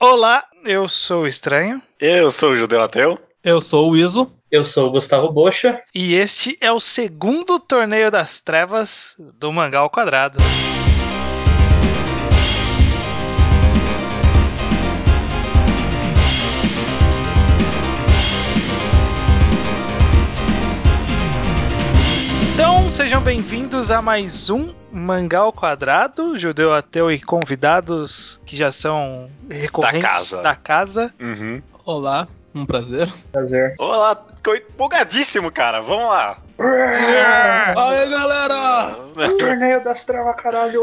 Olá, eu sou o Estranho. Eu sou o Judeu Ateu. Eu sou o Iso. Eu sou o Gustavo Bocha. E este é o segundo torneio das trevas do Mangá ao Quadrado. Então, sejam bem-vindos a mais um Mangá ao Quadrado, Judeu Ateu e convidados que já são recorrentes casa. da casa. Uhum. Olá, um prazer. Prazer. Olá, tô empolgadíssimo, cara. Vamos lá. Aê, galera! Torneio das Trevas, caralho!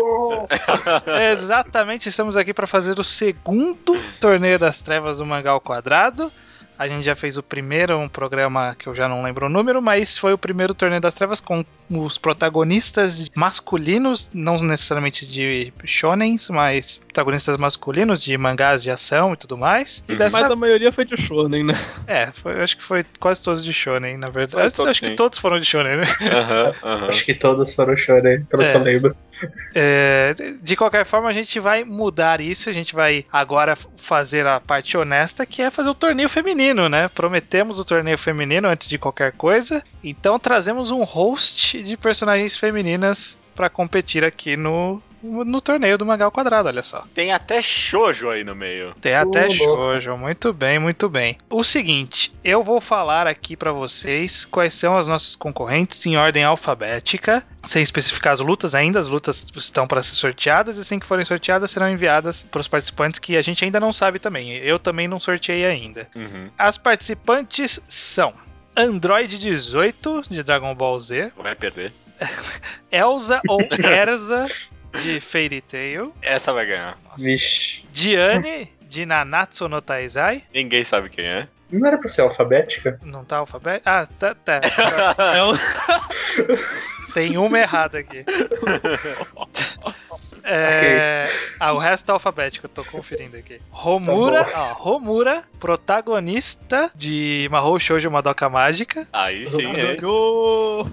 Exatamente, estamos aqui para fazer o segundo torneio das trevas do Mangá ao Quadrado. A gente já fez o primeiro, um programa que eu já não lembro o número, mas foi o primeiro torneio das trevas com os protagonistas masculinos, não necessariamente de shonens, mas protagonistas masculinos de mangás de ação e tudo mais. E Uhum. dessa Mas a maioria foi de shonen, né? é, foi- eu acho que foi quase todos de shonen, na Foi verdade. Eu todos, acho que sim. todos foram de shonen, né? Aham, aham. Acho que todos foram chorando, pelo É. que eu lembro. É, de qualquer forma, a gente vai mudar isso. A gente vai agora f- fazer a parte honesta, que é fazer o torneio feminino, né? Prometemos o torneio feminino antes de qualquer coisa. Então trazemos um host de personagens femininas pra competir aqui no, no torneio do Magal Quadrado, olha só. Tem até shoujo aí no meio. Tem até Ô, louco. Shoujo. Muito bem, muito bem. O seguinte, eu vou falar aqui pra vocês quais são as nossas concorrentes em ordem alfabética, sem especificar as lutas ainda. As lutas estão para ser sorteadas e assim que forem sorteadas serão enviadas para os participantes que a gente ainda não sabe também. Eu também não sorteei ainda. Uhum. As participantes são Android 18 de Dragon Ball Z, Vai perder. Elsa ou Erza de Fairy Tail, Essa vai ganhar. Nossa. Vixe. Diane de Nanatsu no Taizai. Ninguém sabe quem é. Não era pra ser alfabética? Não tá alfabético? Ah, tá, tá. É o... Tem uma errada aqui. É, Ah, o resto é alfabético, eu tô conferindo aqui. Romura, Tá ó, Romura, protagonista de Mahou Shoujo Madoka Mágica. Aí sim, é. hein? Ô,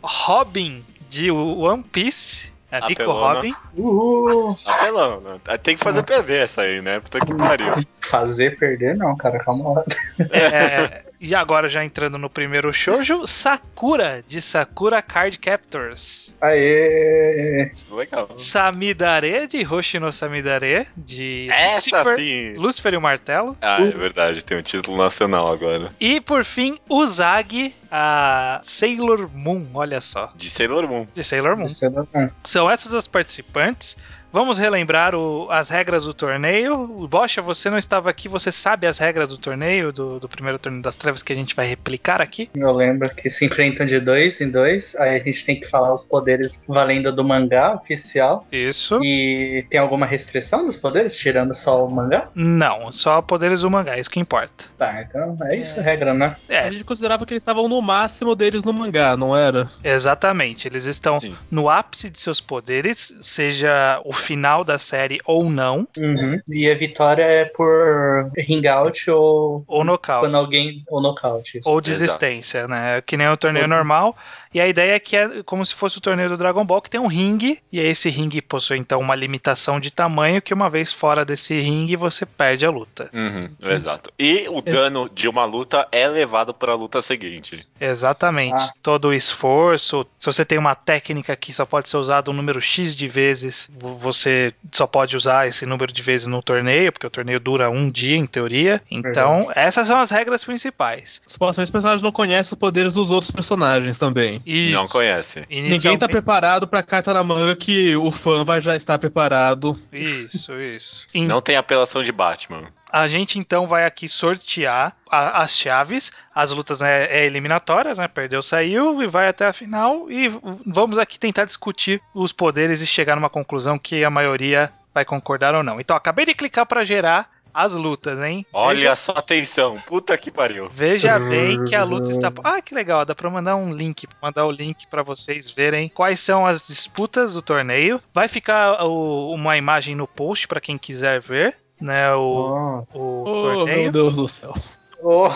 Robin, de One Piece. A Nico Apelou, né? Robin. Uhul! Apelão, né? Tem que fazer perder essa aí, né? Puta que pariu. Fazer perder não, cara, calma lá. É, e agora, já entrando no primeiro shoujo, Sakura, de Sakura Card Captors. Aê! Legal. Samidare, de Hoshino Samidare, de Essa Lucifer, sim. Lucifer e o Martelo. Ah, é verdade. Tem um título nacional agora. E por fim, o Zag, a Sailor Moon, olha só. De Sailor Moon. De Sailor Moon. Você não- hum, São essas as participantes. Vamos relembrar o- as regras do torneio. Bocha, você não estava aqui, você sabe as regras do torneio, do, do primeiro torneio das trevas que a gente vai replicar aqui? Eu lembro que se enfrentam de dois em dois, aí a gente tem que falar os poderes valendo do mangá oficial. Isso. E tem alguma restrição dos poderes, tirando só o mangá? Não, só poderes do mangá, isso que importa. Tá, então é isso a regra, né? É. A gente considerava que eles estavam no máximo deles no mangá, não era? Exatamente. Eles estão Sim. no ápice de seus poderes, seja o final da série ou não, Uhum. E a vitória é por ring out ou ou nocaute. quando alguém. ou nocaute. isso. Ou Exato. desistência, né? Que nem o torneio Ou des- normal. E a ideia é que é como se fosse o torneio do Dragon Ball, que tem um ringue. E aí esse ringue possui então uma limitação de tamanho, que uma vez fora desse ringue você perde a luta. Uhum, exato. E o dano de uma luta é levado pra luta seguinte. Exatamente. Ah. Todo o esforço. Se você tem uma técnica que só pode ser usada um número X de vezes, vo- você só pode usar esse número de vezes no torneio, porque o torneio dura um dia, em teoria. Então, essas são as regras principais. Supostamente os personagens não conhecem os poderes dos outros personagens também. Isso. Não conhece. Ninguém tá Inicialmente- preparado pra carta na manga que o fã vai já estar preparado. Isso, isso. Não tem apelação de Batman. A gente então vai aqui sortear a- as chaves. As lutas né, é eliminatórias, né? Perdeu, saiu e vai até a final. E v- vamos aqui tentar discutir os poderes e chegar numa conclusão que a maioria vai concordar ou não. Então, acabei de clicar para gerar as lutas, hein? Olha só a atenção. Puta que pariu. Veja, veja bem que a luta está. Ah, que legal! Dá para mandar um link, mandar o link para vocês verem quais são as disputas do torneio. Vai ficar o- uma imagem no post para quem quiser ver, né? O, Oh. o Oh, torneio. meu Deus do céu. Oh.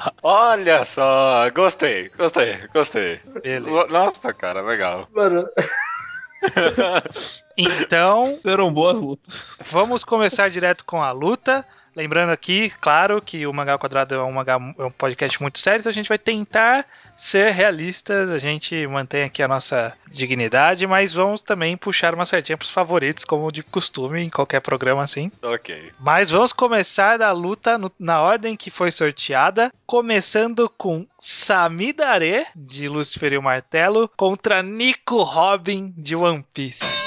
Olha só. Gostei, gostei, gostei. Beleza. Nossa, cara, legal. Mano, Então, Serão boas lutas. vamos começar direto com a luta. Lembrando aqui, claro, que o Mangá ao Quadrado é um, mangá, é um podcast muito sério, então a gente vai tentar ser realistas, a gente mantém aqui a nossa dignidade, mas vamos também puxar uma sardinha pros favoritos, como de costume, em qualquer programa assim. Ok. Mas vamos começar a luta no- na ordem que foi sorteada, começando com Samidare, de Lucifer e o Martelo, contra Nico Robin, de One Piece.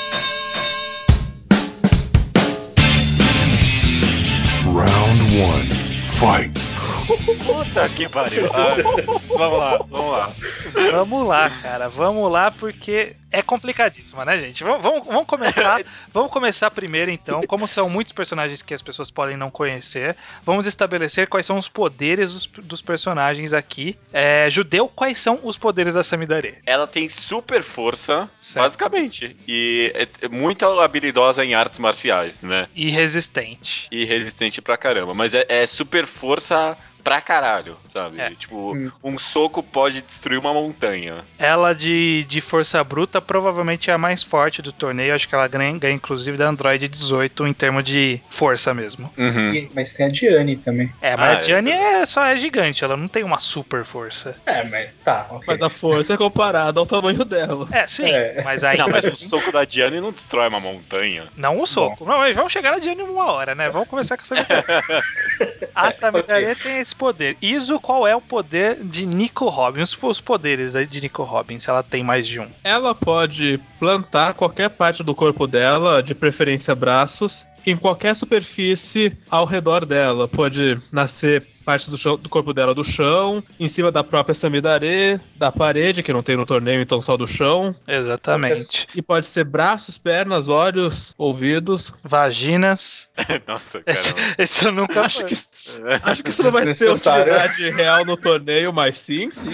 Round one, fight. Puta que pariu. Ah, vamos lá, vamos lá. Vamos lá, cara, vamos lá, porque é complicadíssima, né, gente? Vamos, vamos- vamos começar. Vamos começar primeiro, então. Como são muitos personagens que as pessoas podem não conhecer, vamos estabelecer quais são os poderes dos, dos personagens aqui. É, judeu, quais são os poderes da Samidare? Ela tem super força, Certo. basicamente. E é- é muito habilidosa em artes marciais, né? E resistente. E resistente pra caramba. Mas é, é super força pra caralho, sabe? É. Tipo, Hum. um soco pode destruir uma montanha. Ela de, de força bruta provavelmente é a mais forte do torneio. Acho que ela ganha, ganha, inclusive da Android 18 em termos de força mesmo. Uhum. E- Mas tem a Diane também. É, mas Ah, a é, Gianni é, só é gigante, ela não tem uma super força. É, mas tá, ok. Mas a força é comparada ao tamanho dela. É, sim, É. mas ainda. Não, mas o assim, soco da Diane não destrói uma montanha. Não o soco. Não, mas vamos chegar na Gianni uma hora, né? Vamos começar com essa vitória. A Samidare tem esse poder. Iso, qual é o poder de Nico Robin? Os, os poderes aí de Nico Robin, se ela tem mais de um. Ela pode plantar qualquer parte do corpo dela, de preferência braços, em qualquer superfície ao redor dela. Pode nascer parte do, chão- do corpo dela do chão, em cima da própria Samidare, da parede, que não tem no torneio, então só do chão. Exatamente. E pode ser braços, pernas, olhos, ouvidos. Vaginas. Nossa, cara. Esse, esse eu nunca. Acho que, isso- acho que isso não vai ter Desnecessário. utilidade real no torneio, mas sim, sim.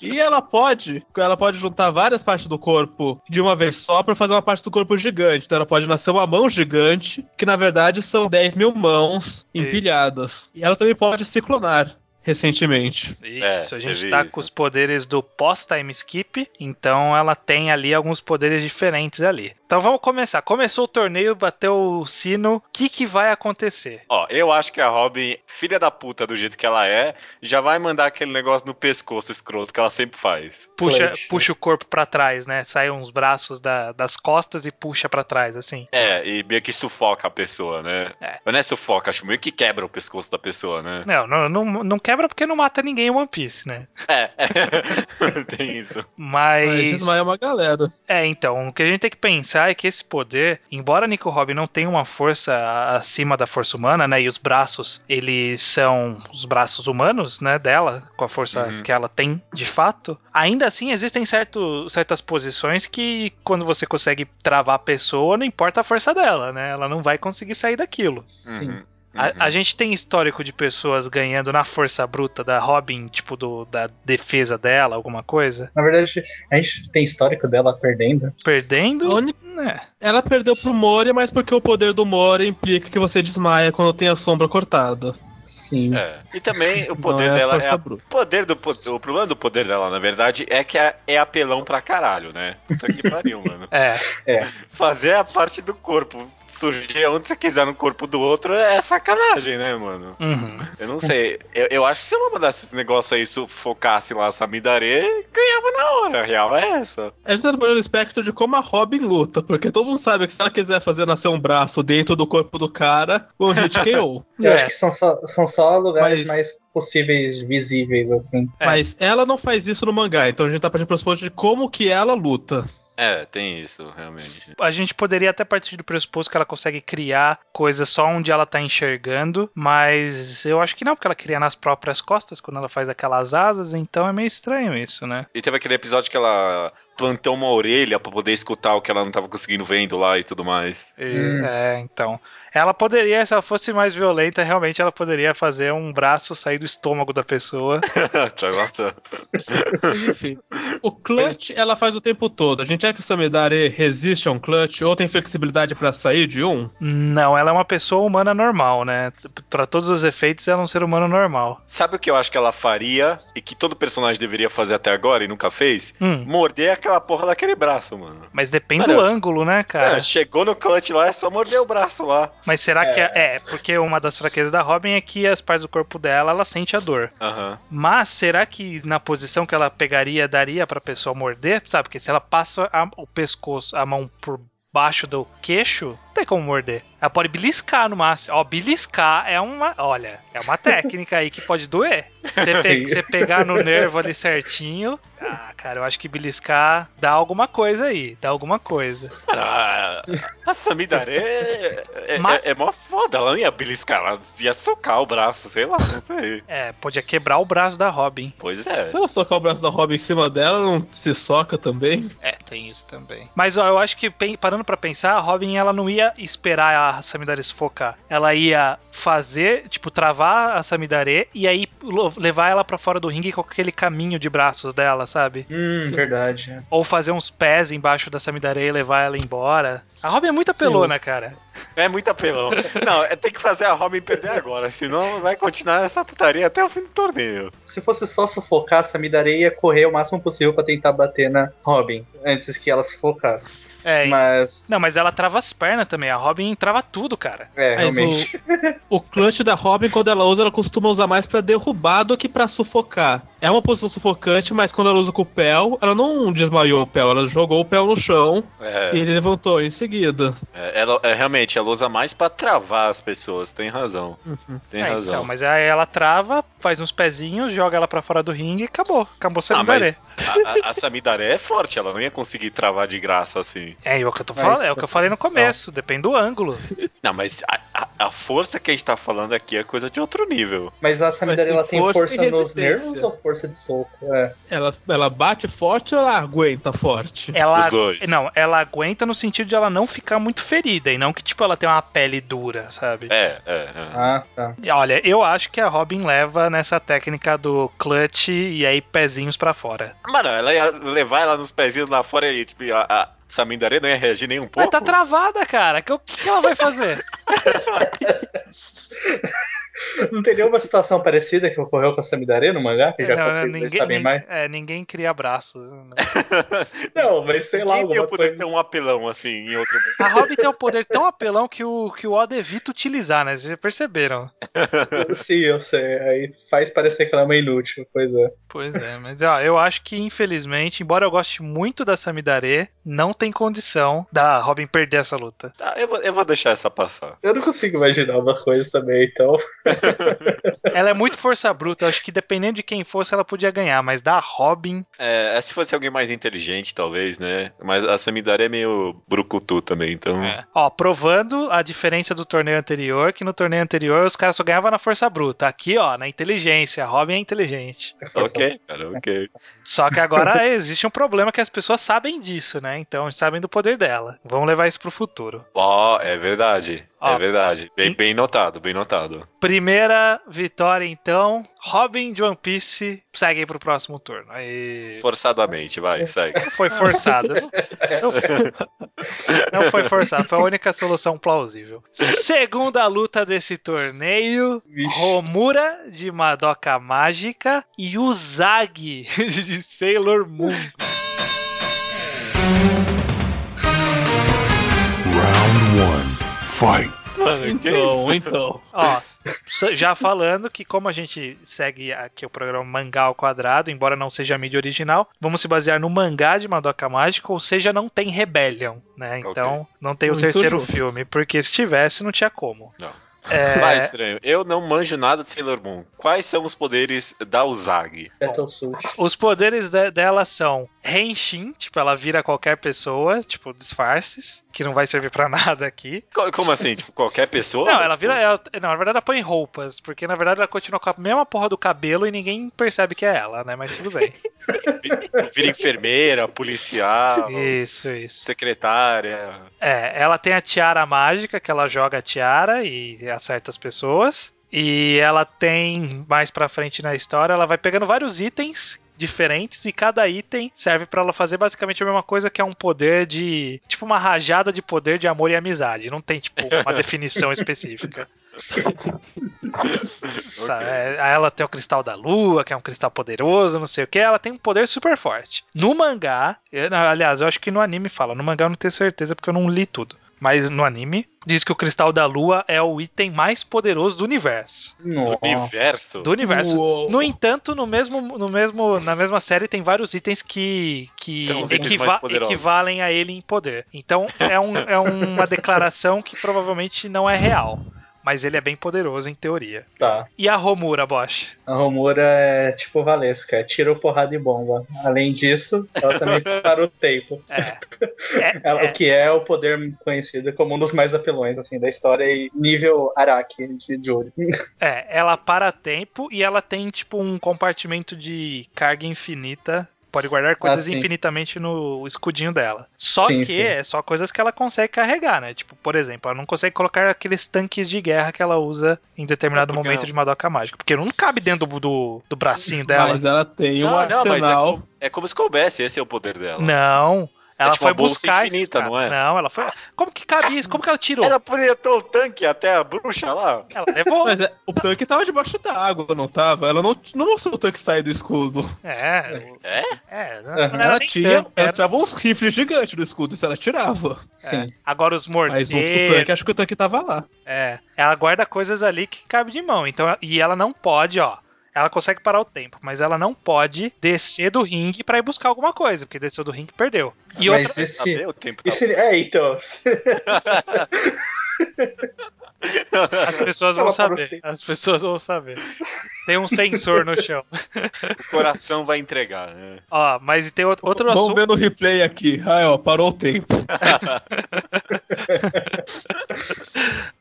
E ela pode, ela pode juntar várias partes do corpo de uma vez só pra fazer uma parte do corpo gigante. Então ela pode nascer uma mão gigante, que na verdade são 10 mil mãos Isso. empilhadas. E ela também pode se clonar recentemente. Isso, É, a gente teve tá isso. com os poderes do pós-time skip, então ela tem ali alguns poderes diferentes ali. Então vamos começar. Começou o torneio, bateu o sino, o que, que vai acontecer? Ó, eu acho que a Robin, filha da puta do jeito que ela é, já vai mandar aquele negócio no pescoço escroto que ela sempre faz. Puxa, Clutch, né? puxa o corpo pra trás, né? Sai uns braços da- das costas e puxa pra trás, assim. É, e meio que sufoca a pessoa, né? É. Mas Não é sufoca, acho meio que quebra o pescoço da pessoa, né? Não, não, não, não quebra porque não mata ninguém em One Piece, né? É, tem isso. Mas Mas. isso é uma galera. É, então, o que a gente tem que pensar é que esse poder, embora Nico Robin não tenha uma força a- acima da força humana, né? E os braços, eles são os braços humanos, né? Dela, com a força Uhum. que ela tem de fato. Ainda assim, existem certo, certas posições que, quando você consegue travar a pessoa, não importa a força dela, né? Ela não vai conseguir sair daquilo. Sim. Uhum, uhum. A, a gente tem histórico de pessoas ganhando na força bruta da Robin, tipo, do, da defesa dela, alguma coisa? Na verdade, a gente tem histórico dela perdendo. Perdendo? A única- Né? Ela perdeu pro Moria, mas porque o poder do Moria implica que você desmaia quando tem a sombra cortada. Sim. É. E também o Não poder é a dela é força a... bruta. o poder do po- o problema do poder dela, na verdade, é que é, é apelão pra caralho, né? Puta que pariu, mano. É. Fazer a parte do corpo surgir onde você quiser no corpo do outro é sacanagem, né, mano? Uhum. Eu não sei. Eu, eu acho que se ela mandasse esse negócio aí, sufocasse lá a Samidare, ganhava na hora. A real é essa. A gente tá trabalhando no espectro de como a Robin luta, porque todo mundo sabe que se ela quiser fazer nascer um braço dentro do corpo do cara, o hit KO. Eu É. acho que são só, são só lugares Mas- mais possíveis, visíveis, assim. É. Mas ela não faz isso no mangá, então a gente tá partindo pros pontos de como que ela luta. É, tem isso, realmente. a gente poderia até partir do pressuposto que ela consegue criar coisas só onde ela tá enxergando, mas eu acho que não, porque ela cria nas próprias costas quando ela faz aquelas asas, então é meio estranho isso, né? E teve aquele episódio que ela plantou uma orelha pra poder escutar o que ela não tava conseguindo vendo lá e tudo mais. E- Hum. É, então. Ela poderia, se ela fosse mais violenta, realmente ela poderia fazer um braço sair do estômago da pessoa. tá gostando. Mas, Enfim. O clutch ela faz o tempo todo. A gente é que o Samidare resiste a um clutch ou tem flexibilidade pra sair de um? não, ela é uma pessoa humana normal, né? Pra todos os efeitos, ela é um ser humano normal. Sabe o que eu acho que ela faria e que todo personagem deveria fazer até agora e nunca fez? Hum. Morder a aquela porra daquele braço, mano. Mas depende Mano, do eu- ângulo, né, cara? É, chegou no clutch lá, é só morder o braço lá. Mas será que. É. É, porque uma das fraquezas da Robin é que as partes do corpo dela, ela sente a dor. Aham. Mas será que na posição que ela pegaria, daria pra pessoa morder? Sabe? Porque se ela passa a- o pescoço, a mão por baixo do queixo, não tem como morder. Ela pode beliscar no máximo. Ó, beliscar é uma. Olha, é uma técnica aí que pode doer. Você pe- Sim. você pegar no nervo ali certinho. Ah, cara, eu acho que beliscar dá alguma coisa aí. Dá alguma coisa. Mano, a- a Samidare é, é, Ma- é, é mó foda. Ela não ia beliscar, ela ia socar o braço, sei lá, não sei. É, podia quebrar o braço da Robin. Pois é. Se ela socar o braço da Robin em cima dela, não se soca também? É, tem isso também. Mas ó, eu acho que pen- parando pra pensar, a Robin ela não ia esperar a Samidare sufocar. Ela ia fazer, tipo, travar a Samidare e aí lo- levar ela pra fora do ringue com aquele caminho de braços dela, sabe? Hum, verdade. Ou fazer uns pés embaixo da Samidare e levar ela embora. A Robin é muito apelona, cara. É muito apelão. Não, é, tem que fazer a Robin perder agora, senão vai continuar essa putaria até o fim do torneio. Se fosse só sufocar, a Samidare ia correr o máximo possível pra tentar bater na Robin antes que ela sufocasse. É. Mas. Não, mas ela trava as pernas também. A Robin trava tudo, cara. É, Mas realmente. O clutch da Robin, quando ela usa, ela costuma usar mais pra derrubar do que pra sufocar. É uma posição sufocante, mas quando ela usa com o Pel, ela não desmaiou o Pel, ela jogou o Pel no chão e É, ele levantou em seguida. é, ela, é, realmente, ela usa mais pra travar as pessoas, tem razão. Tem É, razão. então, mas aí ela trava, faz uns pezinhos, joga ela pra fora do ringue e acabou. Acabou a Ah, Samidare. mas a, a- a Samidare é forte, ela não ia conseguir travar de graça assim. É, é o que eu tô Mas falando, é o que eu essa falei no posição. começo, depende do ângulo. Não, mas a, a- a força que a gente tá falando aqui é coisa de outro nível. Mas a Samidare Mas ela tem tem força força, e nos resistência. nervos ou força de soco? É. Ela, ela bate forte ou ela aguenta forte? Ela Os dois. não, ela aguenta no sentido de ela não ficar muito ferida e não que tipo ela tem uma pele dura, sabe? É, é. é. Ah, tá. E Olha, eu acho que a Robin leva nessa técnica do clutch e aí pezinhos pra fora. Mano, ela ia levar ela nos pezinhos lá fora e, tipo, a, a Samidare não ia reagir nem um Mas pouco. tá travada, cara. que- O que, que ela vai fazer? Não teria uma situação parecida que ocorreu com a Samidare no mangá? Que já Não, que não, vocês dois sabem nin- mais? É, ninguém cria braços. né? Não, mas sei lá, Quem tem alguma o poder coisa. de ter um apelão assim em outro mundo? A Robin tem um poder tão apelão que o, que o Oda evita utilizar, né? Vocês perceberam? Sim, eu sei. Aí faz parecer que ela é uma inútil, pois é. Pois é, mas ó, eu acho que infelizmente, embora eu goste muito da Samidare, não tem condição da Robin perder essa luta. Tá, eu vou, eu vou deixar essa passar. Eu não consigo imaginar uma coisa também, então. Ela é muito força bruta, eu acho que dependendo de quem fosse ela podia ganhar, mas da Robin, É, se fosse alguém mais inteligente, talvez, né? Mas a Samidare é meio brucutu também, então. é. ó, provando a diferença do torneio anterior, que no torneio anterior os caras só ganhavam na força bruta. Aqui, ó, na inteligência, a Robin é inteligente. É força Ok, cara, ok. Só que agora existe um problema que as pessoas sabem disso, né? Então sabem do poder dela. Vamos levar isso pro futuro. Ó, é verdade. Ó. é verdade. Bem, Hum. bem notado, bem notado. Primeira vitória, então. Robin de One Piece segue pro próximo turno. Aí. Forçadamente, vai, segue. Foi forçado. Não foi forçado, foi a única solução plausível. Segunda luta desse torneio: Vixe. Romura de Madoka Mágica e Uzagi de Sailor Moon. Round one. Fight. Mano, que isso? Então, então. Ó, só- já falando que como a gente segue aqui o programa Mangá ao Quadrado, embora não seja a mídia original, vamos se basear no mangá de Madoka Mágica, ou seja, não tem Rebellion, né? Então não tem o Muito terceiro justo. filme, porque se tivesse não tinha como. Não. É, Mais estranho. Eu não manjo nada de Sailor Moon. Quais são os poderes da Uzagi? Battle Suit. os poderes de- dela são Henshin, tipo, ela vira qualquer pessoa, tipo, disfarces, que não vai servir pra nada aqui. Co- Como assim? Tipo, qualquer pessoa? Não, ela Tipo, vira. Ela, não, na verdade ela põe roupas, porque na verdade ela continua com a mesma porra do cabelo e ninguém percebe que é ela, né? Mas tudo bem. vi- Tipo, Vira enfermeira, policial, Isso, isso. secretária. É, ela tem a tiara mágica, que ela joga a tiara e acerta as pessoas. E ela tem, mais pra frente na história, ela vai pegando vários itens diferentes e cada item serve pra ela fazer basicamente a mesma coisa que é um poder de, tipo uma rajada de poder de amor e amizade, não tem tipo uma definição específica. Sa- é, Ela tem o cristal da lua, que é um cristal poderoso, não sei o que. Ela tem um poder super forte. No mangá, eu- na- aliás, eu acho que no anime fala. No mangá eu não tenho certeza porque eu não li tudo. Mas no anime, diz que o cristal da lua é o item mais poderoso do universo. Do Nossa. universo? Do universo. Uou. No entanto, no mesmo, no mesmo, na mesma série tem vários itens que, que São os itens equiva- mais poderosos. equivalem a ele em poder. Então é, um- é uma declaração que provavelmente não é real. Mas ele é bem poderoso em teoria. Tá. E a Romura, Bosch? A Romura é tipo Valesca, é tiro, porrada e bomba. Além disso, ela também dispara o tempo. É. É, Ela- é. O que é o poder conhecido como um dos mais apelões assim, da história e nível Araki de Juri. É, ela para tempo e ela tem, tipo, um compartimento de carga infinita. Pode guardar coisas Ah, sim. infinitamente no escudinho dela. Só Sim, que sim. é só coisas que ela consegue carregar, né? Tipo, por exemplo, ela não consegue colocar aqueles tanques de guerra que ela usa em determinado É porque momento não. de Madoka Mágica. Porque não cabe dentro do, do, do bracinho dela. Mas ela tem um Não, não, mas é, arsenal. co- é como se coubesse, esse é o poder dela. Não. Ela tipo foi uma bolsa buscar isso, infinita, cara. não é? Não, ela foi. Como que cabia isso? Como que ela tirou? Ela poderia ter o tanque até a bruxa lá. Ela levou. Mas é- o tanque tava debaixo da água, não tava? Ela não, não mostrou o tanque sair do escudo. É. É? É, não, Aham. não era Ela né? nem tinha, tanto, ela era- tirava uns rifles gigantes do escudo, isso ela tirava. Sim. é. Agora os Mas morteiros. o, o tanque, acho que o tanque tava lá. É, ela guarda coisas ali que cabe de mão. Então, e ela não pode, ó. Ela consegue parar o tempo, mas ela não pode descer do ringue pra ir buscar alguma coisa, porque desceu do ringue perdeu. E Mas outra, esse. Saber o tempo esse é, então. tá... as pessoas vão Ela parou o saber. tempo. As pessoas vão saber. Tem um sensor no chão. o coração vai entregar. Né? Ó, mas tem outro, outro Vamos assunto. ver no replay aqui. Ah, ó, parou o tempo.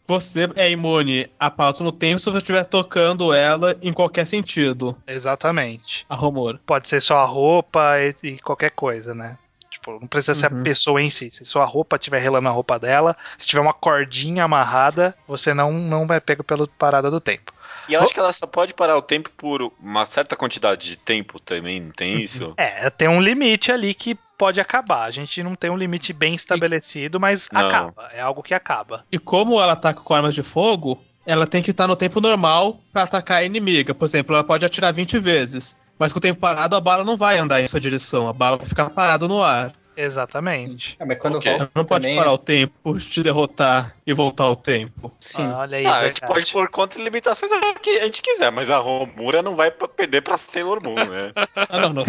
Você é imune a pausa no tempo se você estiver tocando ela em qualquer sentido. Exatamente. A rumor. Pode ser só a roupa e, e qualquer coisa, né? Tipo, não precisa ser a Uhum. pessoa em si. Se sua roupa estiver relando a roupa dela, se tiver uma cordinha amarrada, você não, não é pego pela parada do tempo. E eu acho que ela só pode parar o tempo por uma certa quantidade de tempo também, não tem isso? É, tem um limite ali que pode acabar. A gente não tem um limite bem estabelecido, mas Não. acaba. É algo que acaba. E como ela ataca com armas de fogo, ela tem que estar no tempo normal pra atacar a inimiga. Por exemplo, ela pode atirar 20 vezes, mas com o tempo parado a bala não vai andar em sua direção, a bala vai ficar parada no ar. Exatamente. Ah, mas quando Ok. volta Ela não pode também, é. parar o tempo, te derrotar e voltar ao tempo. Sim. Ah, olha aí. Ah, a verdade. gente pode pôr contra limitações a que a gente quiser, mas a Romura não vai pra- perder pra Sailor Moon, né? Ah, não, não.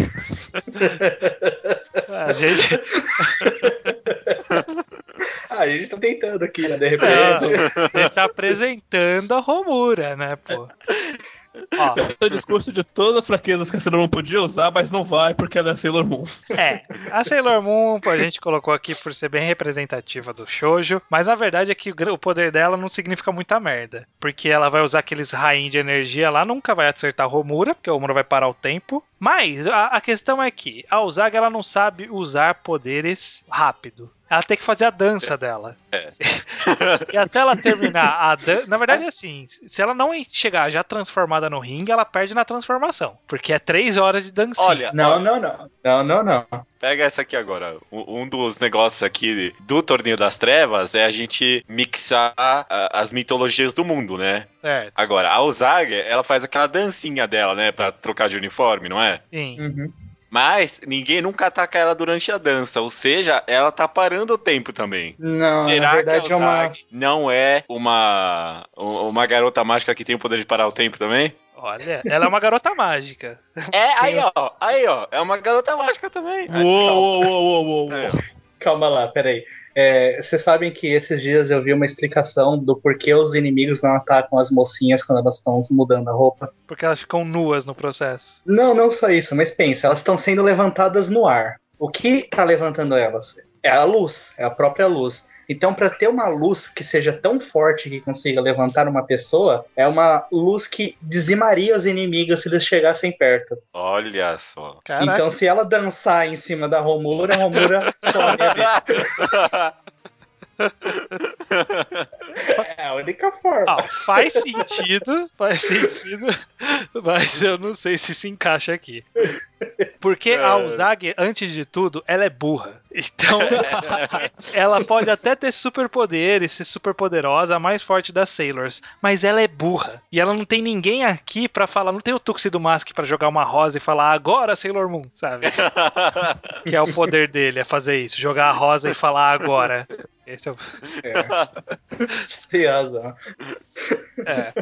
A gente- Ah, a gente tá tentando aqui, né? De repente. É. Não, tá, a gente tá apresentando a Romura, né, pô? Ó, O discurso de todas as fraquezas que a Sailor Moon podia usar, mas não vai porque ela é a Sailor Moon. é. A Sailor Moon, pô, a gente colocou aqui por ser bem representativa do shoujo, mas a verdade é que o gr- o poder dela não significa muita merda, porque ela vai usar aqueles rainhos de energia lá, nunca vai acertar a Romura, porque a Romura vai parar o tempo. Mas a, a questão é que a Ozaga ela não sabe usar poderes rápido. Ela tem que fazer a dança dela. É. e até ela terminar a dança. Na verdade, é assim: se ela não chegar já transformada no ringue, ela perde na transformação. Porque é três horas de dancinha. Olha, Não, não, não. Não, não, não. Pega essa aqui agora. O- Um dos negócios aqui do Torneio das Trevas é a gente mixar a- as mitologias do mundo, né? certo. Agora, a Ozaga, ela faz aquela dancinha dela, né? Pra trocar de uniforme, não é? Sim. Uhum. Mas ninguém nunca ataca ela durante a dança, ou seja, ela tá parando o tempo também. Não, Será na verdade que é a uma. Ozaga não é uma, u- uma garota mágica que tem o poder de parar o tempo também? Olha, ela é uma garota mágica. É, aí ó, aí ó, é uma garota mágica também. Uou, uou, uou, uou, uou. Aí, ó. Calma lá, peraí. É, vocês sabem que esses dias eu vi uma explicação do porquê os inimigos não atacam as mocinhas quando elas estão mudando a roupa? Porque elas ficam nuas no processo. Não, não só isso, mas pensa, elas estão sendo levantadas no ar. O que tá levantando elas? É a luz, é a própria luz. Então, para ter uma luz que seja tão forte que consiga levantar uma pessoa, é uma luz que dizimaria os inimigos se eles chegassem perto. Olha só. Caraca. Então, se ela dançar em cima da Romura, a Romura some ali. É a única forma. Ah, faz sentido, faz sentido, mas eu não sei se se encaixa aqui. Porque a Uzag, antes de tudo, ela é burra. Então, ela pode até ter superpoderes, ser superpoderosa, a mais forte das Sailors, mas ela é burra. E ela não tem ninguém aqui pra falar, não tem o Tuxedo Mask pra jogar uma rosa e falar agora Sailor Moon, sabe? que é o poder dele, é fazer isso, jogar a rosa e falar agora. Esse é o... Tem razão. é.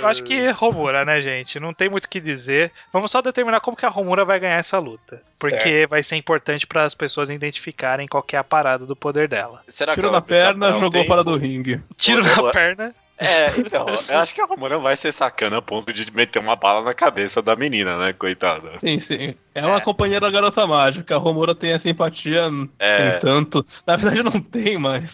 Eu acho que Romura, né, gente? Não tem muito o que dizer. Vamos só determinar como que a Romura vai ganhar essa luta. Porque vai ser importante para as pessoas identificarem qual que é a parada do poder dela. Será Tirou ela na vai precisar perna, Ah, parar um jogou tempo? fora do ringue. Tiro na Boa. perna. É, então, eu acho que a Romana vai ser sacana a ponto de meter uma bala na cabeça da menina, né, coitada. Sim, sim. É uma É. companheira da garota mágica. A Romura tem essa empatia, n- É. tem tanto. Na verdade, não tem, mas.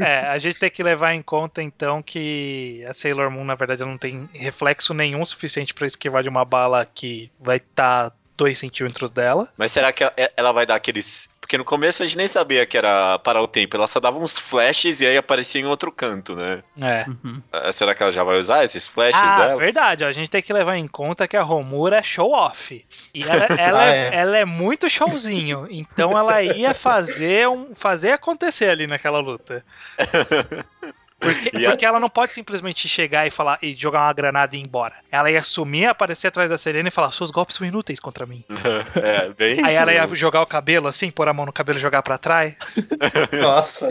É, a gente tem que levar em conta então que a Sailor Moon, na verdade, ela não tem reflexo nenhum suficiente pra esquivar de uma bala que vai estar tá 2 centímetros dela. Mas será que ela- ela vai dar aqueles. Porque no começo a gente nem sabia que era parar o tempo, ela só dava uns flashes e aí aparecia em outro canto, né? É. Uhum. Ah, Será que ela já vai usar esses flashes Ah, dela? verdade, ó, a gente tem que levar em conta que a Romura é show off. E ela, ela Ah, é. é. ela é muito showzinho. Então ela ia fazer, um, fazer acontecer ali naquela luta. Porque, E a- porque ela não pode simplesmente chegar e falar e jogar uma granada e ir embora. Ela ia sumir, aparecer atrás da Serena e falar: seus golpes são inúteis contra mim. é, bem. Aí isso ela ia mesmo. jogar o cabelo assim, pôr a mão no cabelo e jogar pra trás. Nossa.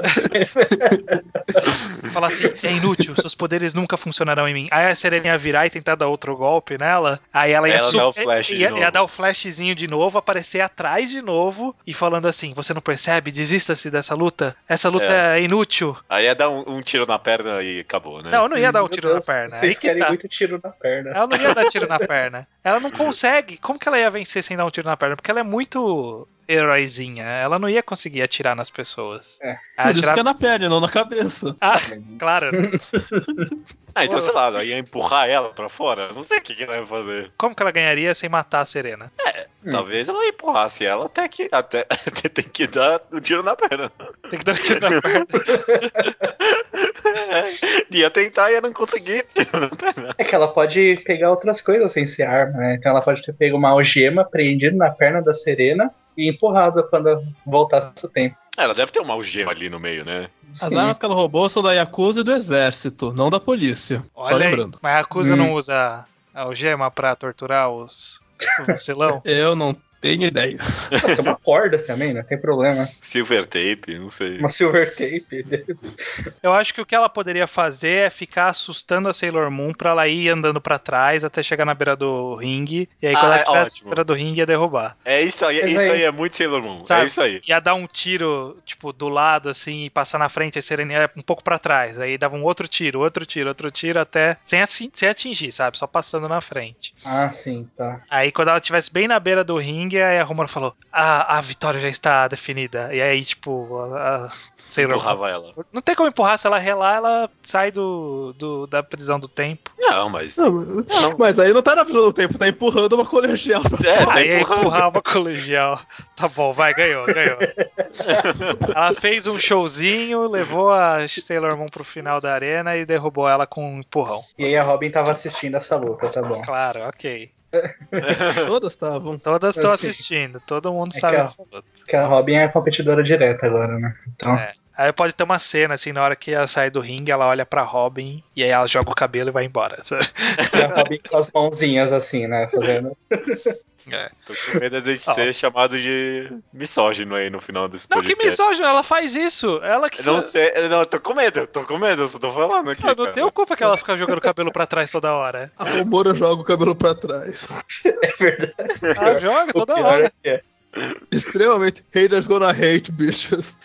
Falar assim, é inútil, seus poderes nunca funcionarão em mim. Aí a Serena ia virar e tentar dar outro golpe nela. Aí ela ia Ela su- dá o flash de ia, ia novo. dar o flashzinho de novo, aparecer atrás de novo e falando assim: Você não percebe? Desista-se dessa luta. Essa luta é, inútil. Aí ia dar um, um tiro na perna e acabou, né? Não, não ia dar um Meu tiro Deus, na perna. Aí Vocês que querem tá. muito tiro na perna. Ela não ia dar tiro na perna. Ela não consegue. Como que ela ia vencer sem dar um tiro na perna? Porque ela é muito heróizinha. Ela não ia conseguir atirar nas pessoas. É. Ela ia Por isso atirar que é na perna, não na cabeça. Ah, claro. Ah, então sei lá, ela ia empurrar ela pra fora? Não sei o que, que ela ia fazer. Como que ela ganharia sem matar a Serena? Hum. Talvez ela empurrasse ela até que. Até, até tem que dar um tiro na perna. Tem que dar um tiro na perna. ia tentar e ia não conseguir tiro na perna. É que ela pode pegar outras coisas sem ser arma, né? Então ela pode ter pego uma algema, prendido na perna da Serena e empurrada quando voltasse o tempo. Ela deve ter uma algema ali no meio, né? As Sim. armas que ela roubou são da Yakuza e do exército, não da polícia. Só Olha aí. lembrando. Mas a Acusa Hum. não usa a algema pra torturar os o vacilão? Eu não tenho ideia. Pode ser uma corda também, não tem problema. Silver tape, não sei. Uma silver tape. Eu acho que o que ela poderia fazer é ficar assustando a Sailor Moon pra ela ir andando pra trás até chegar na beira do ringue. E aí, quando ela Ah, é tivesse ótimo. na beira do ringue, ia derrubar. É isso aí, Mas isso aí- aí é muito Sailor Moon. Sabe? É isso aí. Ia dar um tiro, tipo, do lado, assim, e passar na frente, a Serena ia um pouco pra trás. Aí dava um outro tiro, outro tiro, outro tiro, até. Sem, assi- sem atingir, sabe? Só passando na frente. Ah, sim, tá. Aí quando ela estivesse bem na beira do ringue, aí a Romana falou: Ah, a vitória já está definida. E aí, tipo, a, a Sailor Moon- Empurrava ela. Não tem como empurrar, se ela relar, ela sai do, do- da prisão do tempo. Não, mas. Mas aí não tá na prisão do tempo, tá empurrando uma colegial. É, tá aí é empurrando. empurrar uma colegial. Tá bom, vai, ganhou, ganhou. ela fez um showzinho, levou a Sailor Moon pro final da arena e derrubou ela com um empurrão. E aí a Robin tava assistindo essa luta, tá bom. Claro, ok. Todas tá? estavam. Todas estão Eu sei. assistindo, todo mundo Assim. É sabe que a- dessa luta. Porque a Robin é a competidora direta agora, né? Então, É. Aí pode ter uma cena, assim, na hora que ela sai do ringue, ela olha pra Robin e aí ela joga o cabelo e vai embora. sabe? e a Robin com as mãozinhas assim, né? Fazendo. Tô com medo de a gente Ó. ser chamado de misógino aí no final desse Não, que podcast. misógino, ela faz isso. Ela que. Não sei, não, eu tô com medo, eu tô com medo, eu só tô falando aqui. Ah, não cara. deu culpa que ela fica jogando o cabelo pra trás toda hora. A Romura joga o cabelo pra trás. É verdade. Ela joga O toda pior hora. é que é. Extremamente. Haters gonna hate, bichos.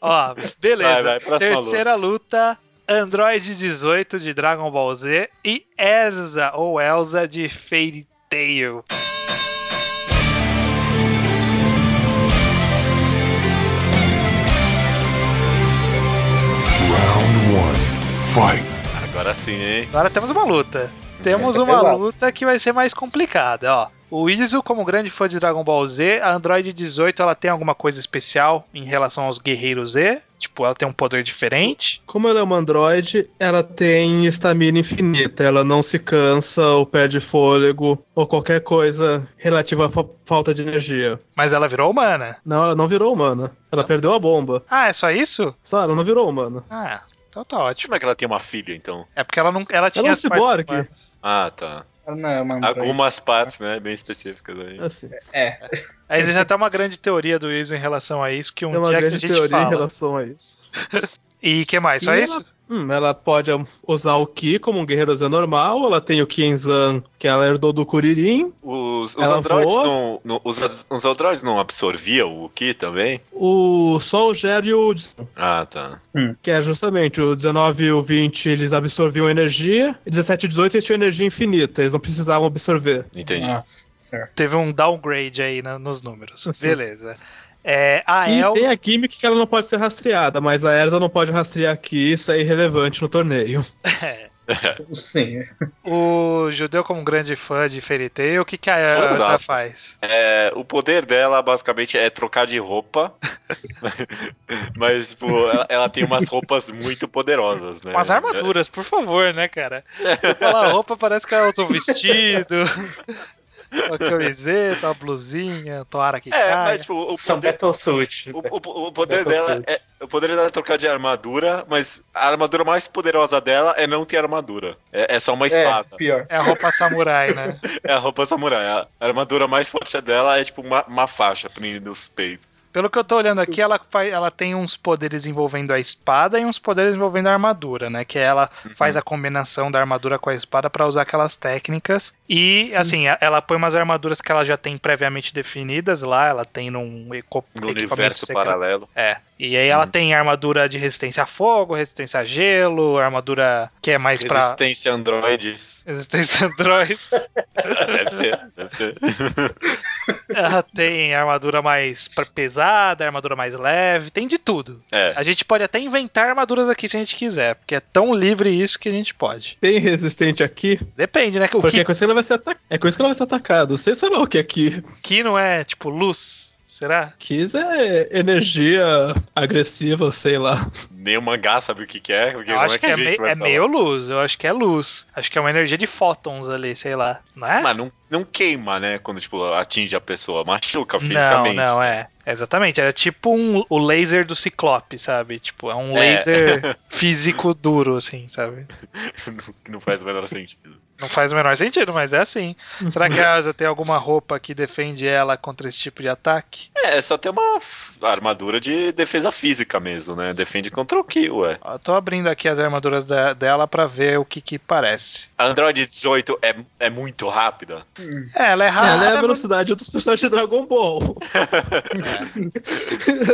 Ó, beleza. é Vai, vai, próxima Terceira luta. Android 18 de Dragon Ball Z e Erza ou Elsa de Fairy Tail. Round one. Fight. Agora sim, hein? Agora temos uma luta. Temos Essa é uma pesada. luta que vai ser mais complicada, ó. O Izu, como grande fã de Dragon Ball Z, a Android 18 ela tem alguma coisa especial em relação aos guerreiros Z? Tipo, ela tem um poder diferente? Como ela é uma androide, ela tem estamina infinita, ela não se cansa ou perde fôlego ou qualquer coisa relativa à fa- falta de energia. Mas ela virou humana. Não, ela não virou humana. Ela perdeu a bomba. Ah, é só isso? Só ela não virou humana. Ah, então tá ótimo. Como é que ela tem uma filha, então? É porque ela não ela tinha é um as ciborgue. partes humanas. Ah, tá. Ela Não, é uma androide. Algumas partes, né? Bem específicas aí. Assim, É. Aí Existe até uma grande teoria do Izu em relação a isso que um tem uma dia que a grande gente teoria em fala. relação a isso. E que mais? Só E isso? Ela, hum, ela pode usar o Ki como um guerreiro Zen normal, ela tem o Kienzan que ela herdou do Kuririn. Os, os Ela androides voa? não. não- os, os androides não absorviam o Ki também? O Sol, o Ger e o Zen, Ah, tá. que é justamente o 19 e o 20 eles absorviam energia, e 17 e 18 eles tinham energia infinita, eles não precisavam absorver. Entendi. Nossa senhora. Teve um downgrade aí na- nos números. Sim. Beleza. É, a e El. tem a química que ela não pode ser rastreada, mas a Erza não pode rastrear Ki, isso é irrelevante no torneio. É. Sim. o judeu, como grande fã de Fairy Tail, o que, que a Elsa Fãzaço. faz? É, o poder dela basicamente é trocar de roupa. mas, tipo, ela, ela tem umas roupas muito poderosas, né? Com as armaduras, por favor, né, cara? Aquela roupa parece que ela usa um vestido, uma camiseta, uma blusinha, toara que É, cai. mas, tipo, o São poder, Battlesuit. o, o- o poder Battle dela suit. é. O poder dela é trocar de armadura, mas a armadura mais poderosa dela é não ter armadura. É, é só uma espada. É, pior. É a roupa samurai, né? É a roupa samurai. A armadura mais forte dela é tipo uma, uma faixa prendendo os peitos. Pelo que eu tô olhando aqui, ela, faz- ela tem uns poderes envolvendo a espada e uns poderes envolvendo a armadura, né? Que ela Uhum. faz a combinação da armadura com a espada pra usar aquelas técnicas. E, Uhum. assim, a- ela põe umas armaduras que ela já tem previamente definidas lá, ela tem num eco- No equipamento universo secreto. paralelo. É. E aí ela Uhum. tem armadura de resistência a fogo, resistência a gelo, armadura que é mais pra. Resistência androide. Resistência Android. Deve ser, deve ser. Ela tem armadura mais pra- pesada, armadura mais leve, tem de tudo. É. A gente pode até inventar armaduras aqui se a gente quiser, porque é tão livre isso que a gente pode. Tem resistente aqui, Depende, né? Que O porque é que, com isso que ela vai ser atacada. É com isso que ela vai ser atacada. Você sabe o que é Ki? que não é tipo luz, será? Kiss é energia agressiva, sei lá. Nem o mangá sabe o que, que é, porque Eu como acho é que que a é, gente mei- vai é falar? meio luz, eu acho que é luz. Acho que é uma energia de fótons ali, sei lá, não é? Mas não, não queima, né? Quando, tipo, atinge a pessoa. Machuca Não, fisicamente. não, é. Exatamente, era tipo um, o laser do Ciclope, sabe? Tipo, é um É. laser físico duro, assim, sabe? não, não faz o menor sentido. Não faz o menor sentido, mas é assim. Será que a Asa tem alguma roupa que defende ela contra esse tipo de ataque? É, só tem uma f- armadura de defesa física mesmo, né? Defende contra o que, ué. Eu tô abrindo aqui as armaduras da- dela pra ver o que que parece. A Android 18 é, é muito rápida. É, ela é ela rápida. é a mas- velocidade dos personagens de Dragon Ball.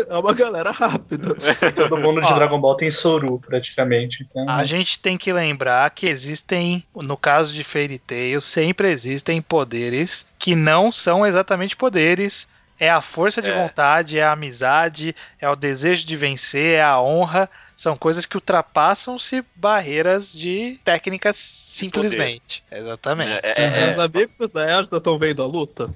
é uma galera rápida. Todo mundo de Ó. Dragon Ball tem Soru, praticamente. Então, A Ah, gente tem que lembrar que existem, no caso de Fairy Tail, sempre existem poderes que não são exatamente poderes. É a força de É. vontade, é a amizade, é o desejo de vencer, é a honra. São coisas que ultrapassam-se barreiras de técnicas simplesmente. Exatamente. É, é- é- Os amigos da Erza estão vendo a luta.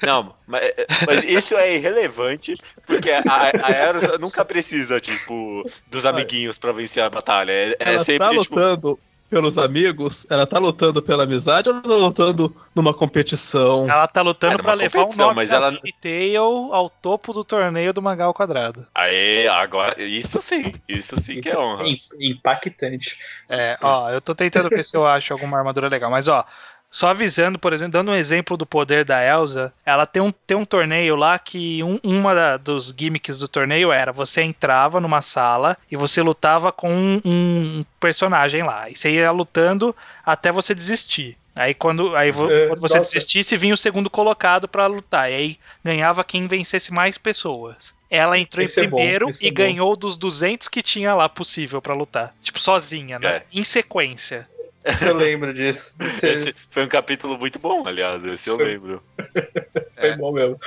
Não, mas, mas isso é irrelevante, porque a, a Erza nunca precisa, tipo, dos amiguinhos pra vencer a batalha. É, é Ela tá sempre, tipo, lutando pelos amigos, ela tá lutando pela amizade ou ela tá lutando numa competição? Ah, Ela tá lutando Era É uma pra levar o competição, nome mas da ela- Fairy Tail ao topo do torneio do Mangal Quadrado. Aê, agora. Isso sim, isso sim que é honra. im- impactante. É, ó, eu tô tentando ver se eu acho alguma armadura legal, mas ó, só avisando, por exemplo, dando um exemplo do poder da Elsa, ela tem um, tem um torneio lá que um, uma da- dos gimmicks do torneio era você entrava numa sala e você lutava com um, um personagem lá, e você ia lutando até você desistir. Aí quando, aí vo- É, quando você nossa. desistisse, vinha o segundo colocado pra lutar, e aí ganhava quem vencesse mais pessoas. Ela entrou Esse é em bom, primeiro esse e é bom. ganhou ganhou dos 200 que tinha lá possível pra lutar. Tipo, sozinha, né? É. Em sequência. Eu lembro disso. Isso Esse foi um capítulo muito bom, aliás, esse eu lembro. foi bom mesmo.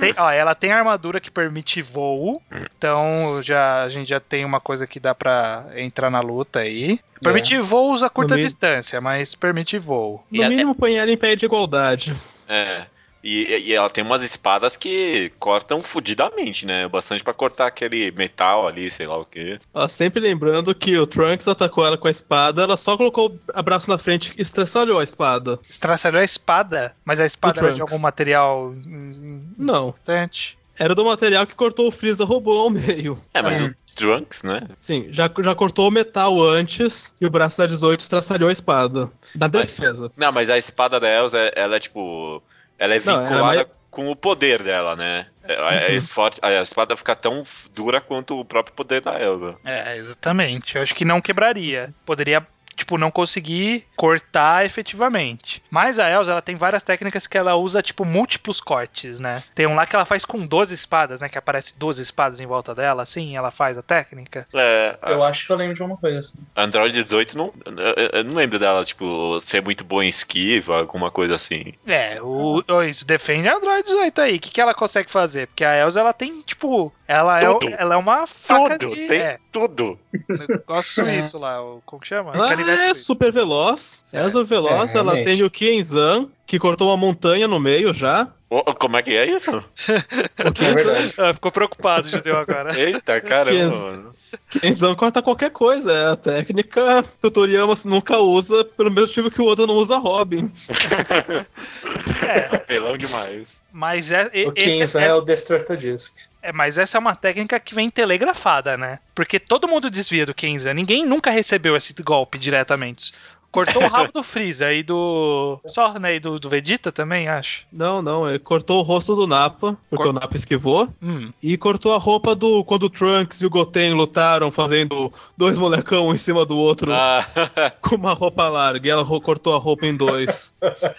Tem- ó, ela tem a armadura que permite voo. Então já, a gente já tem uma coisa que dá pra entrar na luta aí. Permite voos a curta É. No meio- distância, mas permite voo. No mínimo, põe ela em pé de igualdade. É. E, e ela tem umas espadas que cortam fudidamente, né? Bastante pra cortar aquele metal ali, sei lá o quê. Ó, sempre lembrando que o Trunks atacou ela com a espada, ela só colocou o braço na frente e estressalhou a espada. Estraçalhou a espada, mas a espada era de Trunks. algum material hum, hum, Não. importante. Era do material que cortou o Freeza roubou ao meio. É, mas o Trunks, né? Sim, já, já cortou o metal antes e o braço da 18 estraçalhou a espada. Na defesa. Não, mas a espada da Elsa, ela é tipo. Ela é Não, ela é vinculada com o poder dela, né? A, a esfor- a espada fica tão f- dura quanto o próprio poder da Elsa. É, exatamente. Eu acho que não quebraria. Poderia, tipo, não conseguir cortar efetivamente. Mas a Elsa, ela tem várias técnicas que ela usa, tipo, múltiplos cortes, né? Tem um lá que ela faz com 12 espadas, né? Que aparece 12 espadas em volta dela, assim, ela faz a técnica. É, a Eu acho que eu lembro de uma coisa. assim. Android 18 não. Eu, eu não lembro dela, tipo, ser muito boa em esquiva, alguma coisa assim. É, o, o- isso defende a Android 18 aí. O que, que ela consegue fazer? Porque a Elsa, ela tem, tipo, ela, é, o- Tudo. ela é uma faca tudo, de... tem É, tudo. negócio suíço lá, o, como que chama? Ela Canivete é suíço. super veloz. Certo. É super veloz. É, ela realmente. tem o Kienzan, que cortou uma montanha no meio já. Ô, ô, como é que é isso? O É Kienzan, verdade. Ah, ficou preocupado, judeu, agora. Eita, caramba. mano. Kienzan corta qualquer coisa. É a técnica que o Toriyama nunca usa, pelo mesmo motivo que o Oda não usa Robin. É, Pelão demais. Mas é, e- O esse Kinza é, é o Destructor Disc. é- mas essa é uma técnica que vem telegrafada, né? Porque todo mundo desvia do Kenza. Ninguém nunca recebeu esse golpe diretamente. Cortou o rabo do Freeza e do. Só, né? E do, do Vegeta também, acho. Não, não. Ele cortou o rosto do Napa, porque Cor- o Napa esquivou. Hum. E cortou a roupa do. Quando o Trunks e o Goten lutaram, fazendo dois molecão um em cima do outro Ah, com uma roupa larga. E ela ro- cortou a roupa em dois.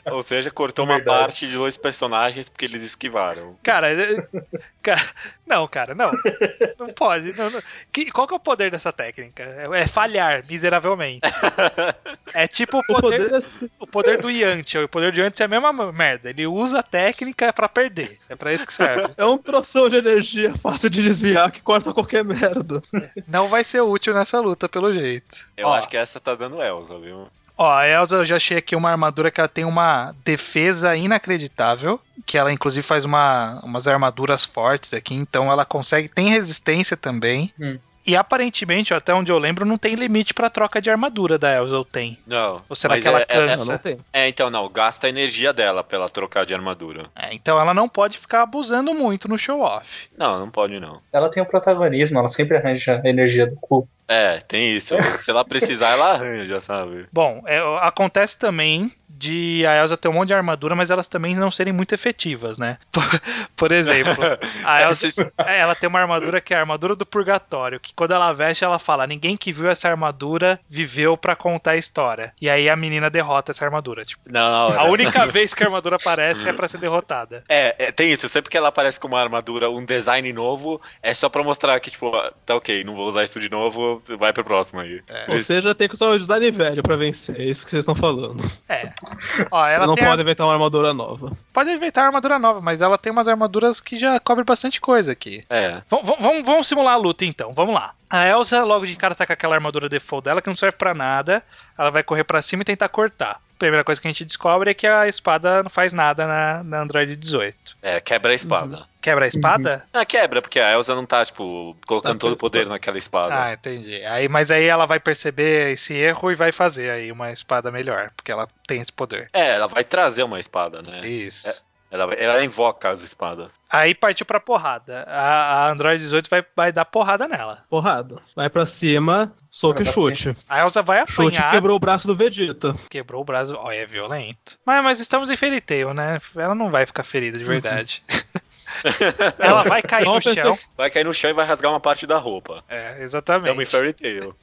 ou seja, cortou uma Verdade. parte de dois personagens porque eles esquivaram. Cara, é- ca- não, cara, não. Não pode. não, não. Que- qual que é o poder dessa técnica? É, é falhar miseravelmente. É tipo o O poder, poder é se- o poder do Yantia. O poder do Yantia é a mesma merda. Ele usa a técnica pra perder. É pra isso que serve. é um troção de energia fácil de desviar que corta qualquer merda. Não vai ser útil nessa luta, pelo jeito. Eu Ó. acho que essa tá dando Elsa, viu? Ó, a Elsa, eu já achei aqui uma armadura que ela tem uma defesa inacreditável. Que ela, inclusive, faz uma, umas armaduras fortes aqui. Então, ela consegue. Tem resistência também. Hum. E aparentemente, até onde eu lembro, não tem limite pra troca de armadura da Elsa, ou tem? Não. Ou será mas que ela é- é- cansa? Não, não tem. É, então não, gasta a energia dela pra ela trocar de armadura. É, então ela não pode ficar abusando muito no show-off. Não, não pode não. Ela tem o protagonismo, ela sempre arranja a energia do cu. É, tem isso. Se ela precisar, ela arranja, sabe? Bom, é, acontece também de a Elsa ter um monte de armadura, mas elas também não serem muito efetivas, né? Por, por exemplo, a Elsa, é, ela tem uma armadura que é a armadura do purgatório, que quando ela veste, ela fala: ninguém que viu essa armadura viveu pra contar a história. E aí a menina derrota essa armadura. Tipo, Não, a única vez que a armadura aparece é pra ser derrotada. É, é, tem isso. Sempre que ela aparece com uma armadura, um design novo, é só pra mostrar que, tipo, ah, tá ok, não vou usar isso de novo, vai pro próximo aí. É. Ou seja, tem que usar o design velho pra vencer. É isso que vocês estão falando. É. Ó, ela não tem a- pode inventar uma armadura nova. pode inventar armadura nova, mas ela tem umas armaduras que já cobrem bastante coisa aqui. É. Vam- vam- Vamos, vamos simular a luta então, vamos lá. A Elsa logo de cara tá com aquela armadura default dela que não serve pra nada. Ela vai correr pra cima e tentar cortar. Primeira coisa que a gente descobre é que a espada não faz nada na, na Android 18. É, quebra a espada. Quebra a espada? Ah, quebra, porque a Elsa não tá, tipo, colocando Tá, todo o tá. poder naquela espada. Ah, entendi. Aí, mas aí ela vai perceber esse erro e vai fazer aí uma espada melhor, porque ela tem esse poder. É, ela vai trazer uma espada, né? Isso. Ela, vai- ela invoca as espadas. Aí partiu pra porrada. A, a Android 18 vai, vai dar porrada nela. Porrada. Vai pra cima, soco e Vai pra chute. A Elsa vai Chute apanhar. quebrou o braço do Vegeta. Quebrou o braço. Ó, é violento. Mas, mas estamos em Fairy Tail, né? Ela não vai ficar ferida de verdade. ela vai cair Só no uma pessoa- chão. Vai cair no chão e vai rasgar uma parte da roupa. É, Tamo em exatamente. Fairy Tail.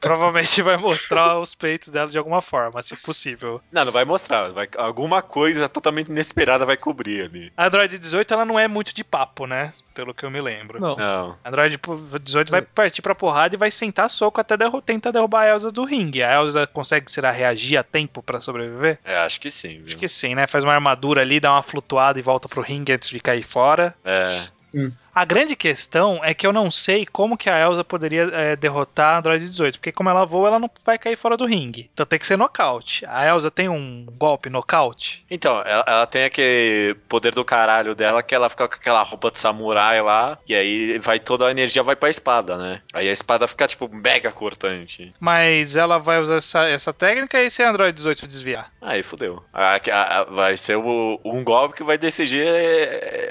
Provavelmente vai mostrar os peitos dela de alguma forma, se possível. Não, não vai mostrar. Vai, alguma coisa totalmente inesperada vai cobrir ali. A Android 18 ela não é muito de papo, né? Pelo que eu me lembro. Não. Não. A Android 18 vai partir pra porrada e vai sentar soco até derru- tentar derrubar a Elsa do ringue. A Elsa consegue, será, reagir a tempo pra sobreviver? É, acho que sim, viu? Acho que sim, né? Faz uma armadura ali, dá uma flutuada e volta pro ringue antes de cair fora. É. Hum. A grande questão é que eu não sei como que a Elsa poderia é, derrotar a Android 18, porque como ela voa, ela não vai cair fora do ringue. Então tem que ser nocaute. A Elsa tem um golpe nocaute? Então, ela, ela tem aquele poder do caralho dela que ela fica com aquela roupa de samurai lá, e aí vai toda a energia vai pra espada, né? Aí a espada fica, tipo, mega cortante. Mas ela vai usar essa, essa técnica e se a Android 18 desviar? Aí fodeu. A- a- a- Vai ser o- um golpe que vai decidir é,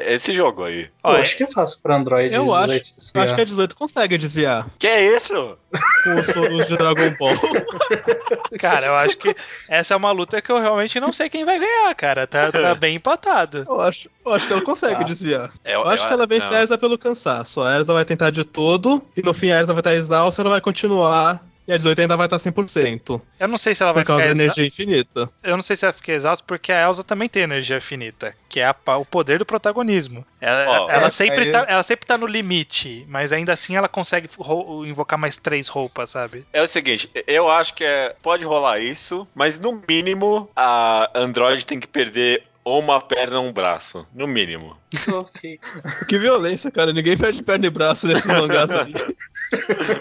é, esse jogo aí. Pô, Ó, acho que é fácil pra Android. Eu acho- 18 se Acho é. que a 18 consegue desviar Que é isso? com os soros de Dragon Ball. Cara, eu acho que essa é uma luta que eu realmente não sei quem vai ganhar, cara. Tá, tá bem empatado. Eu acho, eu acho que ela consegue Tá. desviar. É, Eu acho que ela vence não. a Erza pelo cansaço. A Erza vai tentar de tudo, e no fim a Erza vai estar exausta, ela vai continuar, e a 18 ainda vai estar 100%, Eu não sei se ela vai por ficar causa da exa- energia infinita. Eu não sei se ela fica exausta, porque a Elsa também tem energia finita, que é a pa- o poder do protagonismo. Ela, Ó, ela é, sempre aí- tá, ela sempre tá no limite, mas ainda assim ela consegue rou- invocar mais três roupas, sabe? É o seguinte, eu acho que é- pode rolar isso, mas no mínimo a Android tem que perder ou uma perna ou um braço. No mínimo. Que violência, cara. Ninguém perde perna e braço nesse mangás aí.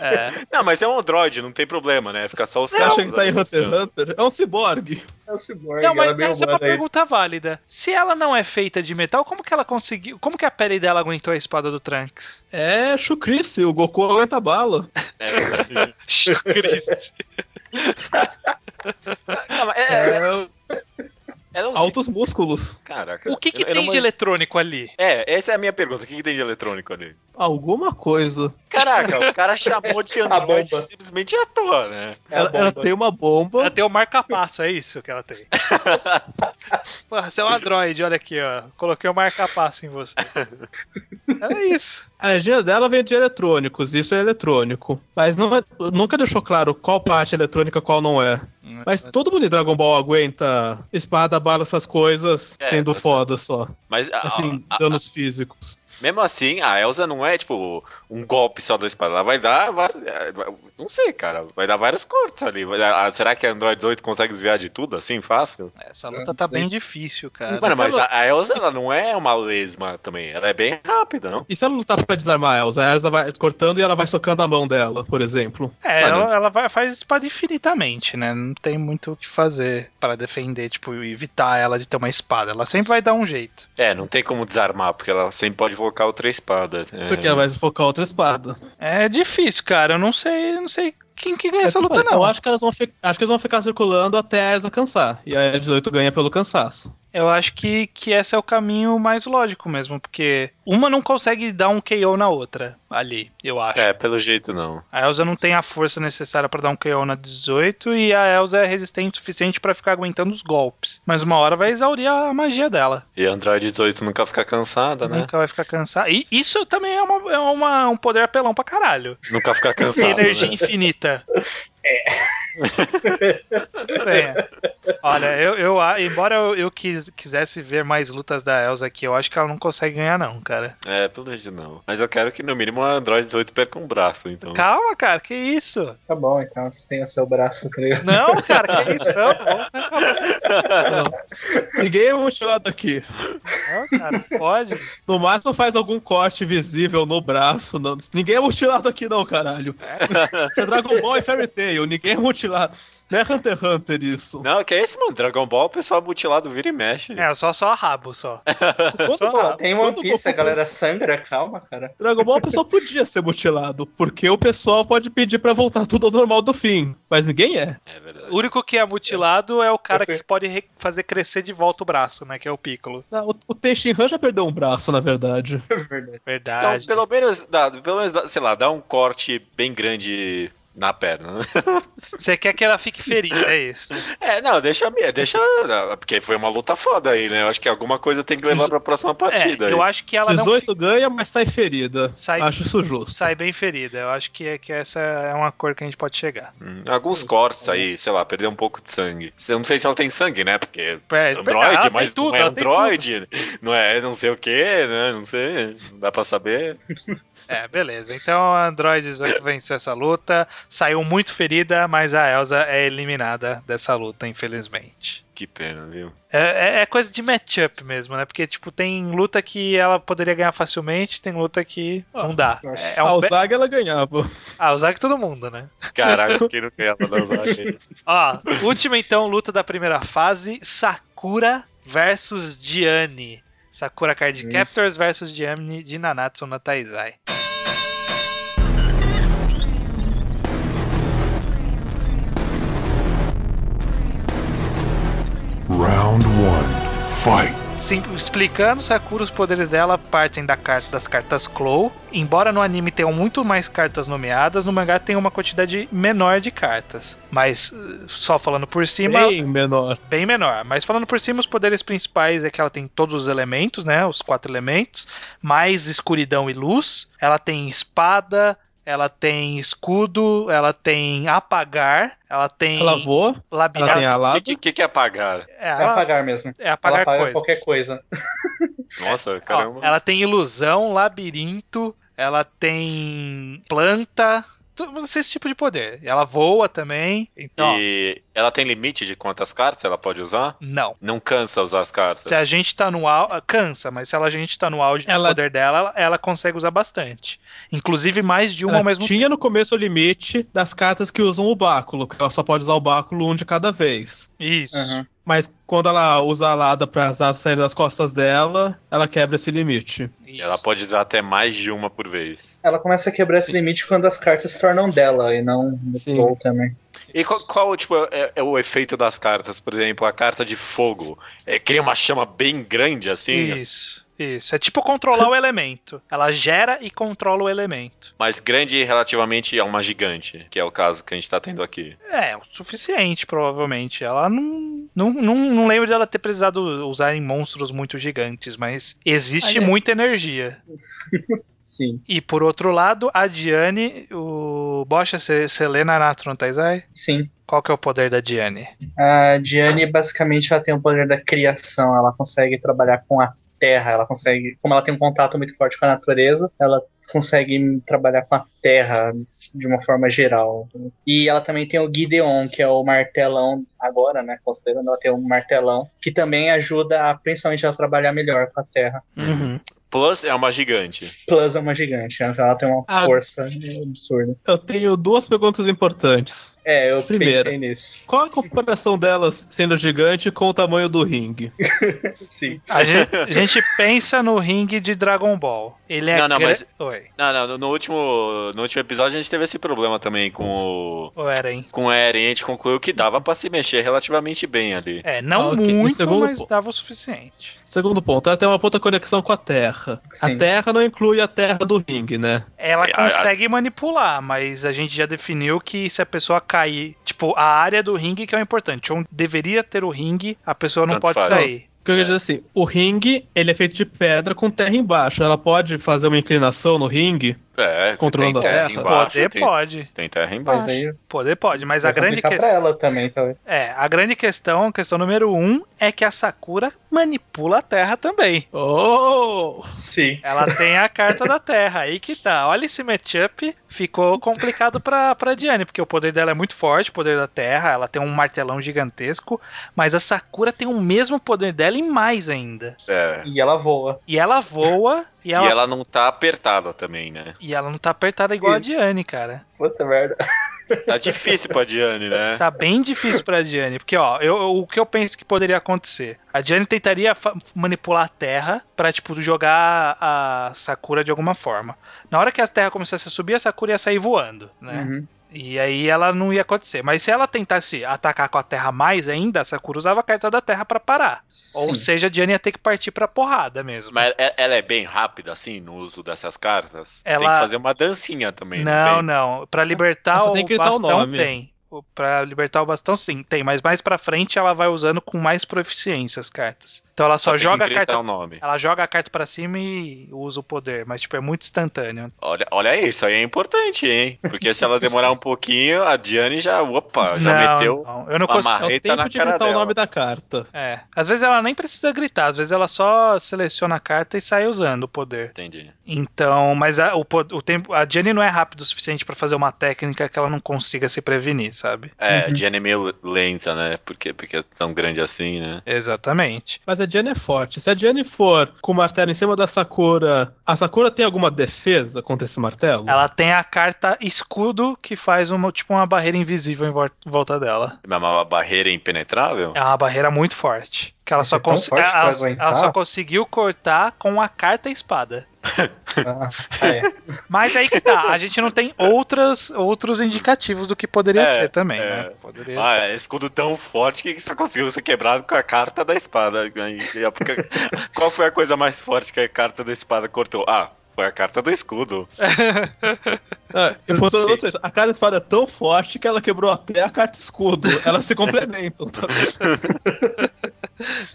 É. Não, mas é um Android, não tem problema, né? Fica só os Você acha que carros. tá em ali, Hunter assim. x Hunter? É um ciborgue. É o Cyborg, Não, ela é mas meio essa é uma humana aí. pergunta válida. Se ela não é feita de metal, como que ela conseguiu. Como que a pele dela aguentou a espada do Trunks? É chucrice, o Goku aguenta bala. É verdade. Cris. Não, mas é- é- É, é um altos músculos. Caraca. O que, que é eu- eu tem não- de eletrônico ali? É, essa é a minha pergunta. O que, que tem de eletrônico ali? Alguma coisa. Caraca, o cara chamou de Android bomba. simplesmente à toa, né? É a ela, ela bomba. É tem uma Ela bomba. tem o marca-passo, é isso que ela tem. Porra, seu Android, olha aqui, ó. Coloquei o marca-passo em você. Era isso. A energia dela vem de eletrônicos, isso é eletrônico. Mas não é- nunca deixou claro qual parte é eletrônica qual não é. Hum, Mas todo mundo em Dragon Ball aguenta espada, bala, essas coisas, É, sendo mas- foda só. Mas Ah, a- Assim, a- a- danos físicos. mesmo assim, a Elsa não é, tipo, um golpe só da espada. Ela vai dar. vai- não sei, cara. Vai dar vários cortes ali. Vai dar- ah, será que a Android 8 consegue desviar de tudo assim, fácil? Essa Eu luta não tá sei. bem difícil, cara. Mano, mas a, a Elsa, ela não é uma lesma também. Ela é bem rápida, não? E se ela lutar pra desarmar a Elsa? A Elsa vai cortando e ela vai socando a mão dela, por exemplo. É, Mano. ela, ela vai, faz espada infinitamente, né? Não tem muito o que fazer para defender, tipo, evitar ela de ter uma espada. Ela sempre vai dar um jeito. É, não tem como desarmar, porque ela sempre pode invocar outra espada. É. Porque ela vai focar outra espada. É difícil, cara. Eu não sei, não sei quem que ganha essa É, luta, eu não. acho que elas vão, fi- acho que eles vão ficar circulando até a Erza cansar. E a 18 ganha pelo cansaço. Eu acho que, que esse é o caminho mais lógico mesmo, porque uma não consegue dar um KO na outra ali, eu acho. É, pelo jeito não. A Elsa não tem a força necessária pra dar um KO na 18 e a Elsa é resistente o suficiente pra ficar aguentando os golpes. Mas uma hora vai exaurir a magia dela. E a Android 18 nunca fica cansada, né? Nunca vai ficar cansada. E isso também é, uma, é uma- um poder apelão pra caralho. Nunca fica cansada. Energia né? infinita. É. Olha, eu, eu a- embora eu, eu quis- quisesse ver mais lutas da Elsa aqui, eu acho que ela não consegue ganhar, não, cara. É, pelo jeito não. Mas eu quero que no mínimo a Android 18 perca um braço, então. Calma, cara, que isso? Tá bom, então você tem o seu braço, tá creio. Não, cara, que isso? Não, vamos Ninguém é mochilado aqui. não, cara, pode. No máximo faz algum corte visível no braço. não- Ninguém é mutilado aqui, não, caralho. Isso é Dragon Ball e Fairy Tail, ninguém é mutilado. Não é Hunter x Hunter isso. Não, que é isso, mano? Dragon Ball, o pessoal mutilado vira e mexe. É, só só rabo, só. só Pô, rabo. tem One todo Piece, a Goku- galera sangra, calma, cara. Dragon Ball o pessoal podia ser mutilado, porque o pessoal pode pedir pra voltar tudo ao normal do fim. Mas ninguém é. É O verdade. único que é mutilado é o cara que pode re- fazer crescer de volta o braço, né? Que é o Piccolo. Não, Ah, O, o Tenshinhan já perdeu um braço, na verdade. É verdade. Então, Verdade. pelo menos, dá, pelo menos, dá- sei lá, dá um corte bem grande na perna. né? Você quer que ela fique ferida, é isso. É, não, deixa, deixa, porque foi uma luta foda aí, né? Eu acho que alguma coisa tem que levar pra próxima partida. É, Tá aí. eu acho que ela não 18 fi- ganha, mas sai ferida. Sai- Acho isso justo. sai bem ferida. Eu acho que, é- que essa é uma cor que a gente pode chegar. Hum, Alguns cortes aí, sei lá, perder um pouco de sangue. Eu não sei se ela tem sangue, né? Porque É, ela Android, tem mas tudo, não é ela tem Android, não é não sei o que, né? Não sei, não dá pra saber. É, beleza. Então a Android 18 venceu essa luta, saiu muito ferida, mas a Elsa é eliminada dessa luta, infelizmente. Que pena, viu? É, é- é coisa de matchup mesmo, né? Porque, tipo, tem luta que ela poderia ganhar facilmente, tem luta que não dá. Ah, eu acho É, É é um be... Zaga ela ganhava. Ah, o Zack todo mundo, né? Caraca, quem não ganhava da Osaka? Ó, última então, luta da primeira fase: Sakura versus Diane. Sakura Card Hum. Captors versus Diane de Nanatsu no Taizai. Round one. Fight. Sim, explicando, Sakura, os poderes dela partem da carta, das cartas Claw. Embora no anime tenham muito mais cartas nomeadas, no mangá tem uma quantidade menor de cartas. Mas, eh, só falando por cima, Bem menor. bem menor. Mas falando por cima, os poderes principais é que ela tem todos os elementos, né? Os quatro elementos, mais escuridão e luz. Ela tem espada, ela tem escudo, ela tem apagar, ela tem Ela voa, ela tem labirinto. a O lado. que, que, que é apagar? É, É ela- apagar mesmo. é Ela apagar apaga coisas. qualquer coisa. Nossa, Ó, caramba. ela tem ilusão, labirinto, ela tem planta, todo esse tipo de poder. Ela voa também. Então, E ela tem limite de quantas cartas ela pode usar? não. Não cansa usar as cartas. Se a gente tá no auge. Cansa, mas se a gente tá no auge Ela- do poder dela, ela, ela consegue usar bastante. Inclusive mais de uma Ela ao mesmo É, tinha no começo o limite das cartas que usam o báculo, que ela só pode usar o báculo um de cada vez. tempo. Isso. Uhum. Mas quando ela usa a lada pra as asas saírem das costas dela, ela quebra esse limite. isso. Ela pode usar até mais de uma por vez. Ela começa a quebrar esse limite quando as cartas se tornam dela e não do Sim. Paul também. E qual, qual, tipo, é, é o efeito das cartas? Por exemplo, a carta de fogo é, cria uma chama bem grande, assim, Isso. Isso. É tipo controlar o elemento. Ela gera e controla o elemento. mas grande relativamente a uma gigante, que é o caso que a gente tá tendo aqui. É, o suficiente, provavelmente. Ela não. Não, não, não lembro dela ter precisado usar em monstros muito gigantes, mas existe Aí é- muita energia. Sim, E por outro lado, a Diane, o Bocha, você lê Naruto no Taizai? sim. Qual que é o poder da Diane? A Diane, basicamente, ela tem o poder da criação. Ela consegue trabalhar com a terra. Ela consegue. Como ela tem um contato muito forte com a natureza, ela consegue trabalhar com a terra de uma forma geral. E ela também tem o Gideon, que é o martelão agora, né? Considerando ela tem um martelão, que também ajuda a, principalmente a trabalhar melhor com a terra. Uhum. Plus é uma gigante. Plus é uma gigante, né? ela tem uma Ah. força absurda. Eu tenho duas perguntas importantes. É, eu Primeira. pensei nisso. Qual a comparação delas sendo gigante com o tamanho do ringue? Sim. A gente, a gente pensa no ringue de Dragon Ball. Ele é. Não, não, gra- mas- Oi, Não, não, no- no último, no último episódio a gente teve esse problema também com o. o Eren. Com o Eren, a gente concluiu que dava pra se mexer relativamente bem ali. É, não Ah, ok. E muito, segundo mas ponto. dava o suficiente. Segundo ponto, ela tem uma puta conexão com a Terra. Sim. A Terra não inclui a Terra do ringue, né? Ela É, a- a- consegue manipular, mas a gente já definiu que se a pessoa cair, tipo, a área do ringue que é o importante. Onde deveria ter o ringue, a pessoa não Tanto pode faz. sair. Porque eu quero dizer assim, o ringue, ele é feito de pedra com terra embaixo. Ela pode fazer uma inclinação no ringue? É, Controlando tem terra a terra? embaixo. poder tem, pode. tem terra embaixo. Mas aí Poder pode, mas a vai grande complicar questão. pra ela também, tá talvez. É, a grande questão, a questão número um, é que a Sakura manipula a Terra também. Oh! Sim. Ela tem a carta da Terra, aí que tá. Olha esse matchup, ficou complicado pra, pra Diane, porque o poder dela é muito forte, o poder da Terra, ela tem um martelão gigantesco, mas a Sakura tem o mesmo poder dela e mais ainda. É. E ela voa. E ela voa, e ela, E ela não tá apertada também, né? e ela não tá apertada igual a Diane, cara. Puta merda. Tá difícil pra Diane, né? Tá bem difícil pra Diane, porque ó, eu- eu- o que eu penso que poderia acontecer? A Diane tentaria fa- manipular a Terra pra, tipo, jogar a Sakura de alguma forma. Na hora que a Terra começasse a subir, a Sakura ia sair voando, né? Uhum. E aí ela não ia acontecer. Mas se ela tentasse atacar com a Terra mais ainda, a Sakura usava a carta da Terra pra parar. Ou Sim. seja, a Diane ia ter que partir pra porrada mesmo. Mas e- ela é bem rápida, assim, no uso dessas cartas? Tem Ela- que fazer uma dancinha também, né? Não, não não. Pra libertar Só o tem que gritar o bastão nome. tem. o- pra libertar o bastão, sim, tem, mas mais pra frente ela vai usando com mais proficiência as cartas. Então ela só, tem que joga a gritar carta. o nome. Ela joga a carta pra cima e usa o poder, mas tipo, é muito instantâneo. Olha, olha isso, aí é importante, hein? Porque se ela demorar um pouquinho, a Diane já, opa, já não, meteu. não, eu não uma consigo. marra. É o Rita tempo tá na de cara gritar o dela. nome da carta. É. Às vezes ela nem precisa gritar, às vezes ela só seleciona a carta e sai usando o poder. Entendi. Então, mas a, o, po- o tempo, a Jenny não é rápido o suficiente pra fazer uma técnica que ela não consiga se prevenir, sabe? É, a Diane é meio lenta, né? Porque, porque é tão grande assim, né? Exatamente. Mas a Diane é forte. Se a Diane for com o martelo em cima da Sakura, a Sakura tem alguma defesa contra esse martelo? Ela tem a carta escudo que faz uma tipo uma barreira invisível em vol- volta dela. É uma barreira impenetrável? É uma barreira muito forte. Que ela, Mas só, é tão cons- forte pra ela- aguentar? ela só conseguiu cortar com a carta e espada. Ah, é. Mas aí que tá, a gente não tem outras, outros indicativos do que poderia É, ser também, é. né? Poderia... Ah, é escudo tão forte que só conseguiu ser quebrado com a carta da espada. E a- porque- Qual foi a coisa mais forte que a carta da espada cortou? Ah, foi a carta do escudo. Ah, e Eu portanto, sei. ou seja, a carta espada é tão forte que ela quebrou até a carta escudo. Elas se complementam. tá?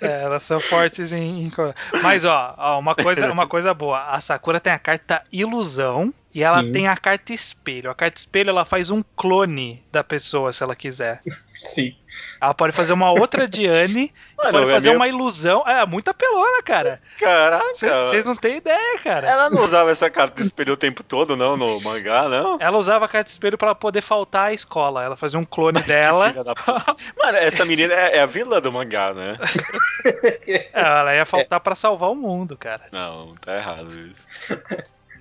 É, elas são fortes em. em co- Mas ó, ó, uma coisa, uma coisa boa. A Sakura tem a carta ilusão e ela Sim. tem a carta espelho. A carta espelho ela faz um clone da pessoa se ela quiser. Sim. Ela pode fazer uma outra Diane, pode fazer uma ilusão. É muito apelona, cara. Caraca! Vocês não têm ideia, cara. Ela não usava essa carta de espelho o tempo todo, não, no mangá, não? Ela usava a carta espelho pra poder faltar à escola. Ela fazia um clone dela. Filha da puta. Mano, essa menina é, é a vilã do mangá, né? Ela ia faltar pra salvar o mundo, cara. Não, tá errado isso.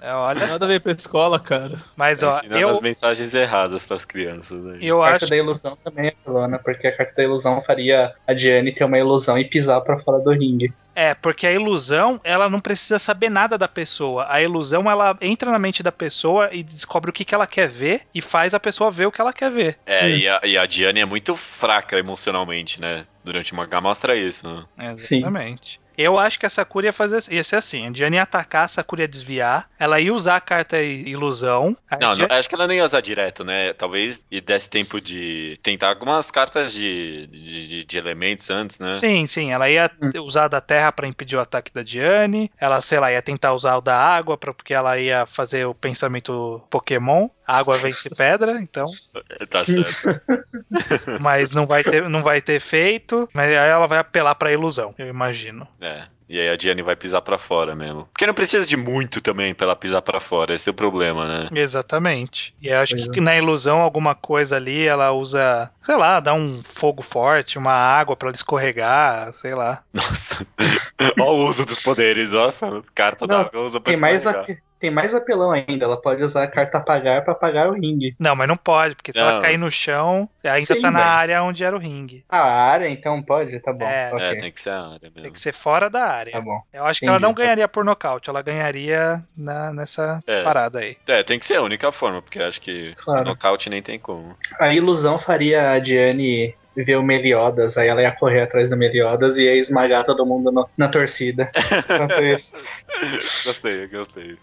É, Olha, Nada a ver pra escola, cara. mas ó, Ensinando as eu, mensagens erradas pras crianças. Né? eu A carta acho da ilusão também é pelona, porque a carta da ilusão faria a Diane ter uma ilusão e pisar pra fora do ringue. É, porque a ilusão, ela não precisa saber nada da pessoa. A ilusão, ela entra na mente da pessoa e descobre o que, que ela quer ver e faz a pessoa ver o que ela quer ver. É, e a, e a Diane é muito fraca emocionalmente, né? Durante o mangá mostra isso, né? Exatamente. Eu acho que a Sakura ia fazer ia ser assim, a Diane ia atacar, a Sakura ia desviar, ela ia usar a carta i- ilusão. a Não, é, Diane- não, acho que ela nem ia usar direto, né? Talvez e desse tempo de tentar algumas cartas de, de, de- de elementos antes, né? Sim, sim, ela ia Hum. usar da terra pra impedir o ataque da Diane, ela, sei lá, ia tentar usar o da água pra, porque ela ia fazer o pensamento Pokémon, água vence pedra, então Tá certo. mas não vai ter, não vai ter efeito. Mas aí ela vai apelar pra ilusão, eu imagino. É. E aí a Diane vai pisar pra fora mesmo. Porque não precisa de muito também pra ela pisar pra fora, esse é o problema, né? Exatamente. E eu acho Pois é. que na ilusão alguma coisa ali ela usa, sei lá, dá um fogo forte, uma água pra ela escorregar, sei lá. Nossa. Ó o uso dos poderes, nossa. Carta Não, d'água usa pra Tem mais, escorregar. ape- tem mais apelão ainda, ela pode usar a carta apagar pra apagar o ringue. Não, mas não pode, porque se Não. ela cair no chão, ainda Sim, tá na mas- área onde era o ringue. A área, então pode? Tá bom. É, ok. É, tem que ser a área Tem que mesmo. ser fora da Tá área. bom. Eu acho que ela Entendi. não ganharia por nocaute, ela ganharia na, nessa É. parada aí. É, tem que ser a única forma, porque acho que Claro. nocaute nem tem como. A ilusão faria a Diane ver o Meliodas, aí ela ia correr atrás do Meliodas e ia esmagar todo mundo no- na torcida. Enquanto isso, Gostei, gostei.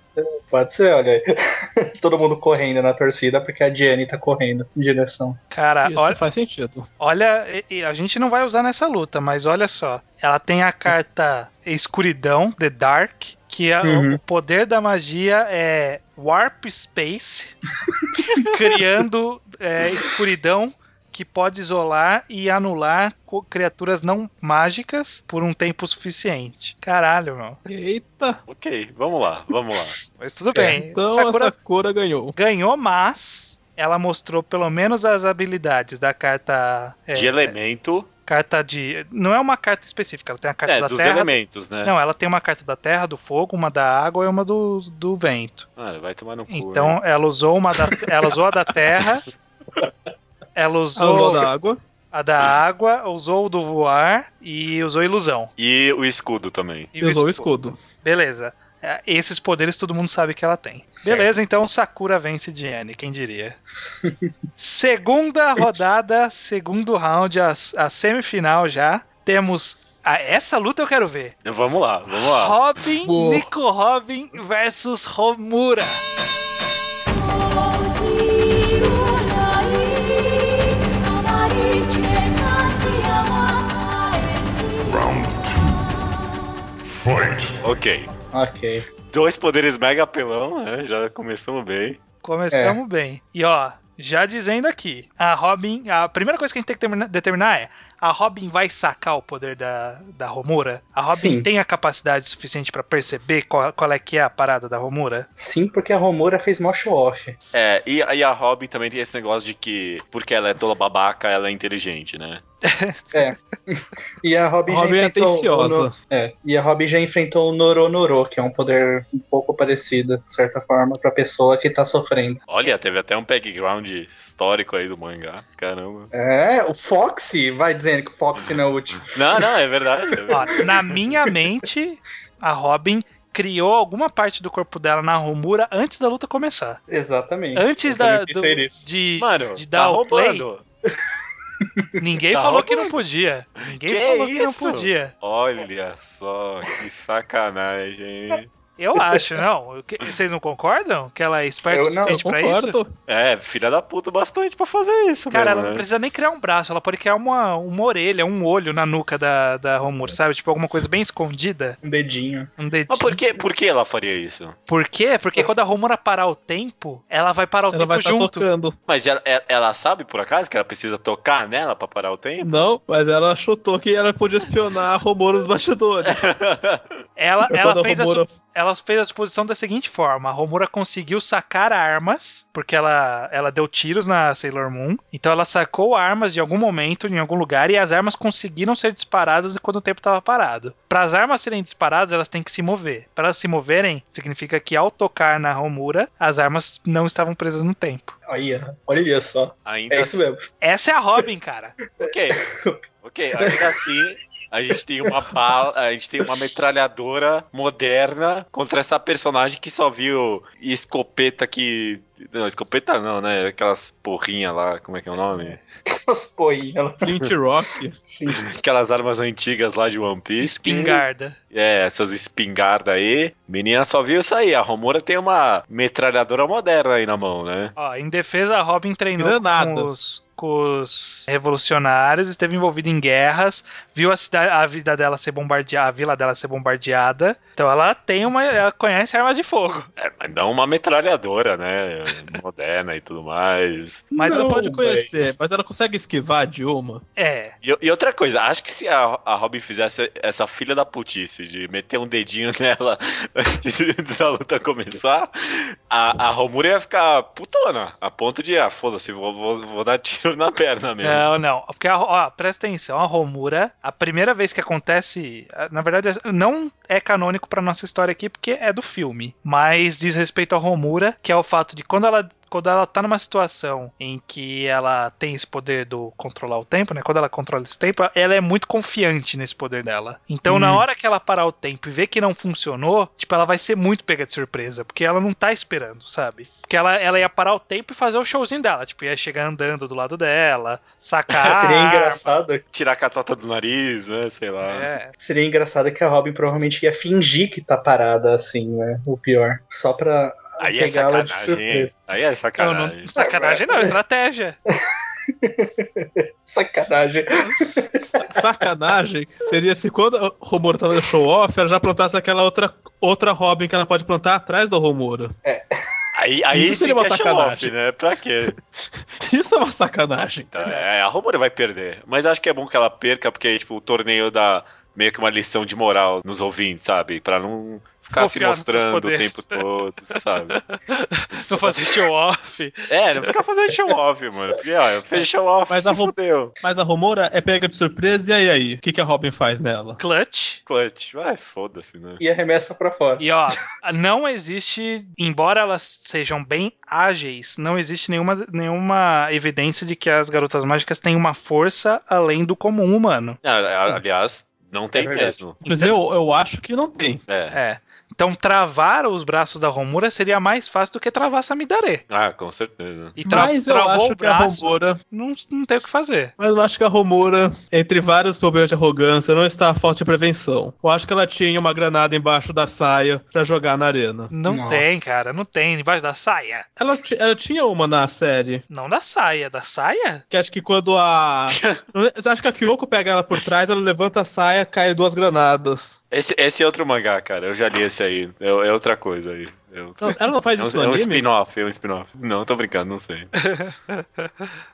pode ser, olha aí. Todo mundo correndo na torcida porque a Diane tá correndo em direção. Cara, Isso Ah, olha, faz sentido. Olha, e- e a gente não vai usar nessa luta, mas olha só. Ela tem a carta Escuridão, The Dark, que a- Uhum. o poder da magia é Warp Space, criando é, escuridão que pode isolar e anular co- criaturas não mágicas por um tempo suficiente. Caralho, meu. Eita. Ok, vamos lá, vamos lá. Mas tudo bem. Então Sakura a Sakura ganhou. ganhou, mas ela mostrou pelo menos as habilidades da carta... é, De elemento, carta de. Não é uma carta específica, ela tem a carta é, da dos terra. elementos, né? Não, ela tem uma carta da terra, do fogo, uma da água e uma do, do vento. Mano, vai tomar no cu. Então ela usou uma da, ela usou a da terra, ela Ela usou usou da água. a da água, usou o do voar e usou ilusão. E o escudo também. E E usou o escudo. Beleza. É, Esses poderes todo mundo sabe que ela tem. Beleza, então Sakura vence Diane, quem diria? Segunda rodada, segundo round, a, a semifinal já. Temos. a- essa luta eu quero ver. Vamos lá, vamos lá. Robin, Boa. Nico Robin versus Homura. 「いろない」 Ok. Ok. Dois poderes mega apelão, né? Já começamos bem. Começamos bem. E ó, já dizendo aqui, a Robin. A primeira coisa que a gente tem que termina- determinar é: a Robin vai sacar o poder da, da Romura? A Robin Sim. tem a capacidade suficiente pra perceber qual, qual é que é a parada da Romura? Sim, porque a Romura fez mó show-off. É, e, e a Robin também tem esse negócio de que, porque ela é toda babaca, ela é inteligente, né? E a Robin, A já Robin é enfrentou o atenciosa. Nor- é, e a Robin já enfrentou o Noronoro, que é um poder um pouco parecido, de certa forma, pra pessoa que tá sofrendo. Olha, teve até um background histórico aí do mangá. Caramba. É, o Foxy vai dizendo que o Foxy não é útil. Não, não, é verdade. É verdade. Ó, na minha mente, a Robin criou alguma parte do corpo dela na Romura antes da luta começar. Exatamente. Então, Antes Eu da. Do, também pensei nisso. de, Mano, de tá dar o play, roubando. ninguém Tá falou que roubando. não podia. Ninguém Que falou que não isso? podia. Olha só, que sacanagem. Eu acho, não. Que- Vocês não concordam? Que ela é esperta o Eu não, suficiente pra isso? É, filha da puta bastante pra fazer isso, Cara, mesmo, ela não né? precisa nem criar um braço, ela pode criar uma, uma orelha, um olho na nuca da, da Romura, sabe? Tipo, alguma coisa bem escondida, Um dedinho. um dedinho. Mas por que, por que ela faria isso? Por quê? Porque quando a Romura parar o tempo, ela vai parar o Ela tempo vai estar junto. tocando. Mas ela, é, ela sabe, por acaso, que ela precisa tocar nela pra parar o tempo? Não, mas ela chutou que ela podia espionar a Romoro nos bastidores. Ela, ela, Quando fez a, su- Romoro- ela fez a suposição da seguinte forma: a Romura conseguiu sacar armas, porque ela, ela deu tiros na Sailor Moon. Então ela sacou armas de algum momento, em algum lugar, e as armas conseguiram ser disparadas quando o tempo estava parado. Para as armas serem disparadas, elas têm que se mover. Para elas se moverem, significa que ao tocar na Romura, as armas não estavam presas no tempo. Olha, olha só. Ainda assim, É isso mesmo. Essa é a Robin, cara. Ok. Ok, ainda assim, a gente tem uma bala, a gente tem uma metralhadora moderna contra essa personagem que só viu escopeta que. Não, escopeta não, né? Aquelas porrinha lá, como é que é o nome? Mas, pô, e ela- Flint Rock. Aquelas armas antigas lá de One Piece. que- Espingarda. É, essas espingardas aí. Menina só viu isso aí. A Romura tem uma metralhadora moderna aí na mão, né? Ó, em defesa, a Robin treinou Granadas. com os, com os revolucionários, esteve envolvida em guerras, viu a, cidade, a vida dela ser bombardeada, a vila dela ser bombardeada. Então ela tem uma. Ela conhece armas de fogo. É, mas não uma metralhadora, né? Moderna e tudo mais. Mas Ela o- pode mas- conhecer, mas ela consegue esquivar de uma. É. E, e outra coisa, acho que se a, a Robin fizesse essa filha da putice de meter um dedinho nela antes da luta começar, a, a Romura ia ficar putona, a ponto de, ah, foda-se, vou, vou- vou dar tiro na perna mesmo. Não, não. Porque, a, ó, presta atenção, a Romura, a primeira vez que acontece. Na verdade, não é canônico pra nossa história aqui, porque é do filme. Mas diz respeito a Romura, que é o fato de quando ela. Quando ela tá numa situação em que ela tem esse poder do controlar o tempo, né? Quando ela controla esse tempo, ela é muito confiante nesse poder dela. Então, na Hum. hora que ela parar o tempo e ver que não funcionou, tipo, ela vai ser muito pega de surpresa, porque ela não tá esperando, sabe? Porque ela, ela ia parar o tempo e fazer o showzinho dela. Tipo, ia chegar andando do lado dela, sacar. Ah, Seria a arma. engraçado. Tirar a catota do nariz, né? Sei lá. É. Seria engraçado que a Robin provavelmente ia fingir que tá parada assim, né? O pior. Só pra Aí é pegá-la de sacanagem. surpresa. Aí é Não, sacanagem. não, sacanagem não, estratégia. Sacanagem. Sacanagem seria se quando a Romoro tá tava no show-off, ela já plantasse aquela outra, outra Robin que ela pode plantar atrás da Romoro. Aí, aí Isso sim seria que uma é show-off, sacanagem. né? Pra quê? Isso é uma sacanagem. Tá, é, a Romura vai perder. Mas acho que é bom que ela perca, porque tipo, o torneio dá meio que uma lição de moral nos ouvintes, sabe? Pra não ficar Confiar nos se seus mostrando o poderes. tempo todo, sabe? Vou fazer show-off. É, não ficar fazendo show-off, mano. Porque, ó, fez show-off, Mas se a Rom- fudeu. Mas a Romora é pega de surpresa, e aí, aí? O que, que a Robin faz nela? Clutch. Clutch. Vai, foda-se, né? E arremessa pra fora. E ó, não existe, embora elas sejam bem ágeis, não existe nenhuma, nenhuma evidência de que as garotas mágicas têm uma força além do comum humano. Ah, a- aliás, não tem verdade. mesmo. Mas eu, Então- eu acho que não tem. É. É. Então travar os braços da Romura seria mais fácil do que travar Samidare. Ah, com certeza. E tra mas eu travou o acho que a braço, Romora. não, não tem o que fazer. Mas eu acho que a Romora, entre vários problemas de arrogância, não está a falta de prevenção. Eu acho que ela tinha uma granada embaixo da saia pra jogar na arena. Não Nossa. tem, cara, não tem. Debaixo da saia? Ela, ti- ela tinha uma na série. Não da saia, da saia? Que acho que quando a. Eu acho que a Kyoko pega ela por trás, ela levanta a saia, cai duas granadas. Esse, esse é outro mangá, cara. Eu já li esse aí. É, é outra coisa aí. É, outro- Não, ela não faz é isso um, é no um anime? spin-off, é um spin-off. Não, tô brincando, não sei.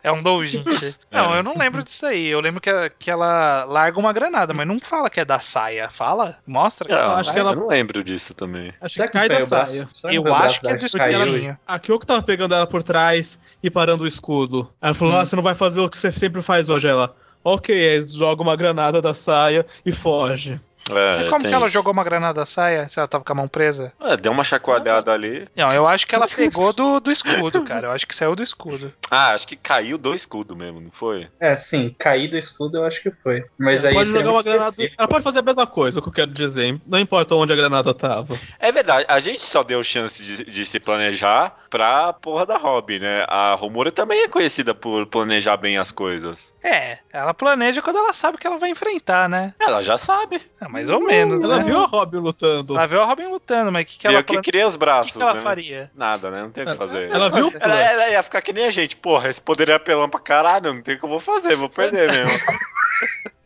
É um doujinshi. Não, eu não lembro disso aí. Eu lembro que, a- que ela larga uma granada, mas não fala que é da saia. Fala? Mostra que é Eu, da acho acho saia. que ela- eu não lembro disso também. Acho Será que que cai foi o da braço? saia. Será que Eu foi o acho braço que é dela do caiu? escurinho. A Kyoko tava pegando ela por trás e parando o escudo. Ela falou: Ah, você não vai fazer o que você sempre faz hoje. Ela, ok, aí joga uma granada da saia e foge. É, Mas como que ela jogou uma granada da saia se ela tava com a mão presa? Ah, deu uma chacoalhada ali. Não, eu acho que ela pegou do, do escudo, cara. Eu acho que saiu do escudo. Ah, acho que caiu do escudo mesmo, não foi? É, sim, cair do escudo eu acho que foi. Mas Ela aí pode seria jogar muito uma granada. específico. Ela pode fazer a mesma coisa, o que eu quero dizer. Não importa onde a granada tava. É verdade, a gente só deu chance de, de se planejar pra porra da Robin, né? A Romura também é conhecida por planejar bem as coisas. É, ela planeja quando ela sabe que ela vai enfrentar, né? Ela já sabe. É, mais ou menos, Hum, Ela né? viu a Robin lutando. Ela viu a Robin lutando, mas o que, que Que ela eu que plane... criei os O braços, que, que ela né? faria? Nada, né? Não tem o que fazer. Ela viu o plano. Ela, ela ia ficar que nem a gente, porra, esse poder é apelão pra caralho, não tem o que eu vou fazer, vou perder mesmo.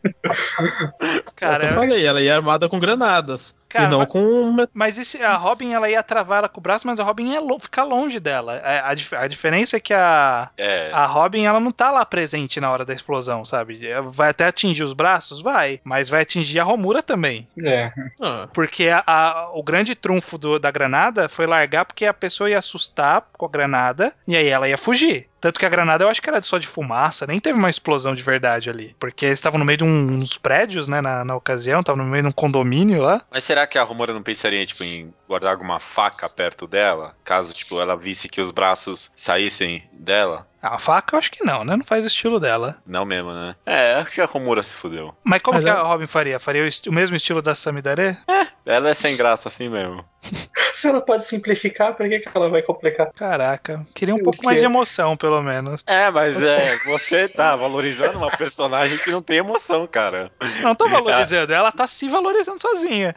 É o que eu Cara, falei, ela ia armada com granadas. Cara, e não mas- com. met- mas esse, a Robin, ela ia travar ela com o braço, mas a Robin ia lo- ficar longe dela. A, a dif- a diferença é que a, É. a Robin, ela não tá lá presente na hora da explosão, sabe? Vai até atingir os braços? Vai. Mas vai atingir a Romura também. É. Ah, Porque a- a- o grande trunfo do- da granada foi largar porque a pessoa ia assustar com a granada e aí ela ia fugir. Tanto que a granada eu acho que era só de fumaça, nem teve uma explosão de verdade ali. Porque eles estavam no meio de um- uns prédios, né, na, na ocasião, estavam no meio de um condomínio lá. Mas será que a Romura não pensaria tipo, em guardar alguma faca perto dela? Caso tipo, ela visse que os braços saíssem dela? Ah, A faca eu acho que não, né? Não faz o estilo dela. Não mesmo, né? É, acho que a Romura se fudeu. Mas como Mas que é- a Robin faria? Faria o, est- o mesmo estilo da Samidare? Ela é sem graça assim mesmo. Se ela pode simplificar, por que, que ela vai complicar? Caraca, queria um O pouco mais quê? de emoção, pelo menos. É, mas é, você tá valorizando uma personagem que não tem emoção, cara. Não tô valorizando, ela tá se valorizando sozinha.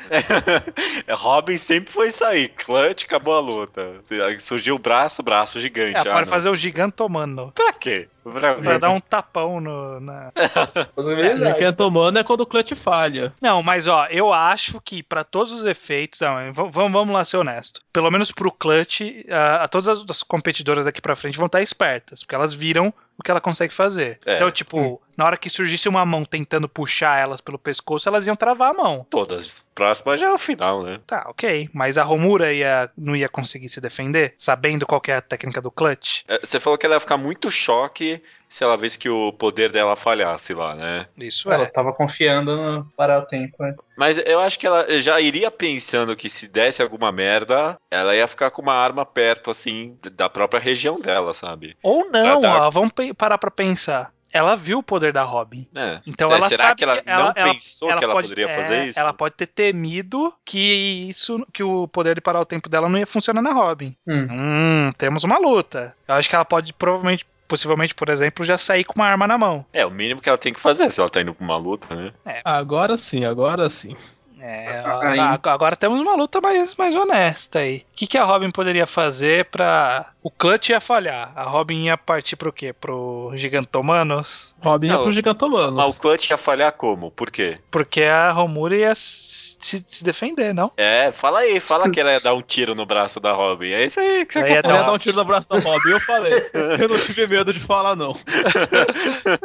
É, Robin sempre foi isso aí. Clutch, acabou a luta. Surgiu o braço, braço gigante. Ela Ah, É, pode não. fazer o gigantomano. Pra quê? Pra, Pra dar um tapão no, na, e Possibilidade. quem é tomando é quando o clutch falha. Não, mas ó, eu acho que pra todos os efeitos, não, v- vamos, vamos lá ser honesto. Pelo menos pro Clutch, a, a todas as, outras competidoras daqui pra frente vão estar espertas, porque elas viram o que ela consegue fazer. É. Então, tipo, na hora que surgisse uma mão tentando puxar elas pelo pescoço, elas iam travar a mão. Todas. Próxima já é o final, né? Tá, ok. Mas a Romura ia, não ia conseguir se defender, sabendo qual que é a técnica do Clutch? É, Você falou que ela ia ficar muito choque se ela visse que o poder dela falhasse lá, né? Isso Ela é. tava confiando no parar o tempo, né? Mas eu acho que ela já iria pensando que se desse alguma merda, ela ia ficar com uma arma perto, assim, d- da própria região dela, sabe? Ou não, Ela tá- ó, vamos pe- parar pra pensar. Ela viu o poder da Robin. É. Então Se- ela Será sabe que ela que ela- não ela- pensou que ela poderia é, fazer isso? Ela pode ter temido que isso, que o poder de parar o tempo dela não ia funcionar na Robin. Hum. Hum, temos uma luta. Eu acho que ela pode provavelmente, possivelmente, por exemplo, já sair com uma arma na mão. É, o mínimo que ela tem que fazer se ela tá indo pra uma luta, né? Agora sim, agora sim. É, Aí. a- a- agora temos uma luta mais, mais honesta aí. O que, que a Robin poderia fazer pra. O Clutch ia falhar. A Robin ia partir pro quê? Pro Gigantomanos? Robin é Não, pro gigantomano. Mas o Clutch ia falhar como? Por quê? Porque a Romura ia se, se- se defender, não? É, fala aí, fala que ela ia dar um tiro no braço da Robin. É isso aí que você Ela quer ia Ela ia falar. dar dar um tiro no braço da Robin. Eu falei, eu não tive medo de falar, não.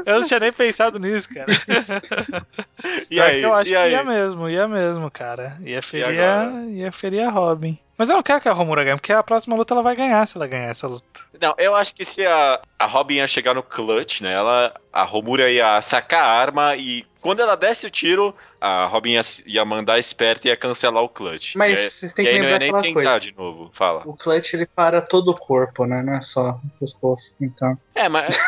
Eu não tinha nem pensado nisso, cara. E Pior que aí, eu acho e que aí? ia mesmo, ia mesmo, cara. Ia ferir, a, agora? ia ferir a Robin. Mas eu não quero que a Romura ganhe, porque a próxima luta ela vai ganhar se ela ganhar essa luta. Não, eu acho que se a, a Robin ia chegar no clutch, né? Ela, a Romura ia sacar a arma e quando ela desse o tiro, a Robin ia, ia mandar a esperta e ia cancelar o clutch. Mas E vocês aí- têm e que aí não ia lembrar nem aquela tentar coisa. de novo, fala. O clutch ele para todo o corpo, né? Não é só o pescoço. Então. É, mas.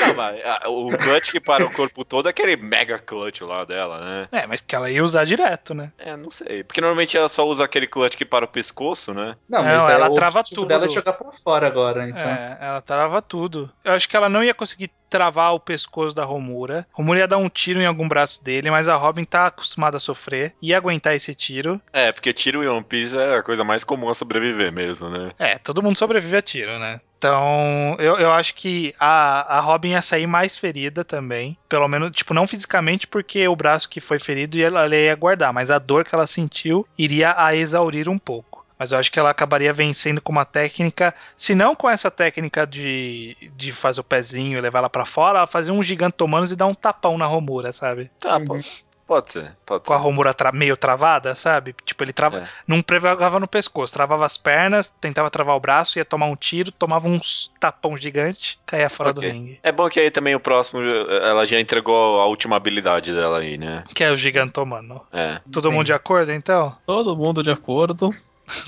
não, mas a- o clutch que para o corpo todo é aquele mega clutch lá dela, né? É, mas que ela ia usar direto, né? É, não sei. Porque normalmente ela só usa aquele clutch que para o pescoço, né? Não, Não, é, ela o trava objetivo tudo. dela é jogar pra fora agora, então. É, ela trava tudo. Eu acho que ela não ia conseguir travar o pescoço da Romura. Romura ia dar um tiro em algum braço dele, mas a Robin tá acostumada a sofrer. Ia aguentar esse tiro. É, porque tiro em One Piece é a coisa mais comum a sobreviver mesmo, né? É, todo mundo sobrevive a tiro, né? Então, eu, eu acho que a, a Robin ia sair mais ferida também. Pelo menos, tipo, não fisicamente, porque o braço que foi ferido ia- ela ia guardar, mas a dor que ela sentiu iria a exaurir um pouco. Mas eu acho que ela acabaria vencendo com uma técnica, se não com essa técnica de, de fazer o pezinho e levar ela pra fora, ela fazer um gigantomanos e dar um tapão na Romura, sabe? Uhum. Tá, pô. Pode ser, pode Com a ser. Romura tra- meio travada, sabe? Tipo, ele trava, É. não pregava no pescoço, travava as pernas, tentava travar o braço, ia tomar um tiro, tomava um tapão gigante, caía fora Ok. do ringue. É bom que aí também o próximo, ela já entregou a última habilidade dela aí, né? Que é o gigantomano. É. Todo mundo de acordo, então? Todo mundo de acordo.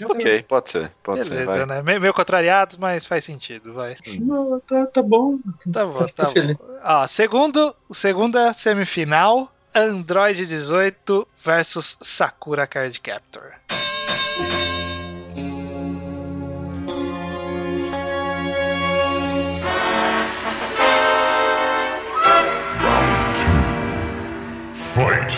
Ok, pode ser, pode Beleza, ser. Vai. Hum. né? Me- Meio contrariados, mas faz sentido, vai. Não, tá, tá bom. Tá bom, Tô tá bom. feliz. Ó, segundo, segunda semifinal, Android 18 versus Sakura Card Captor. Fight!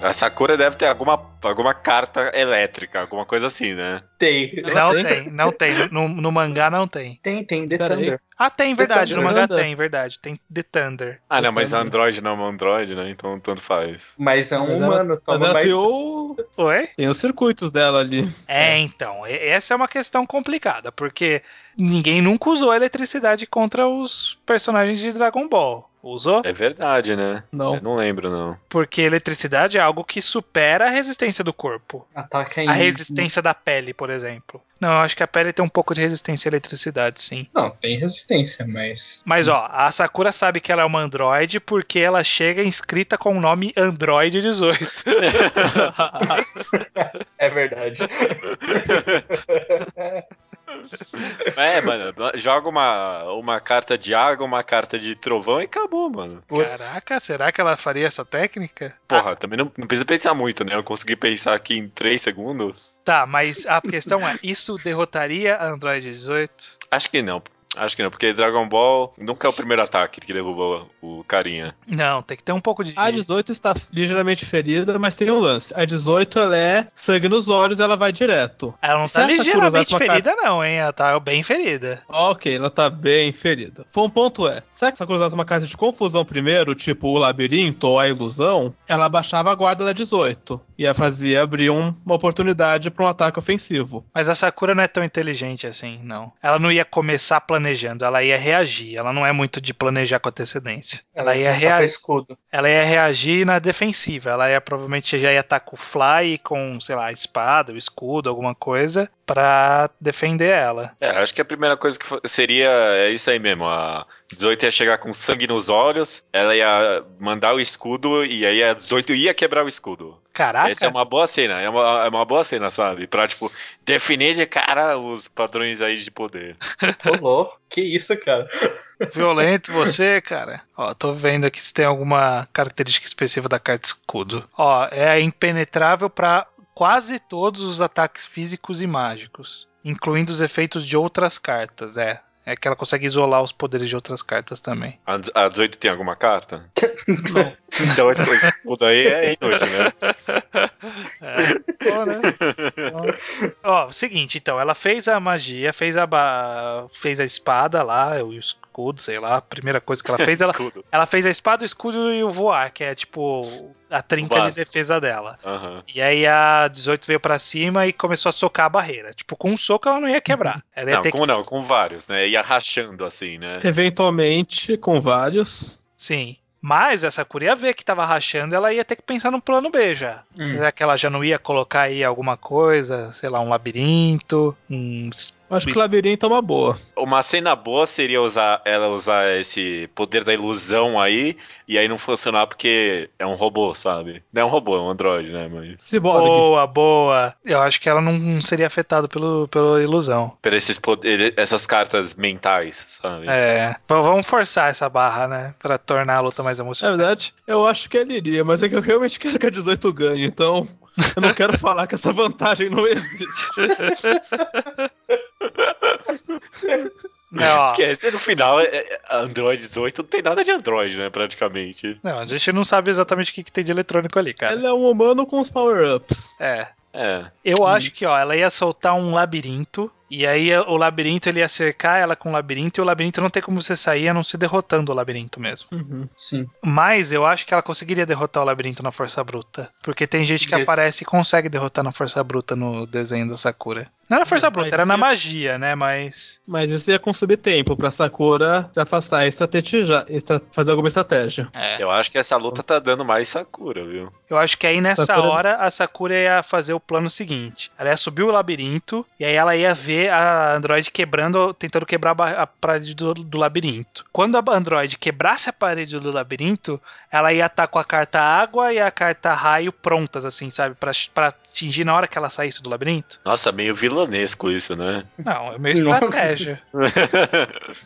A Sakura deve ter alguma, alguma carta elétrica, alguma coisa assim, né? Tem. Não tem? tem, não tem. No, no mangá não tem. Tem, tem, The Pera aí. Thunder. Ah, tem, verdade. No mangá Thunder. tem, verdade. Tem The Thunder. Ah, não, mas Android não é um Android, né? Então tanto faz. Mas é um Mas ela- humano, Mas toma ela mais. tem, o- Oi? tem os circuitos dela ali. É, então, e- essa é uma questão complicada, porque ninguém nunca usou a eletricidade contra os personagens de Dragon Ball. Usou? É verdade, né? Não. Eu não lembro, não. Porque eletricidade é algo que supera a resistência do corpo. Ataca em. A resistência da pele, por exemplo. Não, eu acho que a pele tem um pouco de resistência à eletricidade, sim. Não, tem resistência, mas. Mas ó, a Sakura sabe que ela é uma androide porque ela chega inscrita com o nome Android 18. É verdade. É, mano, joga uma, uma carta de água, uma carta de trovão e acabou, mano. Putz. Caraca, será que ela faria essa técnica? Porra, também não, não precisa pensar muito, né? Eu consegui pensar aqui em 3 segundos. Tá, mas a questão é, isso derrotaria a Android 18? Acho que não. Acho que não, porque Dragon Ball nunca é o primeiro ataque que derruba o carinha. Não, tem que ter um pouco de. A 18 está ligeiramente ferida, mas tem um lance. A 18 ela é sangue nos olhos, ela vai direto. Ela não Se tá a Sakura usasse ligeiramente uma ferida, não, hein? Ela tá bem ferida. Ok, ela tá bem ferida. Um ponto é, será que se ela cruzasse uma casa de confusão primeiro, tipo o labirinto ou a ilusão, ela abaixava a guarda da 18 e a fazia abrir um- uma oportunidade pra um ataque ofensivo. Mas a Sakura não é tão inteligente assim, não. Ela não ia começar planejando, ela ia reagir. Ela não é muito de planejar com antecedência. Ela ia começar com Tá- reagir. escudo. Ela ia reagir na defensiva. Ela ia provavelmente já ia estar com o fly com, sei lá, a espada, o escudo, alguma coisa, pra defender ela. É, acho que a primeira coisa que fo- seria é isso aí mesmo. A 18 ia chegar com sangue nos olhos, ela ia mandar o escudo e aí a 18 ia quebrar o escudo. Caraca, Essa é uma boa cena, é uma, é uma boa cena, sabe? Pra, tipo, definir de cara os padrões aí de poder. Ô, louco. Que isso, cara? violento você, cara. Ó, tô vendo aqui se tem alguma característica específica da carta escudo. Ó, é impenetrável pra quase todos os ataques físicos e mágicos, incluindo os efeitos de outras cartas, é. É que ela consegue isolar os poderes de outras cartas também. A d- A 18 tem alguma carta? Não. Então esse esse escudo aí é inútil, né? Bom, né? Ó, o seguinte, então, ela fez a magia, fez a ba- fez a espada lá, o escudo, sei lá, a primeira coisa que ela fez, ela, Escudo. ela fez a espada, o escudo e o voar, que é tipo a trinca de básico. defesa dela. Aham. E aí a 18 veio pra cima e começou a socar a barreira. Tipo, com um soco ela não ia quebrar. Ela ia Uhum. Não, ter com que... não, com vários, né? Ia rachando assim, né? Eventualmente, com vários. Sim. Mas essa cura ia ver que tava rachando, ela ia ter que pensar no plano B já. Hum. Será que ela já não ia colocar aí alguma coisa, sei lá, um labirinto, um... Acho que o labirinto é uma boa. Uma cena boa seria usar ela usar esse poder da ilusão aí e aí não funcionar porque é um robô, sabe? Não é um robô, é um androide, né? Mas Cyborg. Boa, boa. Eu acho que ela não seria afetada pelo, pela ilusão. por esses poderes, essas cartas mentais, sabe? É. Bom, vamos forçar essa barra, né? Pra tornar a luta mais Na emocionante. verdade, eu acho que ele iria, mas é que eu realmente quero que a 18 ganhe, então eu não quero falar que essa vantagem não existe. É Não, é, ó. Porque esse, no final, é- é- Android 18 não tem nada de Android, né? Praticamente. não, a gente não sabe exatamente o que, que tem de eletrônico ali, cara. Ele é um humano com os power-ups. É. É. Eu acho que, ó, ela ia soltar um labirinto E aí o labirinto ele ia cercar ela com o labirinto e o labirinto não tem como você sair a não ser derrotando o labirinto mesmo. Uhum. Sim. Mas eu acho que ela conseguiria derrotar o labirinto na força bruta. Porque tem gente que Isso. aparece e consegue derrotar na força bruta no desenho da Sakura. Não era força Mas bruta, era na ia- magia, né? Mas. Mas isso ia consumir tempo pra Sakura né? se afastar e estrategiar, estra- fazer alguma estratégia. É. Eu acho que essa luta tá dando mais Sakura, viu? Eu acho que aí nessa Sakura- hora a Sakura ia fazer o plano seguinte: ela ia subir o labirinto e aí ela ia ver a Android quebrando, tentando quebrar a ba- a parede do, do labirinto. Quando a Android quebrasse a parede do labirinto, ela ia estar com a carta água e a carta raio prontas, assim, sabe? Pra, pra atingir na hora que ela saísse do labirinto. Nossa, meio vilanesco isso, né? Não, é meio Não. estratégia.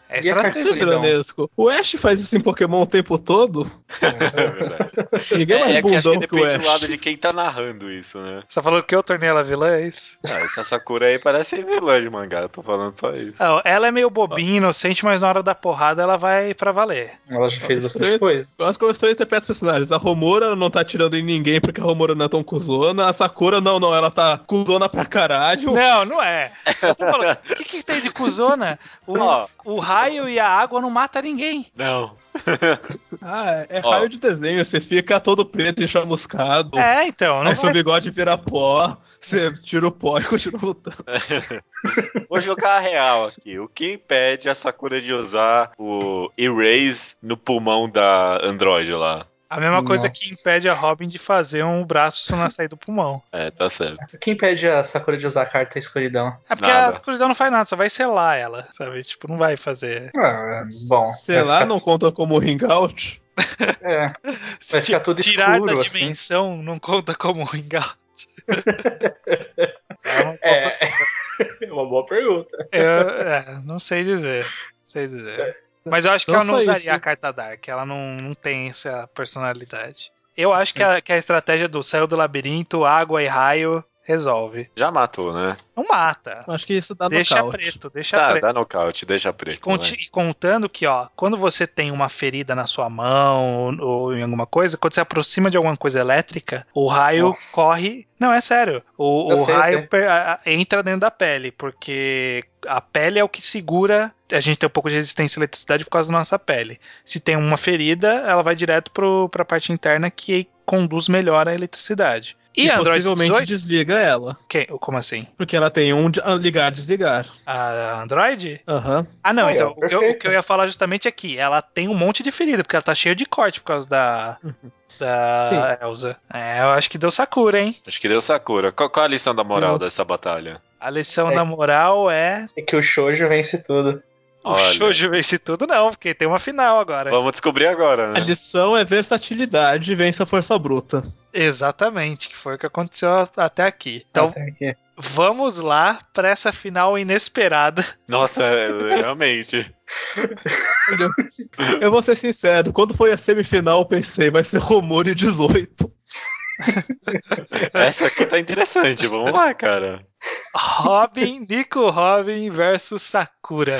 É E a carta estratégia. Isso é vilanesco. O Ash faz isso em Pokémon o tempo todo. É verdade. Ninguém é mais É, é que acho bundão que que, o depende do Ash. lado de quem tá narrando isso, né? Você falou que eu tornei ela vilã, é isso? Ah, essa Sakura aí parece vilã de mangá, eu tô falando só isso. Não, ela é meio bobinha, inocente, mas na hora da porrada ela vai pra valer. Ela Tá já fez bastante Estranho. coisa. Eu acho que eu estou interpretando os personagens. A Romura não tá atirando em ninguém porque a Romura não é tão cuzona. A Sakura, não, não, ela tá cuzona pra caralho. Não, não é. Você tá falando, O que, que tem de cuzona? O, Ó, o raio e a água não mata ninguém. não. Ah, é Ó. raio de desenho. Você fica todo preto e chamuscado. É, então, não Aí seu vai... bigode vira pó. Você tira o pó e continua lutando. Vou jogar a real aqui. O que impede a Sakura de usar o Erase no pulmão da Android lá? a mesma coisa Nossa. que impede a Robin de fazer um braço na sair do pulmão. É, tá certo. Quem impede a Sakura de usar a carta escuridão? É porque Nada. a escuridão não faz nada, só vai selar ela, sabe? Tipo, não vai fazer. Ah, bom. Sei vai lá, ficar- não conta como hangout. É, vai ficar tudo Tirar escuro, da assim. dimensão não conta como um ringal. é, uma- É. é uma boa pergunta. Eu, é, não sei dizer. Não sei dizer. Mas eu acho que Então ela não só usaria isso. a carta Dark. Ela não, não tem essa personalidade. Eu acho que a, que a estratégia do céu do labirinto, água e raio resolve. Já matou, né? Não mata. Acho que isso dá deixa nocaute. preto, deixa Tá, preto. dá nocaute, deixa preto. né? Conti- e contando que, ó, quando você tem uma ferida na sua mão ou, ou em alguma coisa, quando você aproxima de alguma coisa elétrica, o raio Nossa. corre. Não, é sério. O, Eu o sei, eu raio sei. per- a- a- entra dentro da pele, porque a pele é o que segura. A gente tem um pouco de resistência à eletricidade por causa da nossa pele. Se tem uma ferida, ela vai direto pro, pra parte interna que conduz melhor a eletricidade. E, E, Android possivelmente 18? desliga ela. Quem? Como assim? Porque ela tem um de- ah, ligar desligar. A Android? Aham. Ah, não, Aí, então. ó, o, que eu, perfeito. o que eu ia falar justamente é que ela tem um monte de ferida, porque ela tá cheia de corte por causa da. Uhum. Da Elsa. É, eu acho que deu Sakura, hein? Acho que deu Sakura. Qual, qual é a lição da moral Nossa. dessa batalha? A lição É. da moral é. É que o Shoujo vence tudo. O Olha. Shoujo vence tudo, não, porque tem uma final agora. Vamos descobrir agora, A né? lição é versatilidade vence a força bruta. Exatamente, que foi o que aconteceu até aqui. Então, Até aqui. vamos lá pra essa final inesperada. Nossa, é, realmente. Eu vou ser sincero, quando foi a semifinal eu pensei, vai ser Romori 18. Essa aqui tá interessante. Vamos lá, cara. Robin, Nico Robin versus Sakura.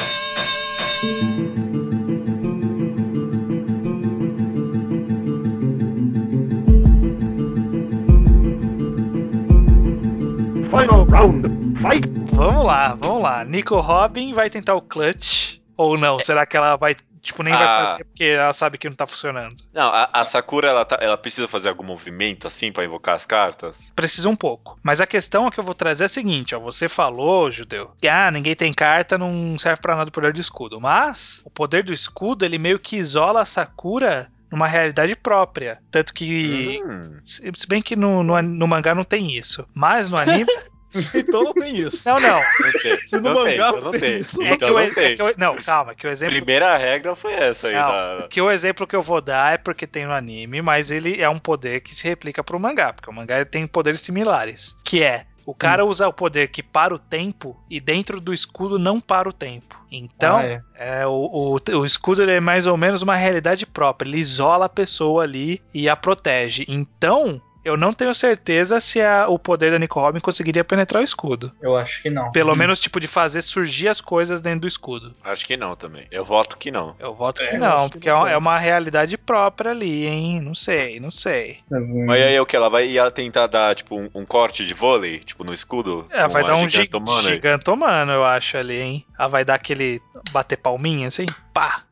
Final round. Fight. Vamos lá, vamos lá. Nico Robin vai tentar o clutch ou não? Será que ela vai, tipo, nem vai Ah. fazer porque ela sabe que não tá funcionando? Não, a, a Sakura, ela, tá- ela precisa fazer algum movimento assim pra invocar as cartas? Precisa um pouco. Mas a questão que eu vou trazer é a seguinte, ó. Você falou, judeu, que ah, ninguém tem carta, não serve pra nada o poder do escudo. Mas o poder do escudo, ele meio que isola a Sakura numa realidade própria. Tanto que. Hum. Se se bem que no, no, an- no mangá não tem isso. Mas no anime. Então não tem isso. não, não. Não tem, Se no não tem, mangá então não tem. isso. É que Então o, não é tem. que o- não, calma, que o exemplo Primeira regra foi essa aí. Não, da- que o exemplo que eu vou dar é porque tem no anime, mas ele é um poder que se replica pro mangá, porque o mangá tem poderes similares, que é o Hum. cara usa o poder que para o tempo e dentro do escudo não para o tempo. Então, Ah, é. é, o, o, o escudo ele é mais ou menos uma realidade própria. Ele isola a pessoa ali e a protege. Então, Eu não tenho certeza se a- o poder da Nico Robin conseguiria penetrar o escudo. Eu acho que não. Pelo menos, tipo, de fazer surgir as coisas dentro do escudo. Acho que não também. Eu voto que não. Eu voto que É, eu não, acho que porque é um- não. é uma realidade própria ali, hein? Não sei, não sei. Hum, Mas aí é o que? Ela vai ia tentar dar, tipo, um, um corte de vôlei, tipo, no escudo? Ela com vai a dar um gi- gigantomana? gigantomano, eu acho, ali, hein? Ela vai dar aquele bater palminha, assim, pá.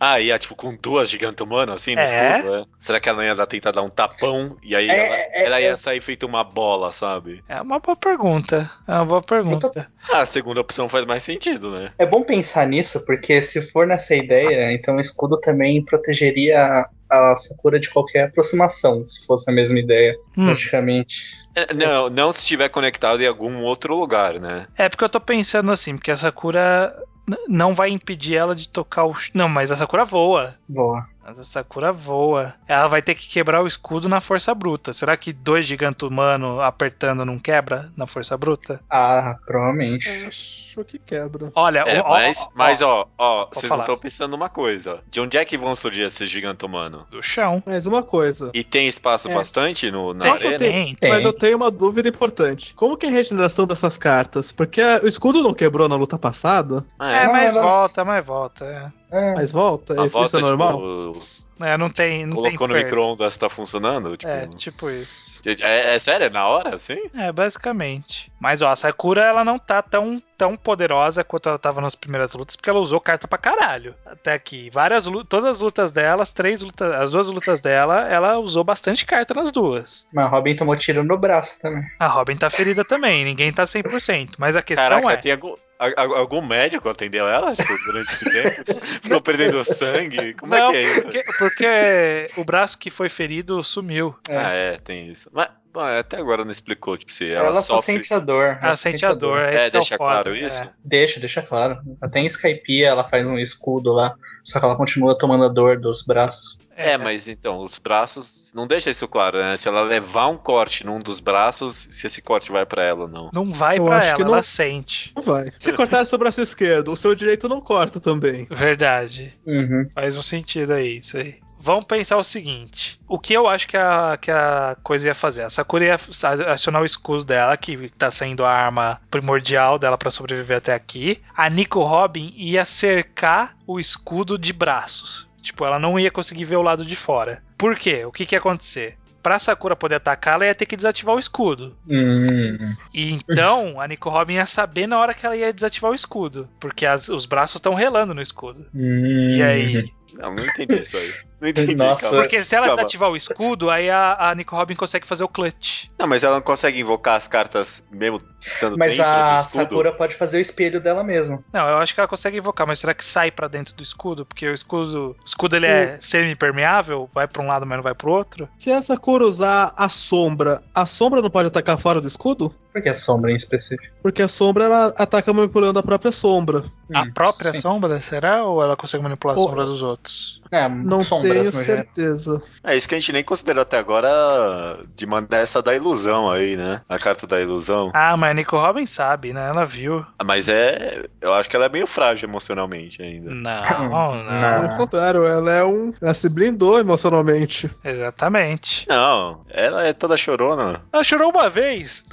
Ah, ia, tipo, com duas gigantomanas, assim, no É? escudo? é? Será que ela não ia dar- tentar dar um tapão? E aí É, ela, é, ela é. ia sair feito uma bola, sabe? É uma boa pergunta, é uma boa pergunta. Ah, a segunda opção faz mais sentido, né? É bom pensar nisso, porque se for nessa ideia, então o escudo também protegeria a, a Sakura de qualquer aproximação, se fosse a mesma ideia, Hum. praticamente. É, Não, não se estiver conectado em algum outro lugar, né? É porque eu tô pensando assim, porque a Sakura n- não vai impedir ela de tocar o. ch- Não, mas a Sakura voa. Boa. Mas a Sakura voa. Ela vai ter que quebrar o escudo na força bruta. Será que dois gigantes humanos apertando não quebra na força bruta? Ah, provavelmente. É. Acho que quebra. Olha, É, ó- ó- mas, ó, mas, ó, ó, Pode vocês não falar. estão pensando numa coisa. De onde é que vão surgir esses gigantomanos? do chão. Mas uma coisa. E tem espaço É. bastante no, na Tem, arena? Então, tem, Tem. Mas eu tenho uma dúvida importante. Como que é a regeneração dessas cartas? Porque a- o escudo não quebrou na luta passada, Ah, É, Não, mas mas- volta, mas volta. É. mas volta, A isso, isso volta, é normal? tipo, É, É, não tem. Não colocou tem no perda. micro-ondas, tá funcionando? Tipo, É, tipo isso. é, é sério? É na hora, assim? É, basicamente. Mas ó, a Sakura ela não tá tão, tão poderosa quanto ela tava nas primeiras lutas, porque ela usou carta pra caralho. Até aqui. Várias lu- todas as lutas dela, as três lutas, as duas lutas dela, ela usou bastante carta nas duas. Mas a Robin tomou tiro no braço também. A Robin tá ferida também, ninguém tá 100%. Mas a questão Caraca, é. tem algum, a- a- algum médico atendeu ela tipo, durante esse tempo? Ficou perdendo sangue? Como é não, que é isso? porque, porque o braço que foi ferido sumiu. Ah, é, tem isso. Mas bom, é, até agora não explicou tipo, se ela, Ela, só sofre. sente a dor. Ela sente a dor. É, isso É, que é o deixa foda, claro isso? é. Deixa, deixa claro. Até em Skype ela faz um escudo lá, só que ela continua tomando a dor dos braços. É, mas então, os braços. Não deixa isso claro, né? Se ela levar um corte num dos braços, se esse corte vai pra ela ou não. Não vai Eu pra acho ela, que não- ela sente. Não vai. Se cortar seu braço esquerdo, o seu direito não corta também. Verdade. Uhum. Faz um sentido aí, isso aí. Vamos pensar o seguinte: o que eu acho que a, que a coisa ia fazer? A Sakura ia acionar o escudo dela, que tá sendo a arma primordial dela pra sobreviver até aqui. A Nico Robin ia cercar o escudo de braços. Tipo, ela não ia conseguir ver o lado de fora. Por quê? O que, que ia acontecer? Pra Sakura poder atacar, ela ia ter que desativar o escudo. Hum. E então a Nico Robin ia saber na hora que ela ia desativar o escudo. Porque as- os braços estão relando no escudo. Hum. E aí? Não, não entendi isso aí. Não entendi. Nossa. calma. Porque se ela Calma. desativar o escudo, aí a, a Nico Robin consegue fazer o clutch. Não, mas ela não consegue invocar as cartas mesmo estando Mas dentro a do escudo. Sakura pode fazer o espelho dela mesma. Não, eu acho que ela consegue invocar, mas será que sai pra dentro do escudo? Porque o escudo, o escudo ele é semi-permeável, vai pra um lado, mas não vai pro outro. Se essa cor usar a sombra, a sombra não pode atacar fora do escudo? Por que a é sombra em específico? Porque a sombra ela ataca manipulando a própria sombra. A Hum, própria sim. sombra, será? Ou ela consegue manipular a Pô. sombra dos outros? É, Não sombras tenho no geral. certeza. É isso que a gente nem considerou até agora de mandar essa da ilusão aí, né? A carta da ilusão. Ah, mas a Nico Robin sabe, né? Ela viu. Mas é. Eu acho que ela é meio frágil emocionalmente ainda. Não, não. Não. Pelo contrário, ela é um. Ela se blindou emocionalmente. Exatamente. Não, ela é toda chorona. Ela chorou uma vez.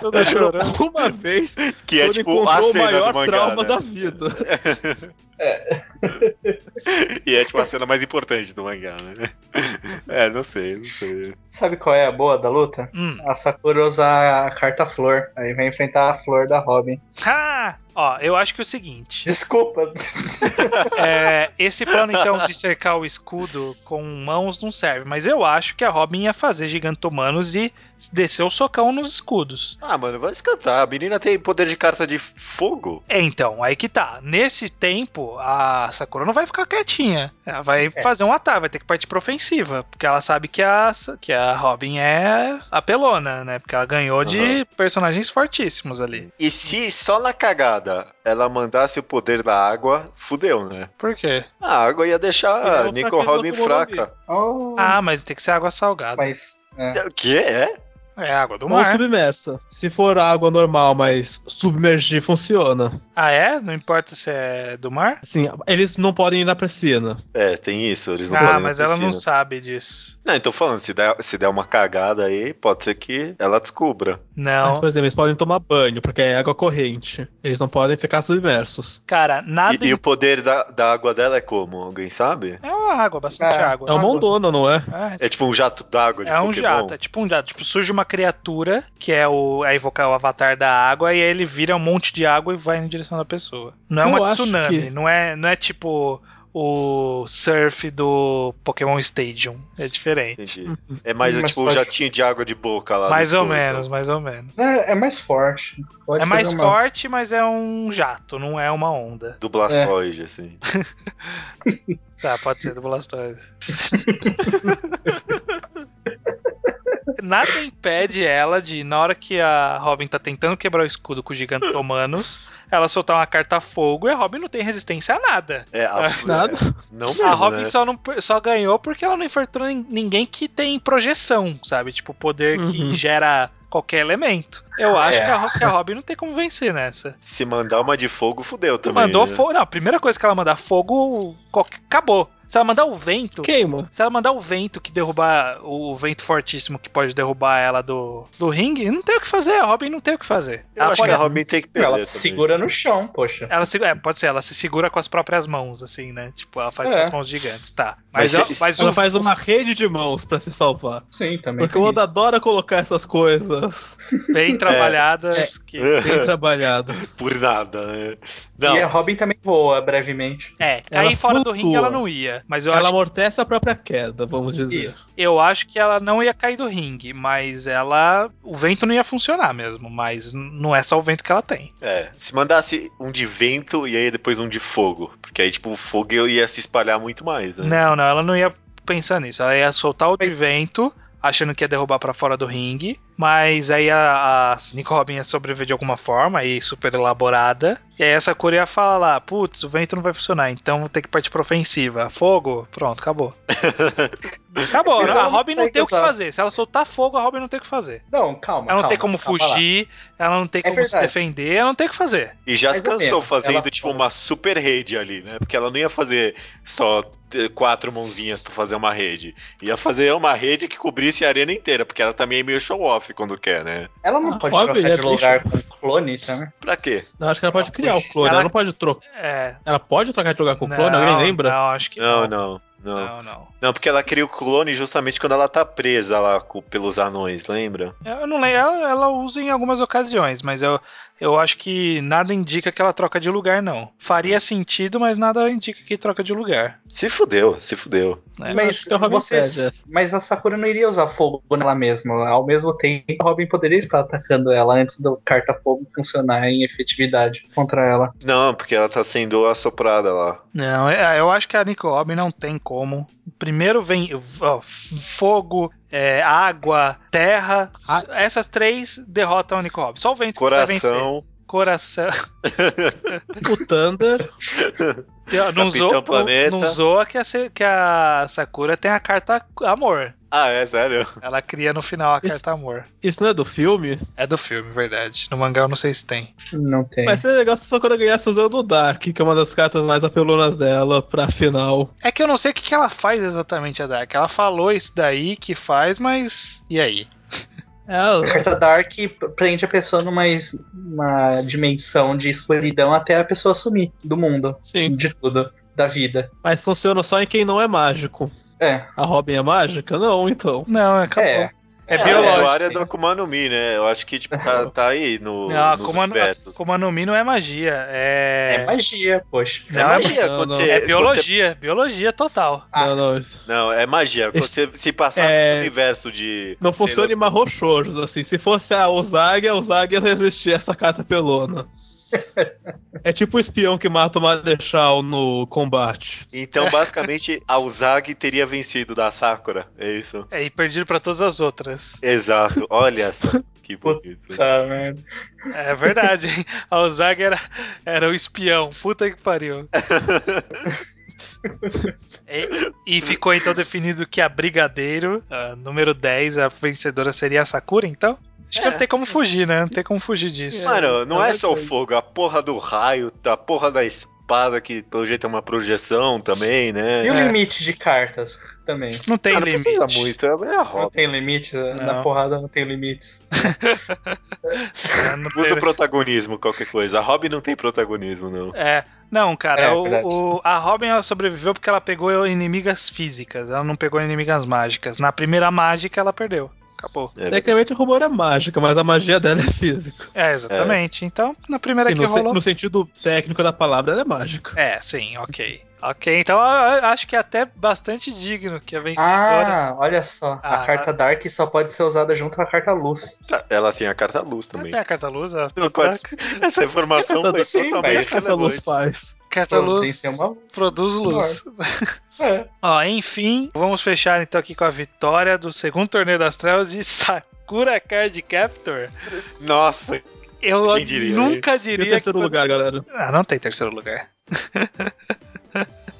Toda tá chorando. Uma vez, Que é quando tipo a encontrou o cena do maior mangá. trauma Né? da vida. E é tipo a cena mais importante do mangá, né? É, não sei, não sei. Sabe qual é a boa da luta? Hum. A Sakura usa a carta flor, aí vai enfrentar a flor da Robin. Ah! Ó, eu acho que é o seguinte. Desculpa. É, esse plano, então, de cercar o escudo com mãos não serve. Mas eu acho que a Robin ia fazer gigantomanos e descer o socão nos escudos. Ah, mano, vai escantar. A menina tem poder de carta de fogo. É, então, aí que tá. Nesse tempo, a Sakura não vai ficar quietinha. Ela vai fazer um ataque, vai ter que partir pra ofensiva. Porque ela sabe que a, que a Robin é apelona, né? Porque ela ganhou de Aham. personagens fortíssimos ali. E se só na cagada ela mandasse o poder da água, fudeu, né? Por quê? A água ia deixar Virava a Nico fraqueza Robin do Morumbi. fraca. Oh, Ah, mas tem que ser água salgada. mas. é. O que é? É água do Não mar. submersa. Se for água normal, mas submergir funciona. Ah, é? Não importa se é do mar? Assim, eles não podem ir na piscina. É, tem isso, eles não podem ir ah, na mas ela não piscina. sabe disso. Não, eu tô falando, se der, se der uma cagada aí, pode ser que ela descubra. Não. Mas, por exemplo, eles podem tomar banho, porque é água corrente. Eles não podem ficar submersos. Cara, nada. E, e o poder da, da água dela é como? Alguém sabe? É uma água, bastante É, água. É uma ondona, não é? É, É tipo um jato d'água de É um Pokémon? jato, é tipo um jato. Tipo, surge uma criatura, que é o. É invocar o avatar da água, e aí ele vira um monte de água e vai na direção da pessoa. Não é Eu uma acho tsunami, que- não, é, não é tipo o surf do Pokémon Stadium. É diferente. Entendi. É mais é Mas tipo um pode- jatinho de água de boca lá. no Mais ou escuro, menos, mais ou menos. É, é mais forte. Pode É mais fazer umas- forte, mas é um jato, não é uma onda. Do É. Blastoise, assim. Tá, pode ser do Blastoise. Nada impede ela de, na hora que a Robin tá tentando quebrar o escudo com o Gigantomanos, ela soltar uma carta a fogo e a Robin não tem resistência a nada. É, a, Nada. é, não mesmo, A Robin né? só, não, só ganhou porque ela não enfrentou nin- ninguém que tem projeção, sabe? Tipo, poder que Uhum. gera qualquer elemento. Eu Ah, acho É. que, a, Ro- que a Robin não tem como vencer nessa. Se mandar uma de fogo, fudeu também. Mandou né? fogo. Não, a primeira coisa que ela mandar fogo, qualquer- acabou. Se ela mandar o vento, Queima. Se ela mandar o vento que derrubar, o vento fortíssimo que pode derrubar ela do, do ringue, não tem o que fazer, a Robin não tem o que fazer. Eu ela acho pode, que a Robin tem que perder Ela também. segura no chão, poxa. ela se- é, pode ser, ela se segura com as próprias mãos, assim, né? Tipo, ela faz É. com as mãos gigantes, tá. Mas Mas, ela- se- se- mas Ela o- faz uma rede de mãos pra se salvar. Sim, também. Porque tem o Oda adora colocar essas coisas É. bem trabalhadas É. que... bem trabalhadas. Por nada, né? isso. Não, E a Robin também voa brevemente. É, Ela cair fora do ringue flutua. ela não ia, mas eu Ela acho, amortece a própria queda, vamos dizer. Isso. eu acho que ela não ia cair do ringue, mas ela... o vento não ia funcionar mesmo, mas n- não é só o vento que ela tem. é. Se mandasse um de vento e aí depois um de fogo. Porque aí, tipo, o fogo ia se espalhar muito mais, né? Não, não, ela não ia pensar nisso. Ela ia soltar o de Mas- vento, achando que ia derrubar pra fora do ringue. Mas aí a, a Nico Robin ia sobreviver de alguma forma, aí super elaborada. E aí essa cura ia falar: putz, o vento não vai funcionar, então vou ter que partir pra ofensiva. Fogo, pronto, acabou. acabou, Ela a não Robin não consegue tem o que usar. fazer. Se ela soltar fogo, a Robin não tem o que fazer. Não, calma. Ela não tem calma, como calma lá. É fugir, ela não tem como se verdade. defender, ela não tem o que fazer. E já Mais se ou cansou menos. fazendo, Ela- tipo, uma super rede ali, né? Porque ela não ia fazer só eh, quatro mãozinhas pra fazer uma rede. Ia fazer uma rede que cobrisse a arena inteira, porque ela também é meio show-off quando quer, né? Ela não A pode Robin trocar é de lugar com o clone, tá? Pra quê? Eu acho que ela pode Ela criar o fugi- clone, ela... ela- não pode trocar. É. Ela pode trocar de jogar com o clone, alguém lembra? Não, acho que Não, não. não, não. não, não. Não, porque ela cria o clone justamente quando ela tá presa lá co- pelos anões, lembra? Eu não lembro, ela, ela usa em algumas ocasiões, mas eu, eu acho que nada indica que ela troca de lugar, não. Faria sentido, mas nada indica que troca de lugar. Se fudeu, se fudeu. É, mas, acho que a Robin vocês, perde é. essa. mas a Sakura não iria usar fogo nela mesma. Ao mesmo tempo, a Robin poderia estar atacando ela antes do carta-fogo funcionar em efetividade contra ela. Não, porque ela tá sendo assoprada lá. Não, é- eu acho que a Nico Robin não tem como. Primeiro vem ó, f- fogo, é, água, terra. Ah. Essas três derrotam a Nico Robin. Só o vento que vai vencer. Coração, Coração. O Thunder. Não usou, Planeta. não usou que, a, Se- que a Sakura tem a carta amor. Ah, é sério? Ela cria no final a Isso- carta amor. Isso não é do filme? É do filme, verdade. No mangá eu não sei se tem. Não tem. Mas seria legal se a Sakura ganhasse usando o Dark, que é uma das cartas mais apelonas dela pra final. É que eu não sei o que, que ela faz exatamente, a Dark. Ela falou isso daí que faz, mas. E aí? Ela, A carta Dark prende a pessoa numa es- uma dimensão de escuridão até a pessoa sumir do mundo, sim. de tudo, da vida. Mas funciona só em quem não é mágico. É, A Robin é mágica? Não, então. Não, acabou. É. É É, É, biológico. a área do Akuma no Mi, né? Eu acho que tipo, tá, tá aí no, Não, nos Akuma no- universos. Akuma no Mi não é magia. é, É. magia, poxa. É Não, é, magia. não, quando não. você, é quando você- biologia. Biologia total. Ah. Não, não, isso. Não, é magia. Quando você se passasse É. no universo de. Não sei funciona em lá, marrochojos, assim. Se fosse a Ozaga, a Ozaga ia resistir a essa carta pelona. é tipo o espião que mata o Marechal no combate. Então, basicamente, a Uzagi teria vencido da Sakura. É isso. É, e perdido pra todas as outras. Exato. Olha só. Que bonito. Tá, merda. É verdade. hein? A Ozaga era, era o espião. Puta que pariu. E, e ficou então definido que a Brigadeiro, a número 10, a vencedora seria a Sakura, então? Acho que É. não tem como fugir, né? Não tem como fugir disso. Mano, não é Cada só o coisa. fogo, a porra do raio, a porra da espada, que pelo jeito é uma projeção também, né? E o É. limite de cartas também? Não tem Ah, não limite. precisa muito, é a Não roda. tem limite, Não. na porrada não tem limites. né? Não Usa tem- o protagonismo, qualquer coisa. A Robin não tem protagonismo, não. É, não, cara, É, o- verdade. o- a Robin ela sobreviveu porque ela pegou inimigas físicas, ela não pegou inimigas mágicas. Na primeira mágica ela perdeu. Acabou. É, Tecnicamente o rumor é mágica, mas a magia dela é física. É, exatamente. Então, na primeira Sim, que no, sen- rolou. no sentido técnico da palavra, ela é mágica. É, sim, ok. Ok, então eu- eu acho que é até bastante digno que a vencedora. Ah, olha só. Ah, a carta Dark só pode ser usada junto com a carta Luz. tá, Ela tem a carta luz Ah, também. tem a carta luz, a Não, quase- Essa informação foi Sim, totalmente mas essa luz relevante. faz. carta Então, Tem que luz ser uma. produz luz. É. Ó, enfim, vamos fechar então aqui com a vitória do segundo torneio das trevas de Sakura Card Captor. Nossa, Eu Quem diria, nunca E é o diria que terceiro lugar, galera? Ah, não tem terceiro lugar.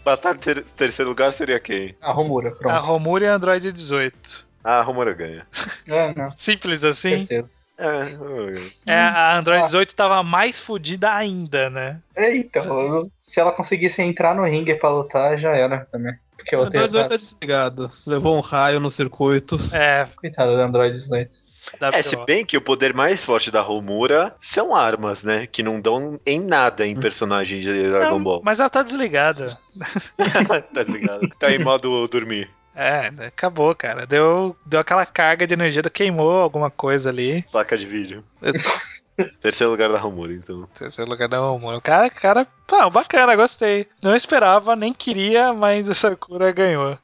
batalha em ter terceiro lugar seria quem? A Romura, A pronto. Romura e Android 18. Ah, a Romura ganha. É, não. Simples assim. Certeza. É, a Romura ganha. É, a Android 18 tava mais fodida ainda, né? É, então, eu- se ela conseguisse entrar no ringue pra lutar, já era também. Porque O eu tenho. Android 18 tá desligado. Levou um raio nos circuitos. É, Coitado do Android 18. dá É, se bem que o poder mais forte da Romura são armas, né? Que não dão em nada em personagens de Dragon Ball. Mas ela tá desligada. tá ligado? Tá em modo dormir. É, acabou, cara. Deu, deu aquela carga de energia, queimou alguma coisa ali. Placa de vídeo. Terceiro lugar da Romura, então. Terceiro lugar da Romura. O cara, cara, tá, bacana, gostei. Não esperava, nem queria, mas a Sakura ganhou.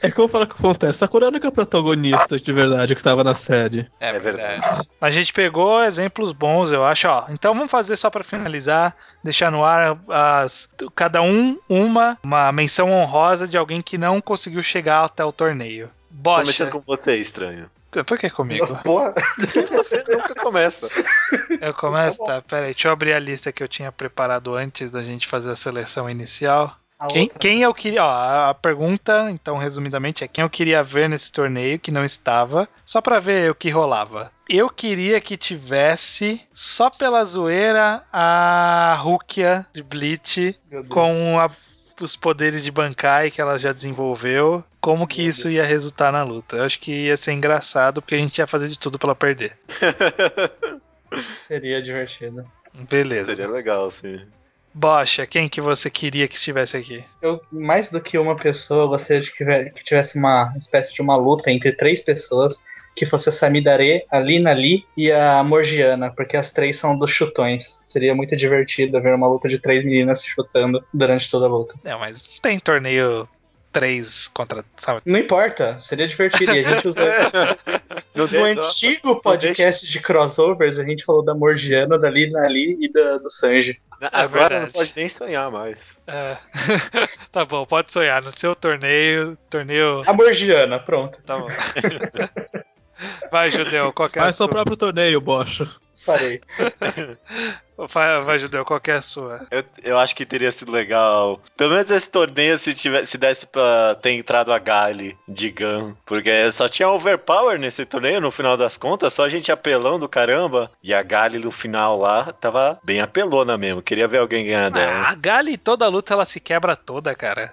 É que eu vou falar o que acontece. Sakura é a única protagonista de verdade que estava na série. É verdade. A gente pegou exemplos bons, eu acho. Ó, então vamos fazer só pra finalizar, deixar no ar as cada um uma uma menção honrosa de alguém que não conseguiu chegar até o torneio. Bocha. Começando com você, estranho. Por que comigo? Porra, Você nunca começa. Eu começo, tá? Pera aí, deixa eu abrir a lista que eu tinha preparado antes da gente fazer a seleção inicial. a Quem, outra- quem eu queria. Ó, a a pergunta, então, resumidamente, é quem eu queria ver nesse torneio que não estava, só pra ver o que rolava. Eu queria que tivesse, só pela zoeira, a Rukia de Bleach Meu Deus. com a- os poderes de Bankai que ela já desenvolveu. Como que Meu isso ia resultar na luta? Eu acho que ia ser engraçado, porque a gente ia fazer de tudo pra ela perder. Seria divertido. Beleza. Seria legal, assim. sim. Bocha, quem que você queria que estivesse aqui? Eu, mais do que uma pessoa, eu gostaria de que tiver- que tivesse uma espécie de uma luta entre três pessoas, que fosse a Samidare, a Lina Lee e a Morgiana, porque as três são dos chutões. Seria muito divertido ver uma luta de três meninas se chutando durante toda a luta. Não, É, mas não tem torneio 3 contra. Sabe? Não importa, seria divertido. E a gente usou Não no tem, nossa, antigo podcast de crossovers, a gente falou da Morgiana, da Lina Lee e da, do Sanji. agora não verdade. pode nem sonhar mais. É. tá bom, pode sonhar. No seu torneio. Torneio. A Morgiana, pronto, Tá bom. Vai, Judeu, qual que é a Faz seu sua? próprio torneio, bocha. parei. Vai, vai, Judeu, qual que é a sua? Eu, eu acho que teria sido legal. Pelo menos esse torneio se, tivesse, se desse pra ter entrado a Gali de Gun. Porque só tinha overpower nesse torneio, no final das contas, só a gente apelão do caramba. E a Gali no final lá tava bem apelona mesmo. Queria ver alguém ganhar Ah, dela. a Gali, toda luta, ela se quebra toda, cara.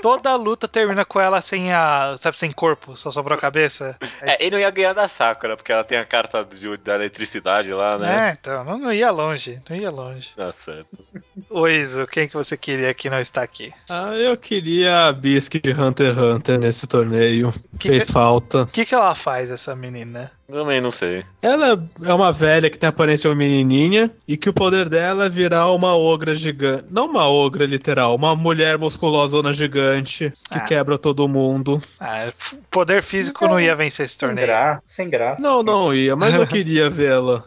toda luta termina com ela sem a. Sabe, sem corpo, só sobrou a cabeça. É, e não ia ganhar da Sakura, né? porque ela tem a carta de- da eletricidade lá, né? É, então, não, não ia longe, não ia longe. Tá certo. Ô, Iso, quem que você queria que não está aqui? Ah, eu queria a Bisque de Hunter x Hunter nesse torneio. Que é? Fez falta. O que, que ela faz, essa menina? Também não sei. Ela é uma velha que tem a aparência de uma menininha e que o poder dela é virar uma ogra gigante. Não uma ogra literal, uma mulher musculosona gigante que Ah. quebra todo mundo. Ah, f- poder físico não ia vencer esse Sem, torneio. gra sem graça. Não, não ia, mas eu queria vê-la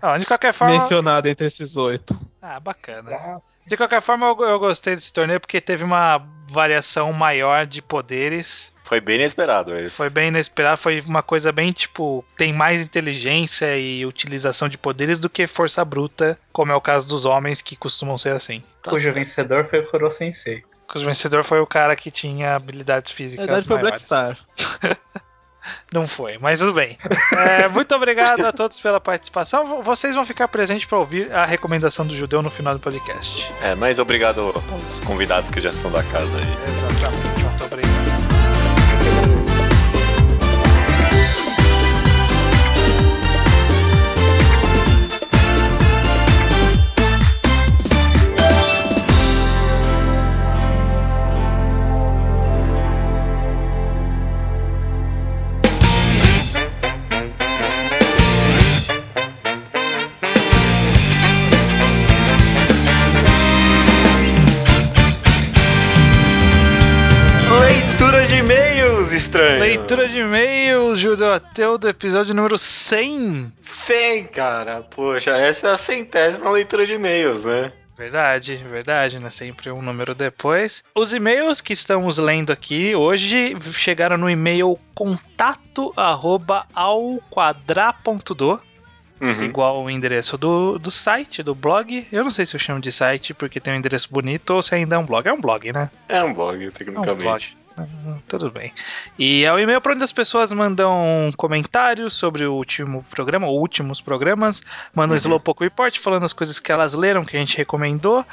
Ah, de qualquer forma. mencionada entre esses oito. Ah, Sem bacana. graça. De qualquer forma, eu, eu gostei desse torneio porque teve uma variação maior de poderes. Foi bem inesperado isso. Foi bem inesperado, foi uma coisa bem tipo, tem mais inteligência e utilização de poderes do que força bruta, como é o caso dos homens que costumam ser assim. Tá cujo certo. vencedor foi o Kuro Sensei. O vencedor foi o cara que tinha habilidades Na físicas verdade foi o maiores. Blackstar. Não foi, mas tudo bem. É, muito obrigado a todos pela participação. V- Vocês vão ficar presentes para ouvir a recomendação do judeu no final do podcast. É, mas obrigado aos convidados que já são da casa aí. Exatamente, muito obrigado. Leitura de e-mails, estranho. Leitura de e-mails, judeu ateu, do episódio número 100. 100, cara. Poxa, essa é a centésima leitura de e-mails, né? Verdade, verdade, né? Sempre um número depois. Os e-mails que estamos lendo aqui hoje chegaram no e-mail contato arroba ao quadra.do, Uhum. igual o endereço do, do site, do blog. Eu não sei se eu chamo de site porque tem um endereço bonito ou se ainda é um blog. É um blog, né? É um blog, É um blog. tecnicamente. Hum, Tudo bem. E é o e-mail para onde as pessoas mandam comentários sobre o último programa, ou últimos programas, mandam Uhum. Slowpoke Report falando as coisas que elas leram, que a gente recomendou,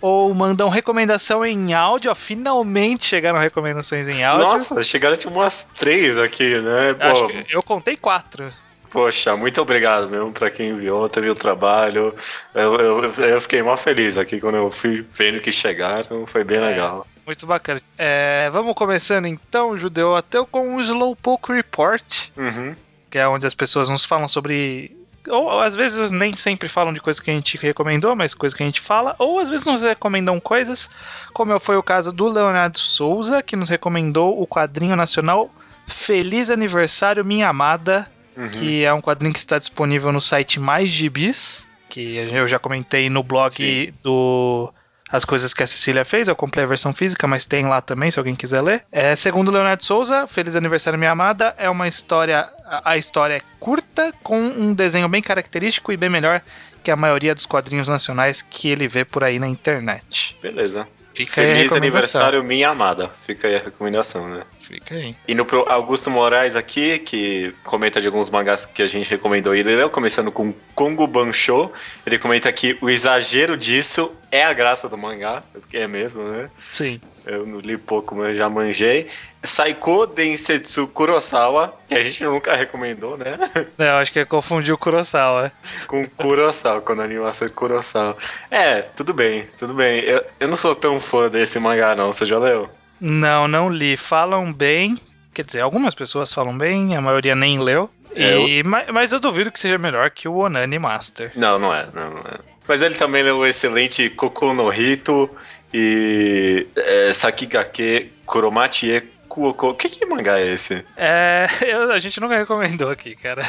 ou mandam recomendação em áudio, ó, finalmente chegaram recomendações em áudio. Nossa, chegaram tipo umas três aqui, né? Pô, Acho que eu contei quatro. Poxa, muito obrigado mesmo pra quem enviou, teve o trabalho. Eu, eu, eu fiquei mó feliz aqui quando eu fui vendo que chegaram, foi bem É. legal. Muito bacana. É, vamos começando então, Judeu Ateu, com o Slowpoke Report. Uhum. que é onde as pessoas nos falam sobre. Ou, ou às vezes nem sempre falam de coisas que a gente recomendou, mas coisas que a gente fala, ou às vezes nos recomendam coisas, como foi o caso do Leonardo Souza, que nos recomendou o quadrinho nacional Feliz Aniversário Minha Amada, uhum. que é um quadrinho que está disponível no site Mais Gibis, que eu já comentei no blog Sim. do As Coisas que a Cecília fez. Eu comprei a versão física, mas tem lá também, se alguém quiser ler. É, segundo Leonardo Souza, Feliz Aniversário Minha Amada, é uma história. a- A história é curta, com um desenho bem característico e bem melhor que a maioria dos quadrinhos nacionais que ele vê por aí na internet. Beleza. Fica aí a Feliz é recomendação. aniversário, minha amada. Fica aí a recomendação, né? Fica aí. E no pro- Augusto Moraes aqui, que comenta de alguns mangás que a gente recomendou e ele leu, começando com Kongo Bansho. Ele comenta que o exagero disso é a graça do mangá, porque é mesmo, né? Sim. Eu não li pouco, mas já manjei. Saiko Densetsu Kurosawa, que a gente nunca recomendou, né? É, Eu acho que ele confundiu o Kurosawa. Com Kurosawa, quando a animação é Kurosawa. É, tudo bem, tudo bem. Eu, eu não sou tão fã desse mangá, não. Você já leu? Não, não li. Falam bem. Quer dizer, algumas pessoas falam bem, a maioria nem leu. É, E, ma- mas, eu duvido que seja melhor que o Onani Master. Não, não é, não, não é. Mas ele também leu o excelente Kokonohito e é, Sakigake Kuromatie Kuoko. O que, que mangá é esse? É, eu- a gente nunca recomendou aqui, cara.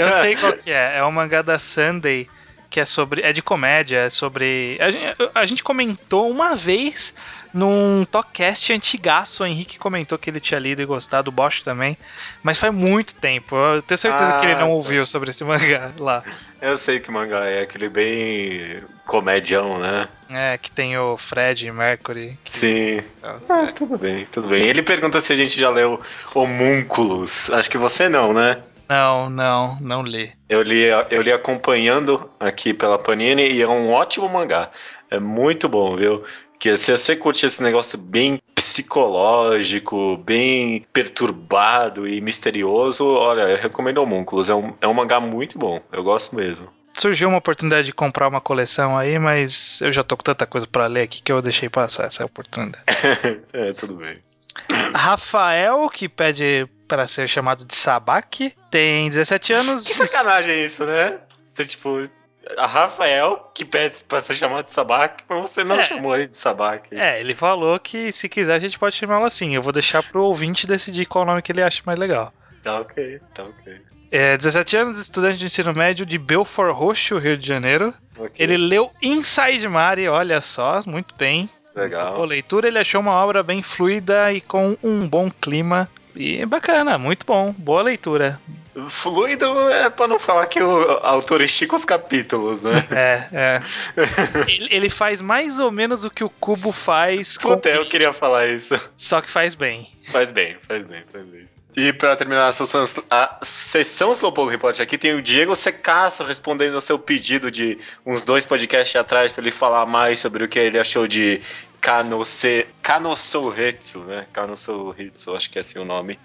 Eu sei qual que é. É um mangá da Sunday que é sobre. É de comédia, é sobre. A gen- a gente, comentou uma vez num talkcast antigaço. O Henrique comentou que ele tinha lido e gostado, o Bosch também. Mas faz muito tempo. Eu tenho certeza que ele Ah, não tá. ouviu sobre esse mangá lá. Eu sei que mangá é, aquele bem comedião, né? É, que tem o Fred Mercury. Sim. Ah, tudo bem, tudo bem. Ele pergunta se a gente já leu Homúnculos. Acho que você não, né? Não, não, não li. Eu li, eu li acompanhando aqui pela Panini e é um ótimo mangá. É muito bom, viu? Que se você curte esse negócio bem psicológico, bem perturbado e misterioso, olha, eu recomendo Homúnculos. É um, é um mangá muito bom. Eu gosto mesmo. Surgiu uma oportunidade de comprar uma coleção aí, mas eu já tô com tanta coisa pra ler aqui que eu deixei passar essa oportunidade. é, tudo bem. Rafael, que pede para ser chamado de Sabaki, tem 17 anos. Que sacanagem isso, né? Você, tipo, a Rafael que pede pra ser chamado de Sabak, mas você não É. chamou ele de Sabak. É, ele falou que se quiser a gente pode chamá-lo assim. Eu vou deixar pro ouvinte decidir qual nome que ele acha mais legal. Tá ok, tá ok. É, 17 anos, estudante de ensino médio de Belfort Roxo, Rio de Janeiro. Ok, Ele leu Inside Mari, olha só, muito bem. legal. Boa leitura, ele achou uma obra bem fluida e com um bom clima. E é bacana, muito bom. Boa leitura. Fluido é pra não falar que o autor estica os capítulos, né? É, é. ele, ele faz mais ou menos o que o Cubo faz. com Puta, eu Bleach, queria falar isso. Só que faz bem. Faz bem, faz bem, faz bem. E pra terminar a sessão, a sessão Slowpoke Report aqui, tem o Diego C. Castro respondendo ao seu pedido de uns dois podcasts atrás pra ele falar mais sobre o que ele achou de Kanose, Kanosouretsu, né? Kanosouretsu, acho que é assim o nome.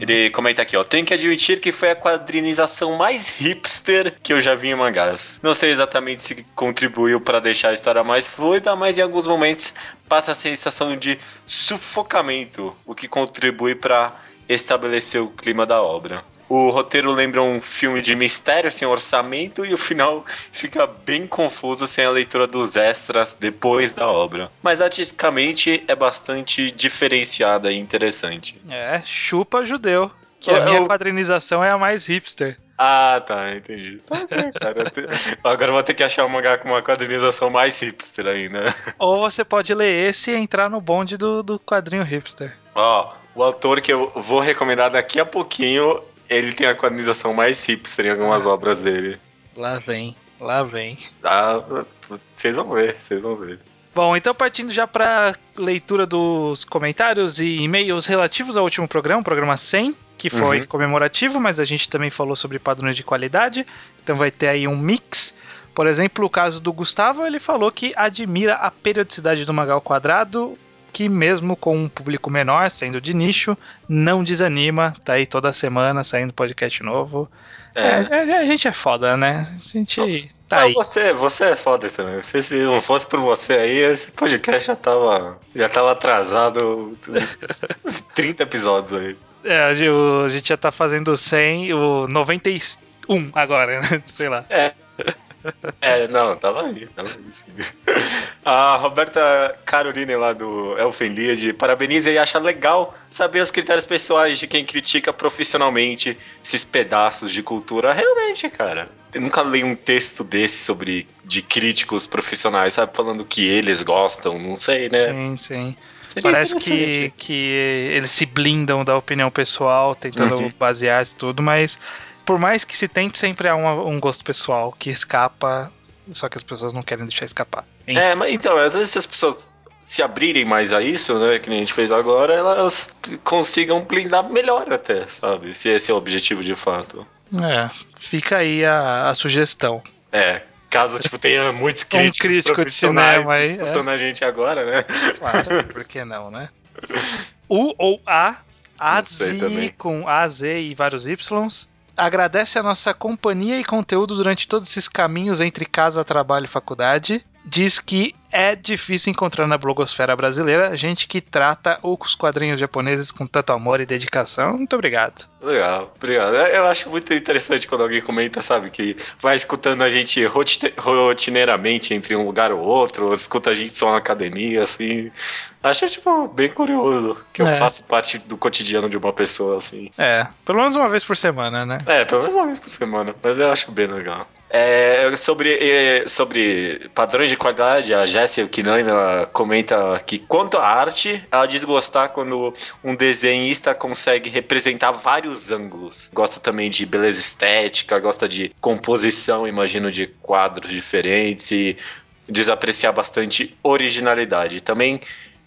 Ele comenta aqui, ó. Tenho que admitir que foi a quadrinização mais hipster que eu já vi em mangás. Não sei exatamente se contribuiu pra deixar a história mais fluida, mas em alguns momentos passa a sensação de sufocamento, o que contribui pra estabelecer o clima da obra. O roteiro lembra um filme de mistério sem orçamento e o final fica bem confuso sem a leitura dos extras depois da obra. Mas artisticamente é bastante diferenciada e interessante. É, chupa judeu. Que a Eu- minha eu- quadrinização é a mais hipster. Ah, tá, entendi. Tá bem, né, cara. Eu te- Agora eu vou ter que achar um mangá com uma quadrinização mais hipster ainda. Ou você pode ler esse e entrar no bonde do, do quadrinho hipster. Ó, o autor que eu vou recomendar daqui a pouquinho, ele tem a quadrinização mais hipster em algumas obras dele. Lá vem, lá vem. Ah, vocês vão ver, vocês vão ver. Bom, então partindo já para leitura dos comentários e e-mails relativos ao último programa, o programa 100, que foi Uhum. comemorativo, mas a gente também falou sobre padrões de qualidade, então vai ter aí um mix. Por exemplo, o caso do Gustavo, ele falou que admira a periodicidade do Magal Quadrado, que mesmo com um público menor, sendo de nicho, não desanima, tá aí toda semana saindo podcast novo. É, a- a gente é foda, né? A gente tá Não, aí. Você, você é foda também. Se, se não fosse por você aí, esse podcast já tava, já tava atrasado uns 30 episódios aí. É, hoje o- a gente já tá fazendo 100, o 91 agora, né? Sei lá. É, não, tava aí, tava aí sim. A Roberta Caroline lá do Elfenliad parabeniza e acha legal saber os critérios pessoais de quem critica profissionalmente esses pedaços de cultura. Realmente, cara. Eu nunca li um texto desse sobre de críticos profissionais, sabe? Falando o que eles gostam, não sei, né? Sim, sim. Seria Parece que, interessante. que eles se blindam da opinião pessoal, tentando Uhum. basear isso tudo, mas por mais que se tente, sempre há uma- um gosto pessoal que escapa, só que as pessoas não querem deixar escapar. Enfim. É, mas então, às vezes se as pessoas se abrirem mais a isso, né, que nem a gente fez agora, elas consigam blindar melhor até, sabe? Se esse é o objetivo de fato. É, fica aí a, a sugestão. É, caso tipo tenha muitos críticos Um crítico de profissionais cinema aí, é. escutando a gente agora, né? Claro, por que não, né? U ou A, Não sei também. AZ com AZ e vários Ys. Agradece a nossa companhia e conteúdo durante todos esses caminhos entre casa, trabalho e faculdade. Diz que é difícil encontrar na blogosfera brasileira gente que trata os quadrinhos japoneses com tanto amor e dedicação. Muito obrigado. Legal, obrigado. É, Eu eu acho muito interessante quando alguém comenta, sabe, que vai escutando a gente rotite- rotineiramente entre um lugar ou outro, ou escuta a gente só na academia, assim. Acho, tipo, bem curioso que eu É. faço parte do cotidiano de uma pessoa, assim. É, pelo menos uma vez por semana, né? É, pelo menos uma vez por semana, mas eu acho bem legal. É, sobre, eh, sobre padrões de qualidade, a Jessie Kinane, ela comenta que quanto à arte, ela diz gostar quando um desenhista consegue representar vários ângulos. Gosta também de beleza estética, gosta de composição, imagino, de quadros diferentes e diz apreciar bastante originalidade. Também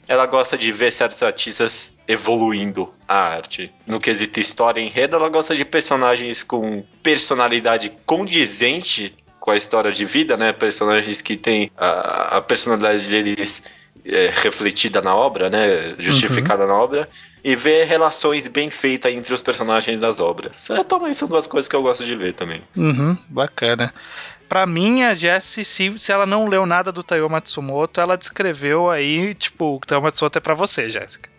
ela gosta de ver certos artistas evoluindo a arte. No quesito história e enredo, ela gosta de personagens com personalidade condizente com a história de vida, né? Personagens que têm a, a personalidade deles é, refletida na obra, né? Justificada na obra. E ver relações bem feitas entre os personagens das obras. É, toma, isso são duas coisas que eu gosto de ver também. Uhum, bacana. Pra mim, a Jessie, se, se ela não leu nada do Taiyo Matsumoto, ela descreveu aí, tipo, o Taiyo Matsumoto é pra você, Jéssica.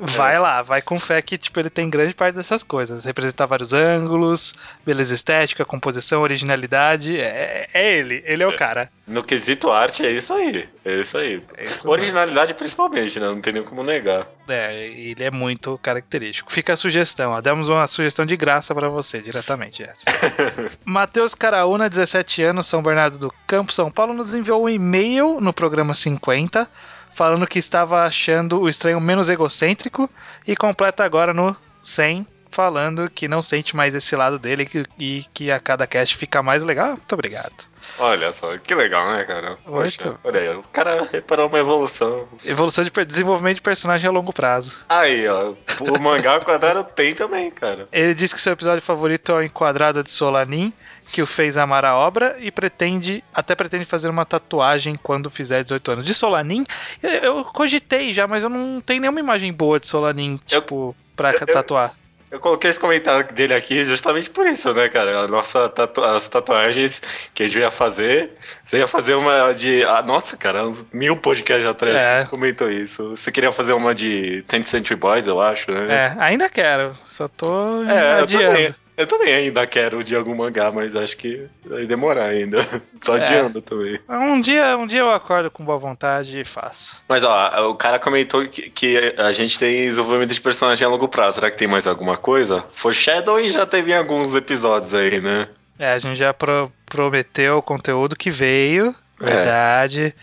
vai lá, vai com fé que tipo, ele tem grande parte dessas coisas. Representar vários ângulos, beleza estética, composição, originalidade. É, é ele, ele é o cara. No quesito arte, é isso aí. É isso aí. É isso mesmo. Originalidade, principalmente, né? Não tem nem como negar. É, ele é muito característico. Fica a sugestão, ó. Demos uma sugestão de graça pra você diretamente, Jéssica. Matheus Caraúna, 17 anos, São Bernardo do Campo, São Paulo, nos enviou um e-mail no programa 50 falando que estava achando o estranho menos egocêntrico e completa agora no 100, falando que não sente mais esse lado dele que- e que a cada cast fica mais legal. Muito obrigado. Olha só, que legal, né, cara? Poxa, Muito. olha aí, o cara reparou uma evolução. Evolução de per- desenvolvimento de personagem a longo prazo. Aí, ó, o mangá ao quadrado tem também, cara. Ele diz que seu episódio favorito é o Enquadrado de Solanin, que o fez amar a obra e pretende, até pretende fazer uma tatuagem quando fizer 18 anos. De Solanin, eu, eu cogitei já, mas eu não tenho nenhuma imagem boa de Solanin, Eu- tipo, pra tatuar. Eu coloquei esse comentário dele aqui justamente por isso, né, cara? A nossa tatu- as tatuagens que a gente ia fazer. Você ia fazer uma de. ah, nossa, cara, uns mil podcasts atrás que É. a gente comentou isso. Você queria fazer uma de 10 Century Boys, eu acho, É, né? ainda quero. Só tô É, eu adiando. também, eu também ainda quero de algum mangá, mas acho que vai demorar ainda. Tô É. adiando também. Um dia, um dia eu acordo com boa vontade e faço. Mas ó, o cara comentou que, que a gente tem desenvolvimento de personagem a longo prazo. Será que tem mais alguma coisa? Foreshadowing já teve em alguns episódios aí, né? É, a gente já pro- prometeu o conteúdo que veio. É. Verdade.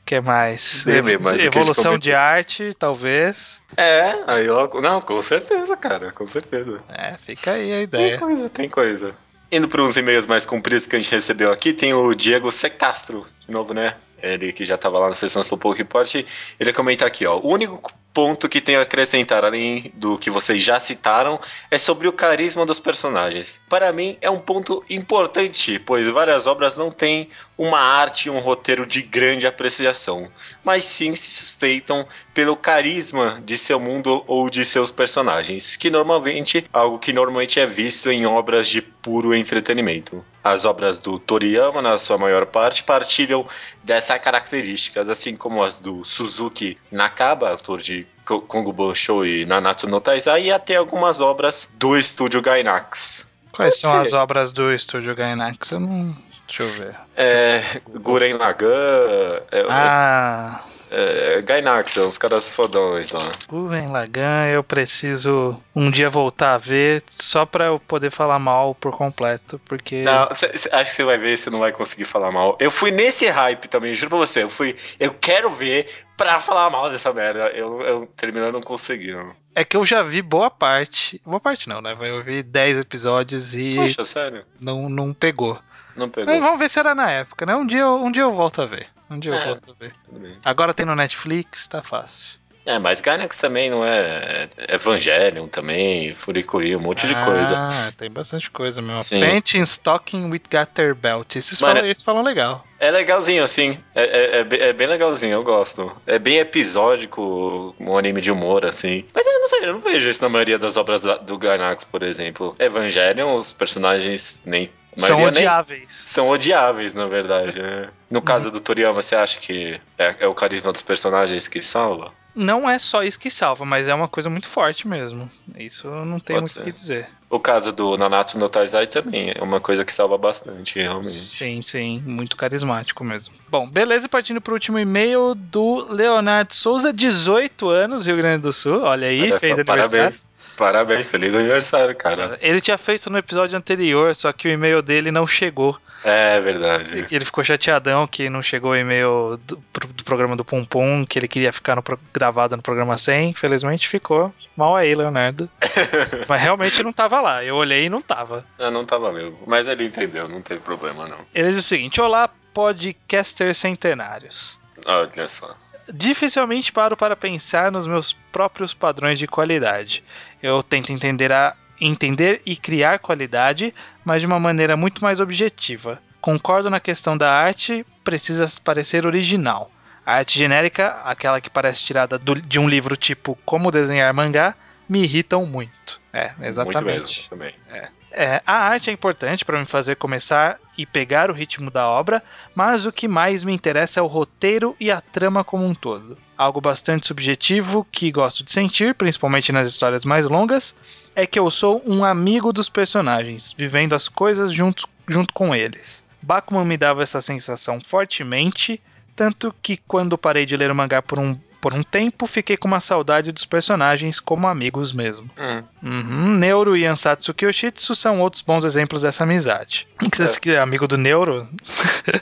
O que mais? Deve, Ev- mas o que a gente Evolução de comentou. arte, talvez. É, aí ó. Não, com certeza, cara, com certeza. É, fica aí a Tem ideia. coisa, tem coisa. Indo para uns e-mails mais compridos que a gente recebeu aqui, tem o Diego Secastro, de novo, né? Ele que já estava lá na sessão Slowpoke Report. Ele comenta aqui, ó. O único ponto que tenho a acrescentar, além do que vocês já citaram, é sobre o carisma dos personagens. Para mim, é um ponto importante, pois várias obras não têm uma arte e um roteiro de grande apreciação, mas sim se sustentam pelo carisma de seu mundo ou de seus personagens, que normalmente algo que normalmente é visto em obras de puro entretenimento. As obras do Toriyama, na sua maior parte, partilham dessas características, assim como as do Suzuki Nakaba, autor de Ko- Kongo Basho e Nanatsu no Taizai, e até algumas obras do estúdio Gainax. Quais são Pode as ser. obras do estúdio Gainax? Eu não. Deixa eu ver. É, Guren Lagann, é, Ah, é, Gainax, é uns caras fodões lá. Guven Lagan, eu preciso um dia voltar a ver só pra eu poder falar mal por completo, porque. Não, cê- cê- acho que você vai ver, você não vai conseguir falar mal. Eu fui nesse hype também, juro pra você. Eu fui, eu quero ver pra falar mal dessa merda. Eu, eu terminando não consegui. não. É que eu já vi boa parte. Boa parte não, né? Eu vi 10 episódios e Poxa, sério? não, não pegou. Não Mas pegou. vamos ver se era na época, né? Um dia, eu- um dia eu volto a ver. Um dia eu É. volto a ver. Tudo bem. Agora tem no Netflix, tá fácil. É, mas Gainax também não é. é Evangelion também, Furikuri, um monte de coisa. Ah, tem bastante coisa mesmo. Sim. Painting Stocking with Gutter Belt. Esses, Mano, falam, esses falam legal. É legalzinho, assim. É, é- é be- é bem legalzinho, eu gosto. É bem episódico, um anime de humor, assim. Mas eu não sei, eu não vejo isso na maioria das obras da- do Gainax, por exemplo. Evangelion, os personagens nem. a São maioria nem- odiáveis. são odiáveis, na verdade. né? No caso do Toriyama, você acha que é, é o carisma dos personagens que salva? Não é só isso que salva, mas é uma coisa muito forte mesmo. Isso eu não tenho Pode muito o que dizer. O caso do Nanatsu no Taizai também é uma coisa que salva bastante, realmente. Sim, sim, muito carismático mesmo. Bom, beleza, e partindo pro último e-mail do Leonardo Souza, 18 anos, Rio Grande do Sul. Olha aí, Olha fez só, aniversário. parabéns. Parabéns, feliz aniversário, cara. Ele tinha feito no episódio anterior, só que o e-mail dele não chegou. É verdade. Ele ficou chateadão que não chegou o e-mail do, pro- do programa do Pum Pum, que ele queria ficar no pro- gravado no programa 100. Infelizmente ficou. Mal aí, Leonardo. Mas realmente não tava lá. Eu olhei e não tava. Ah, não tava mesmo. Mas ele entendeu, não teve problema, não. Ele diz o seguinte: Olá, podcasters centenários. Olha só. Dificilmente paro para pensar nos meus próprios padrões de qualidade. Eu tento entender, a- entender e criar qualidade, mas de uma maneira muito mais objetiva. Concordo na questão da arte, precisa parecer original. A arte genérica, aquela que parece tirada do- de um livro tipo Como Desenhar Mangá, me irritam muito. É, exatamente. Muito mesmo, também. É, a arte é importante para me fazer começar e pegar o ritmo da obra, mas o que mais me interessa é o roteiro e a trama como um todo. Algo bastante subjetivo que gosto de sentir, principalmente nas histórias mais longas, é que eu sou um amigo dos personagens, vivendo as coisas juntos- junto com eles. Bakuman me dava essa sensação fortemente, tanto que quando parei de ler o mangá por um, por Por um tempo, fiquei com uma saudade dos personagens como amigos mesmo. Hum. Uhum, Neuro e Ansatsu Kyoshitsu são outros bons exemplos dessa amizade. Esse que é amigo do Neuro?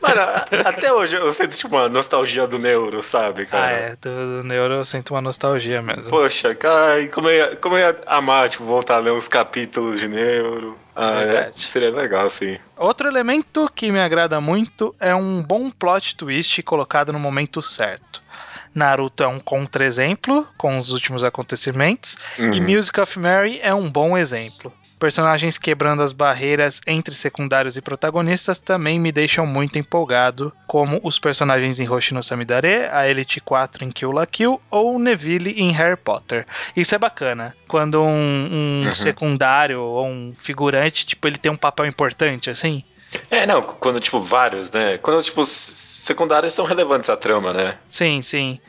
Mano, a- até hoje eu sinto tipo, uma nostalgia do neuro, sabe, Ah, cara? é. Do, do Neuro eu sinto uma nostalgia mesmo. Poxa, cara, e como eu, ia, como eu ia amar, tipo, voltar a ler uns capítulos de neuro. Ah, é, Verdade. seria legal, sim. Outro elemento que me agrada muito é um bom plot twist colocado no momento certo. Naruto é um contra-exemplo com os últimos acontecimentos, e Uhum. Music of Mary é um bom exemplo. Personagens quebrando as barreiras entre secundários e protagonistas também me deixam muito empolgado, como os personagens em Hoshi no Samidare, a Elite 4 em Kill la Kill ou Neville em Harry Potter. Isso é bacana. Quando um, um Uhum. secundário ou um figurante, tipo, ele tem um papel importante, assim. É, não, quando, tipo, vários, né? Quando, tipo, os secundários são relevantes à trama, né? Sim, sim.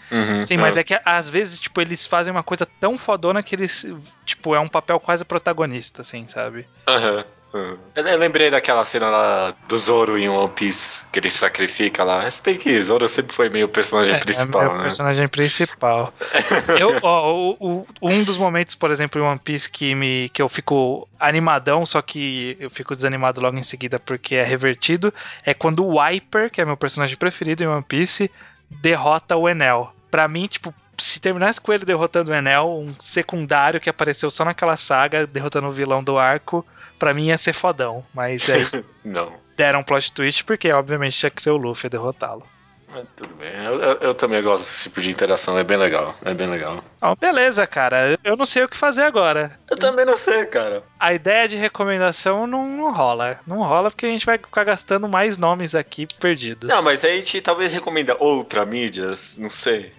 Sim, Uhum. mas é que às vezes, tipo, eles fazem uma coisa tão fodona que eles, tipo, é um papel quase protagonista, assim, sabe? Aham. aham. Eu eu lembrei daquela cena lá do Zoro em One Piece, que ele se sacrifica lá. Se bem que Zoro sempre foi meio personagem principal, é meu né? personagem principal. eu, ó, o- o- um dos momentos, por exemplo, em One Piece que, me, que eu fico animadão, só que eu fico desanimado logo em seguida porque é revertido, é quando o Wiper, que é meu personagem preferido em One Piece, derrota o Enel. Pra mim, tipo, se terminasse com ele derrotando o Enel, um secundário que apareceu só naquela saga, derrotando o vilão do arco, pra mim ia ser fodão. Mas aí Não. deram um plot twist porque, obviamente, tinha que ser o Luffy a derrotá-lo. Mas Tudo bem. Eu, eu- eu também gosto desse tipo de interação, é bem legal. É bem legal. Ó, beleza, cara. Eu não sei o que fazer agora. Eu também não sei, cara. A ideia de recomendação não, não rola. Não rola porque a gente vai ficar gastando mais nomes aqui perdidos. Não, mas aí a gente talvez recomenda outra mídia, s- não sei.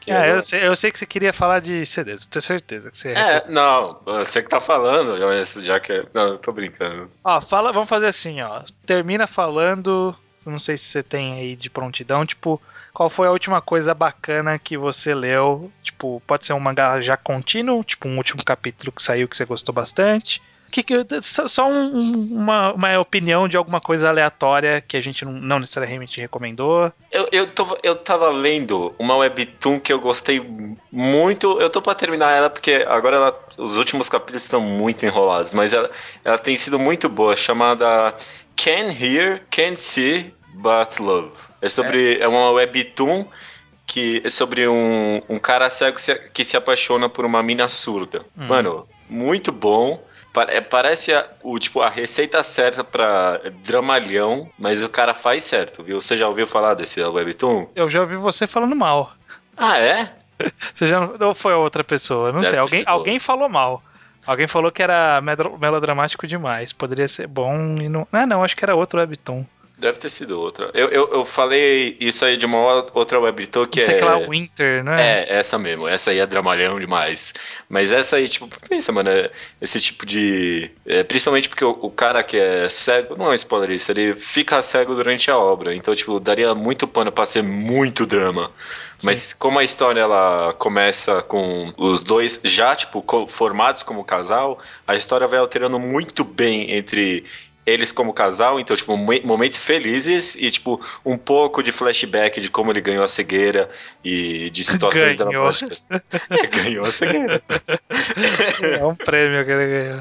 Que É, eu- eu, sei, eu sei que você queria falar de CDs, eu tenho certeza que você. É, não, você que tá falando, já- já que é. Não, eu tô brincando. Ó, fala, vamos fazer assim, ó. Termina falando. Não sei se você tem aí de prontidão, tipo, qual foi a última coisa bacana que você leu? Tipo, pode ser um mangá já contínuo, tipo, um último capítulo que saiu que você gostou bastante. Que, que, só só um- um- uma, uma opinião de alguma coisa aleatória que a gente não, não necessariamente recomendou. Eu, eu, tô, eu tava lendo uma webtoon que eu gostei muito. Eu tô pra terminar ela porque agora ela- os últimos capítulos estão muito enrolados, mas ela, ela tem sido muito boa, chamada Can Hear, Can See, But Love. É sobre. É, uma webtoon que é sobre um, um cara cego se- que se apaixona por uma mina surda. Uhum. Mano, muito bom. Pa- é, Parece a, o, tipo, a receita certa pra dramalhão, mas o cara faz certo, viu? Você já ouviu falar desse webtoon? Eu já ouvi você falando mal. Ah, é? Você já, ou foi outra pessoa? Não Deve sei. ter Alguém, sido. alguém falou mal. Alguém falou que era medro- melodramático demais. Poderia ser bom e não. Ah, não, acho que era outro webtoon. Deve ter sido outra. Eu, eu, eu falei isso aí de uma o- outra webtoon que Não sei é... que lá, Winter, né? É, essa mesmo. Essa aí é dramalhão demais. Mas essa aí, tipo, pensa, mano, é- esse tipo de. é, principalmente porque o, o cara que é cego, não é um spoiler isso, ele fica cego durante a obra. Então, tipo, daria muito pano pra ser muito drama. Mas como a história ela começa com os dois já, tipo, co- formados como casal, a história vai alterando muito bem entre. Eles como casal, então, tipo, mo- momentos felizes e, tipo, um pouco de flashback de como ele ganhou a cegueira e de situações Ganhou. dramáticas. É, ganhou a cegueira. É. um prêmio que ele ganhou.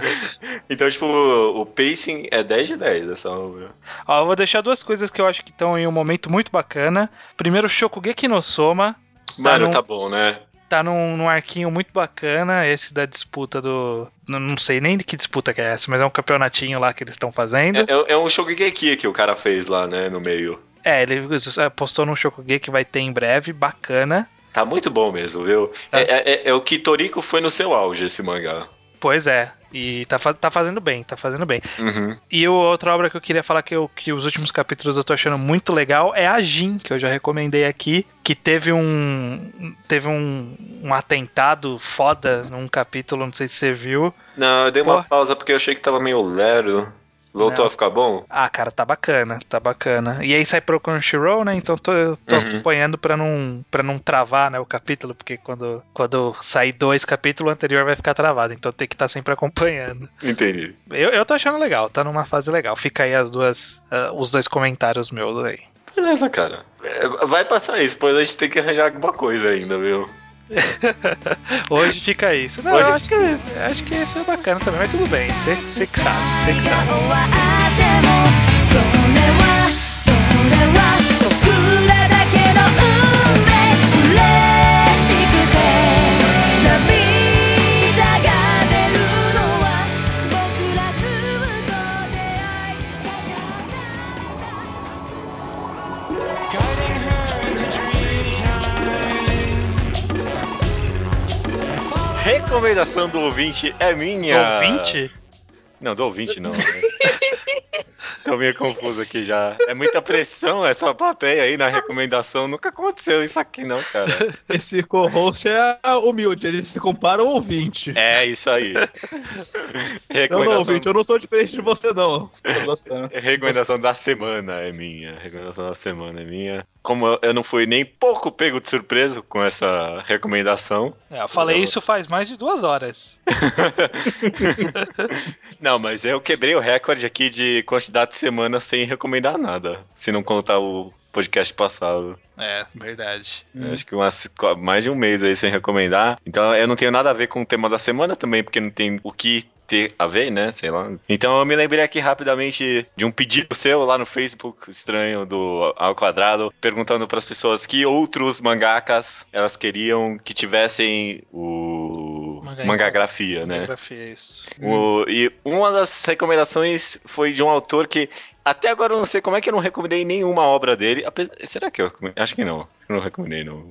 Então, tipo, o pacing é 10 de 10 dessa obra. Ó, eu vou deixar duas coisas que eu acho que estão em um momento muito bacana. Primeiro, Shokugeki no Soma. Mano, num- tá bom, né? Tá num, num arquinho muito bacana, esse da disputa do. Não, não sei nem de que disputa que é essa, mas é um campeonatinho lá que eles estão fazendo. É, é- é um Shogeki que o cara fez lá, né, no meio. É, ele postou num Shokugeki que vai ter em breve, bacana. Tá muito bom mesmo, viu? Tá. É, é- é- é o que Toriko foi no seu auge, esse mangá. Pois é. E tá, fa- tá fazendo bem, tá fazendo bem. Uhum. E o- outra obra que eu queria falar que, eu- que os últimos capítulos eu tô achando muito legal é a Jin, que eu já recomendei aqui, que teve um. teve um, um atentado foda num capítulo, não sei se você viu. Não, eu dei uma Pô. pausa porque eu achei que tava meio lero. Voltou Não. a ficar bom? Ah, cara, tá bacana, tá bacana. E aí sai pro Crunchyroll, né? Então tô, eu tô Uhum. acompanhando pra não, pra não travar né, o capítulo, porque quando, quando sair dois capítulos, o anterior vai ficar travado. Então tem que estar sempre acompanhando. Entendi. Eu, eu tô achando legal, tá numa fase legal. Fica aí as duas, ah, os dois comentários meus aí. Beleza, cara. É, vai passar isso, pois a gente tem que arranjar alguma coisa ainda, viu? Hoje fica isso. Não, Hoje eu acho que, fica isso. acho que isso é bacana também, mas tudo bem. Você- Você que sabe, você que sabe. 「それはそれは僕らだけの運命」「嬉しくて涙が出るのは僕らずっと出会いたかった」 Recomendação do ouvinte é minha. Ouvinte? Não, do ouvinte não. né? Tô meio confuso aqui já. É muita pressão essa plateia aí na recomendação. Nunca aconteceu isso aqui, não, cara. Esse co-host é humilde, ele se compara ao ouvinte. É isso aí. Eu não, Recomendação, ouvinte, eu não sou diferente de você, não. Tô gostando. recomendação da semana é minha. Recomendação da semana é minha. Como eu- eu não fui nem pouco pego de surpresa com essa recomendação. É, eu falei isso faz mais de duas horas. Não, mas eu quebrei o recorde aqui de quantidade de semanas sem recomendar nada. Se não contar o podcast passado. É, verdade. Hum. Acho que umas- qua- mais de um mês aí sem recomendar. Então eu não tenho nada a ver com o tema da semana também, porque não tem o que ter a ver, né? Sei lá. Então eu me lembrei aqui rapidamente de um pedido seu lá no Facebook estranho do Ao Quadrado, perguntando pras pessoas que outros mangakas elas queriam que tivessem o Mangá em mangagrafia, né? Fotografia, é isso. O- e uma das recomendações foi de um autor que até agora eu não sei como é que eu não recomendei nenhuma obra dele. Ape- Será que eu recomendei? Acho que não. Eu não recomendei, não.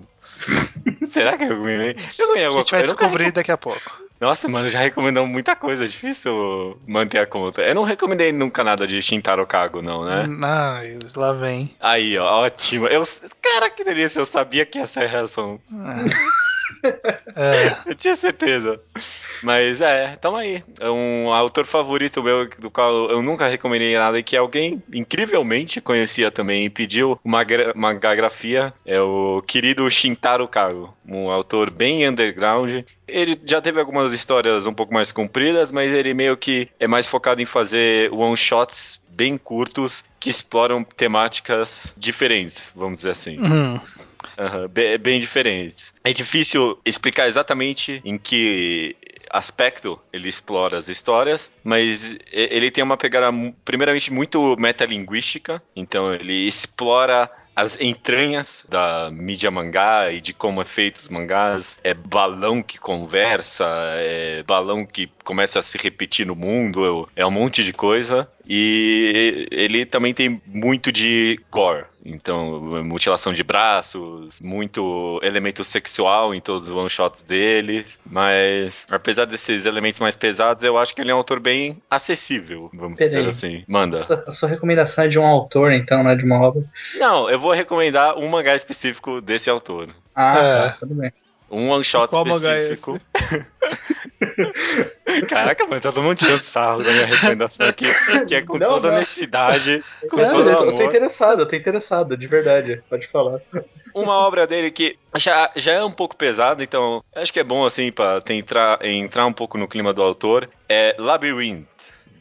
Será que eu recomendei? Eu não ia A alguma gente vai coisa. eu nunca descobrir daqui a pouco. nossa, mano, já recomendou muita coisa. É difícil manter a conta. Eu não recomendei nunca nada de Shintaro Kago, não, né? Ah, lá vem. Aí, ó, ótimo. Eu, cara, que delícia. Eu sabia que essa é a reação. É, Eu tinha certeza. Mas é, tamo aí. É um autor favorito meu, do qual eu nunca recomendei nada, e que alguém incrivelmente conhecia também e pediu uma, gra- uma grafia. É o querido Shintaro Kago, um autor bem underground. Ele já teve algumas histórias um pouco mais compridas, mas ele meio que é mais focado em fazer one-shots bem curtos que exploram temáticas diferentes, vamos dizer assim. Hum, Aham, be- é bem diferente. É difícil explicar exatamente em que aspecto ele explora as histórias, mas e- ele tem uma pegada, mu- primeiramente, muito metalinguística, então ele explora as entranhas da mídia mangá e de como é feito os mangás. É balão que conversa, é balão que começa a se repetir no mundo, é um monte de coisa. E ele também tem muito de gore. Então, mutilação de braços, muito elemento sexual em todos os one-shots dele. Mas, apesar desses elementos mais pesados, eu acho que ele é um autor bem acessível, vamos Peraí. dizer assim. Manda. Sua- A sua recomendação é de um autor, então, não é de uma obra? Não, eu vou recomendar um mangá específico desse autor. Ah, É. tá, tudo bem. Um one-shot Qual mangá é específico. Caraca, mano, tá todo mundo tirando sarro da minha recomendação aqui, que é com Não, toda não. honestidade, com Não, todo eu tô- eu tô amor. interessado, eu tô interessado, de verdade. Pode falar. uma obra dele que já, já é um pouco pesada, então acho que é bom assim para tentar entrar um pouco no clima do autor, é Labyrinth.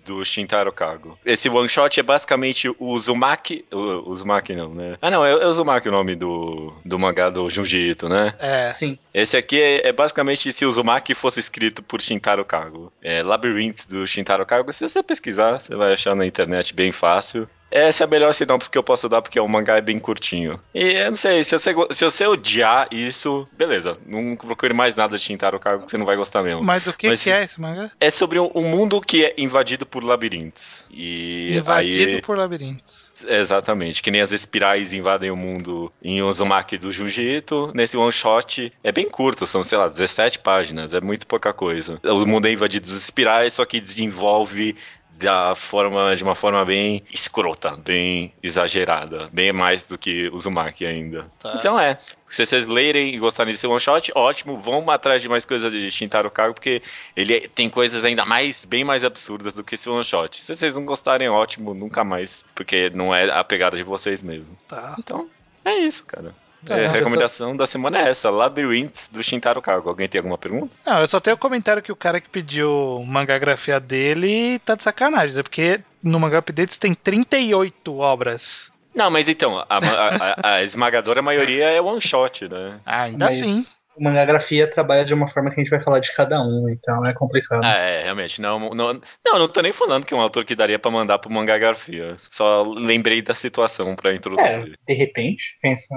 Do Shintaro Kago. Esse one shot é basicamente o Uzumaki. O, Uzumaki não, né? Ah, não, é, é Uzumaki o nome do, do mangá do Junji Ito, né? é. Sim. Esse aqui é, é basicamente se o Uzumaki fosse escrito por Shintaro Kago. É Labyrinth do Shintaro Kago. Se você pesquisar, você vai achar na internet bem fácil. Essa é a melhor sinopse que eu posso dar, porque o mangá é bem curtinho. E eu não sei, se você, go- se você odiar isso, beleza. Não procure mais nada de Shintaro Kago, que você não vai gostar mesmo. Mas do que, Mas que se- é esse mangá? É sobre um, um mundo que é invadido por labirintos. E Invadido aí... por labirintos. Exatamente, que nem as espirais invadem o mundo em Uzumaki do Jujito. Nesse one shot é bem curto, são, sei lá, 17 páginas, é muito pouca coisa. O mundo é invadido das espirais, só que desenvolve da forma de uma forma bem escrota, bem exagerada, bem mais do que Uzumaki ainda. Tá. Então é, se vocês lerem e gostarem desse one shot, ótimo, vão atrás de mais coisas de Shintaro Kago, porque ele é- tem coisas ainda mais, bem mais absurdas do que esse one shot. Se vocês não gostarem, ótimo, nunca mais, porque não é a pegada de vocês mesmo. Tá. Então, é isso, cara. Tá, É, eu a tô- recomendação da semana é essa, Labyrinth do Shintaro Kago. Alguém tem alguma pergunta? Não, eu só tenho o comentário que o cara que pediu mangagrafia dele tá de sacanagem, né? Porque no Mangá Updates tem 38 obras. Não, mas então, a, ma- a- a- a esmagadora maioria é one shot, né? Ah, ainda assim. o mangagrafia trabalha de uma forma que a gente vai falar de cada um, então é complicado. Ah, é, realmente. Não, não, não, eu não tô nem falando que é um autor que daria pra mandar pro mangagrafia. Só lembrei da situação pra É, introduzir. De repente, pensa.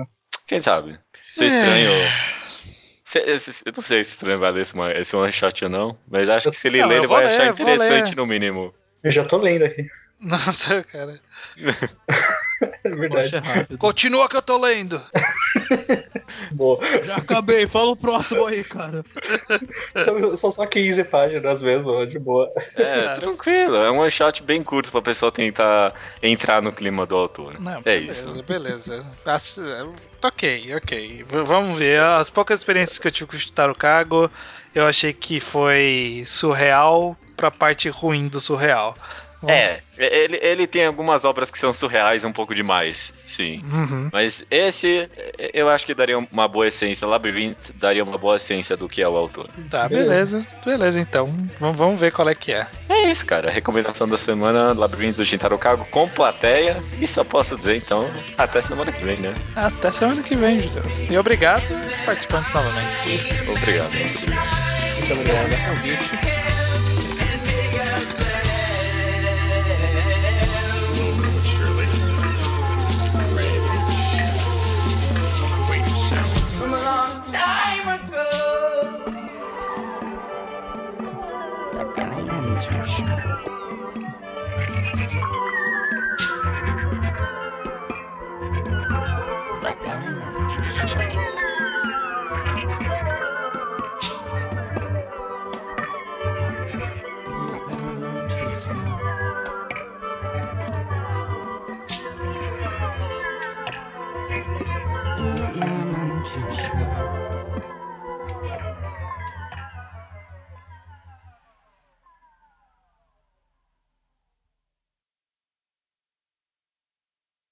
Quem sabe? Isso é estranho. Se- esse- Eu não sei se estranho vai ler esse, man- esse one shot ou não, mas acho que se ele Não, ler, eu ele vou vai ler, achar eu vou ler. interessante no mínimo. Eu já tô lendo aqui, Nossa, cara. é verdade. Poxa, é rápido. Continua que eu tô lendo. Boa. Já acabei, fala o próximo aí, cara. São, são só 15 páginas mesmo, de boa. É, tranquilo. É um one shot bem curto pra pessoa tentar entrar no clima do autor. Não, é beleza, isso. beleza. Ass- ok, ok. V- vamos ver. As poucas experiências que eu tive com o Taro Kago, eu achei que foi surreal pra parte ruim do surreal. Vamos- É, ele, ele tem algumas obras que são surreais um pouco demais, sim. Uhum. Mas esse, eh, eu acho que daria uma boa essência. Labyrinth daria uma boa essência do que é o autor. Tá, beleza. Beleza, então. Vamos, vamos ver qual é que é. É isso, cara. Recomendação da semana, Labirinto do Shintaro Kago com plateia. E só posso dizer, então, até semana que vem, né? Até semana que vem, Judeu. E obrigado aos participantes novamente. Obrigado. Muito obrigado. Muito obrigado. From a long time ago. Thank you.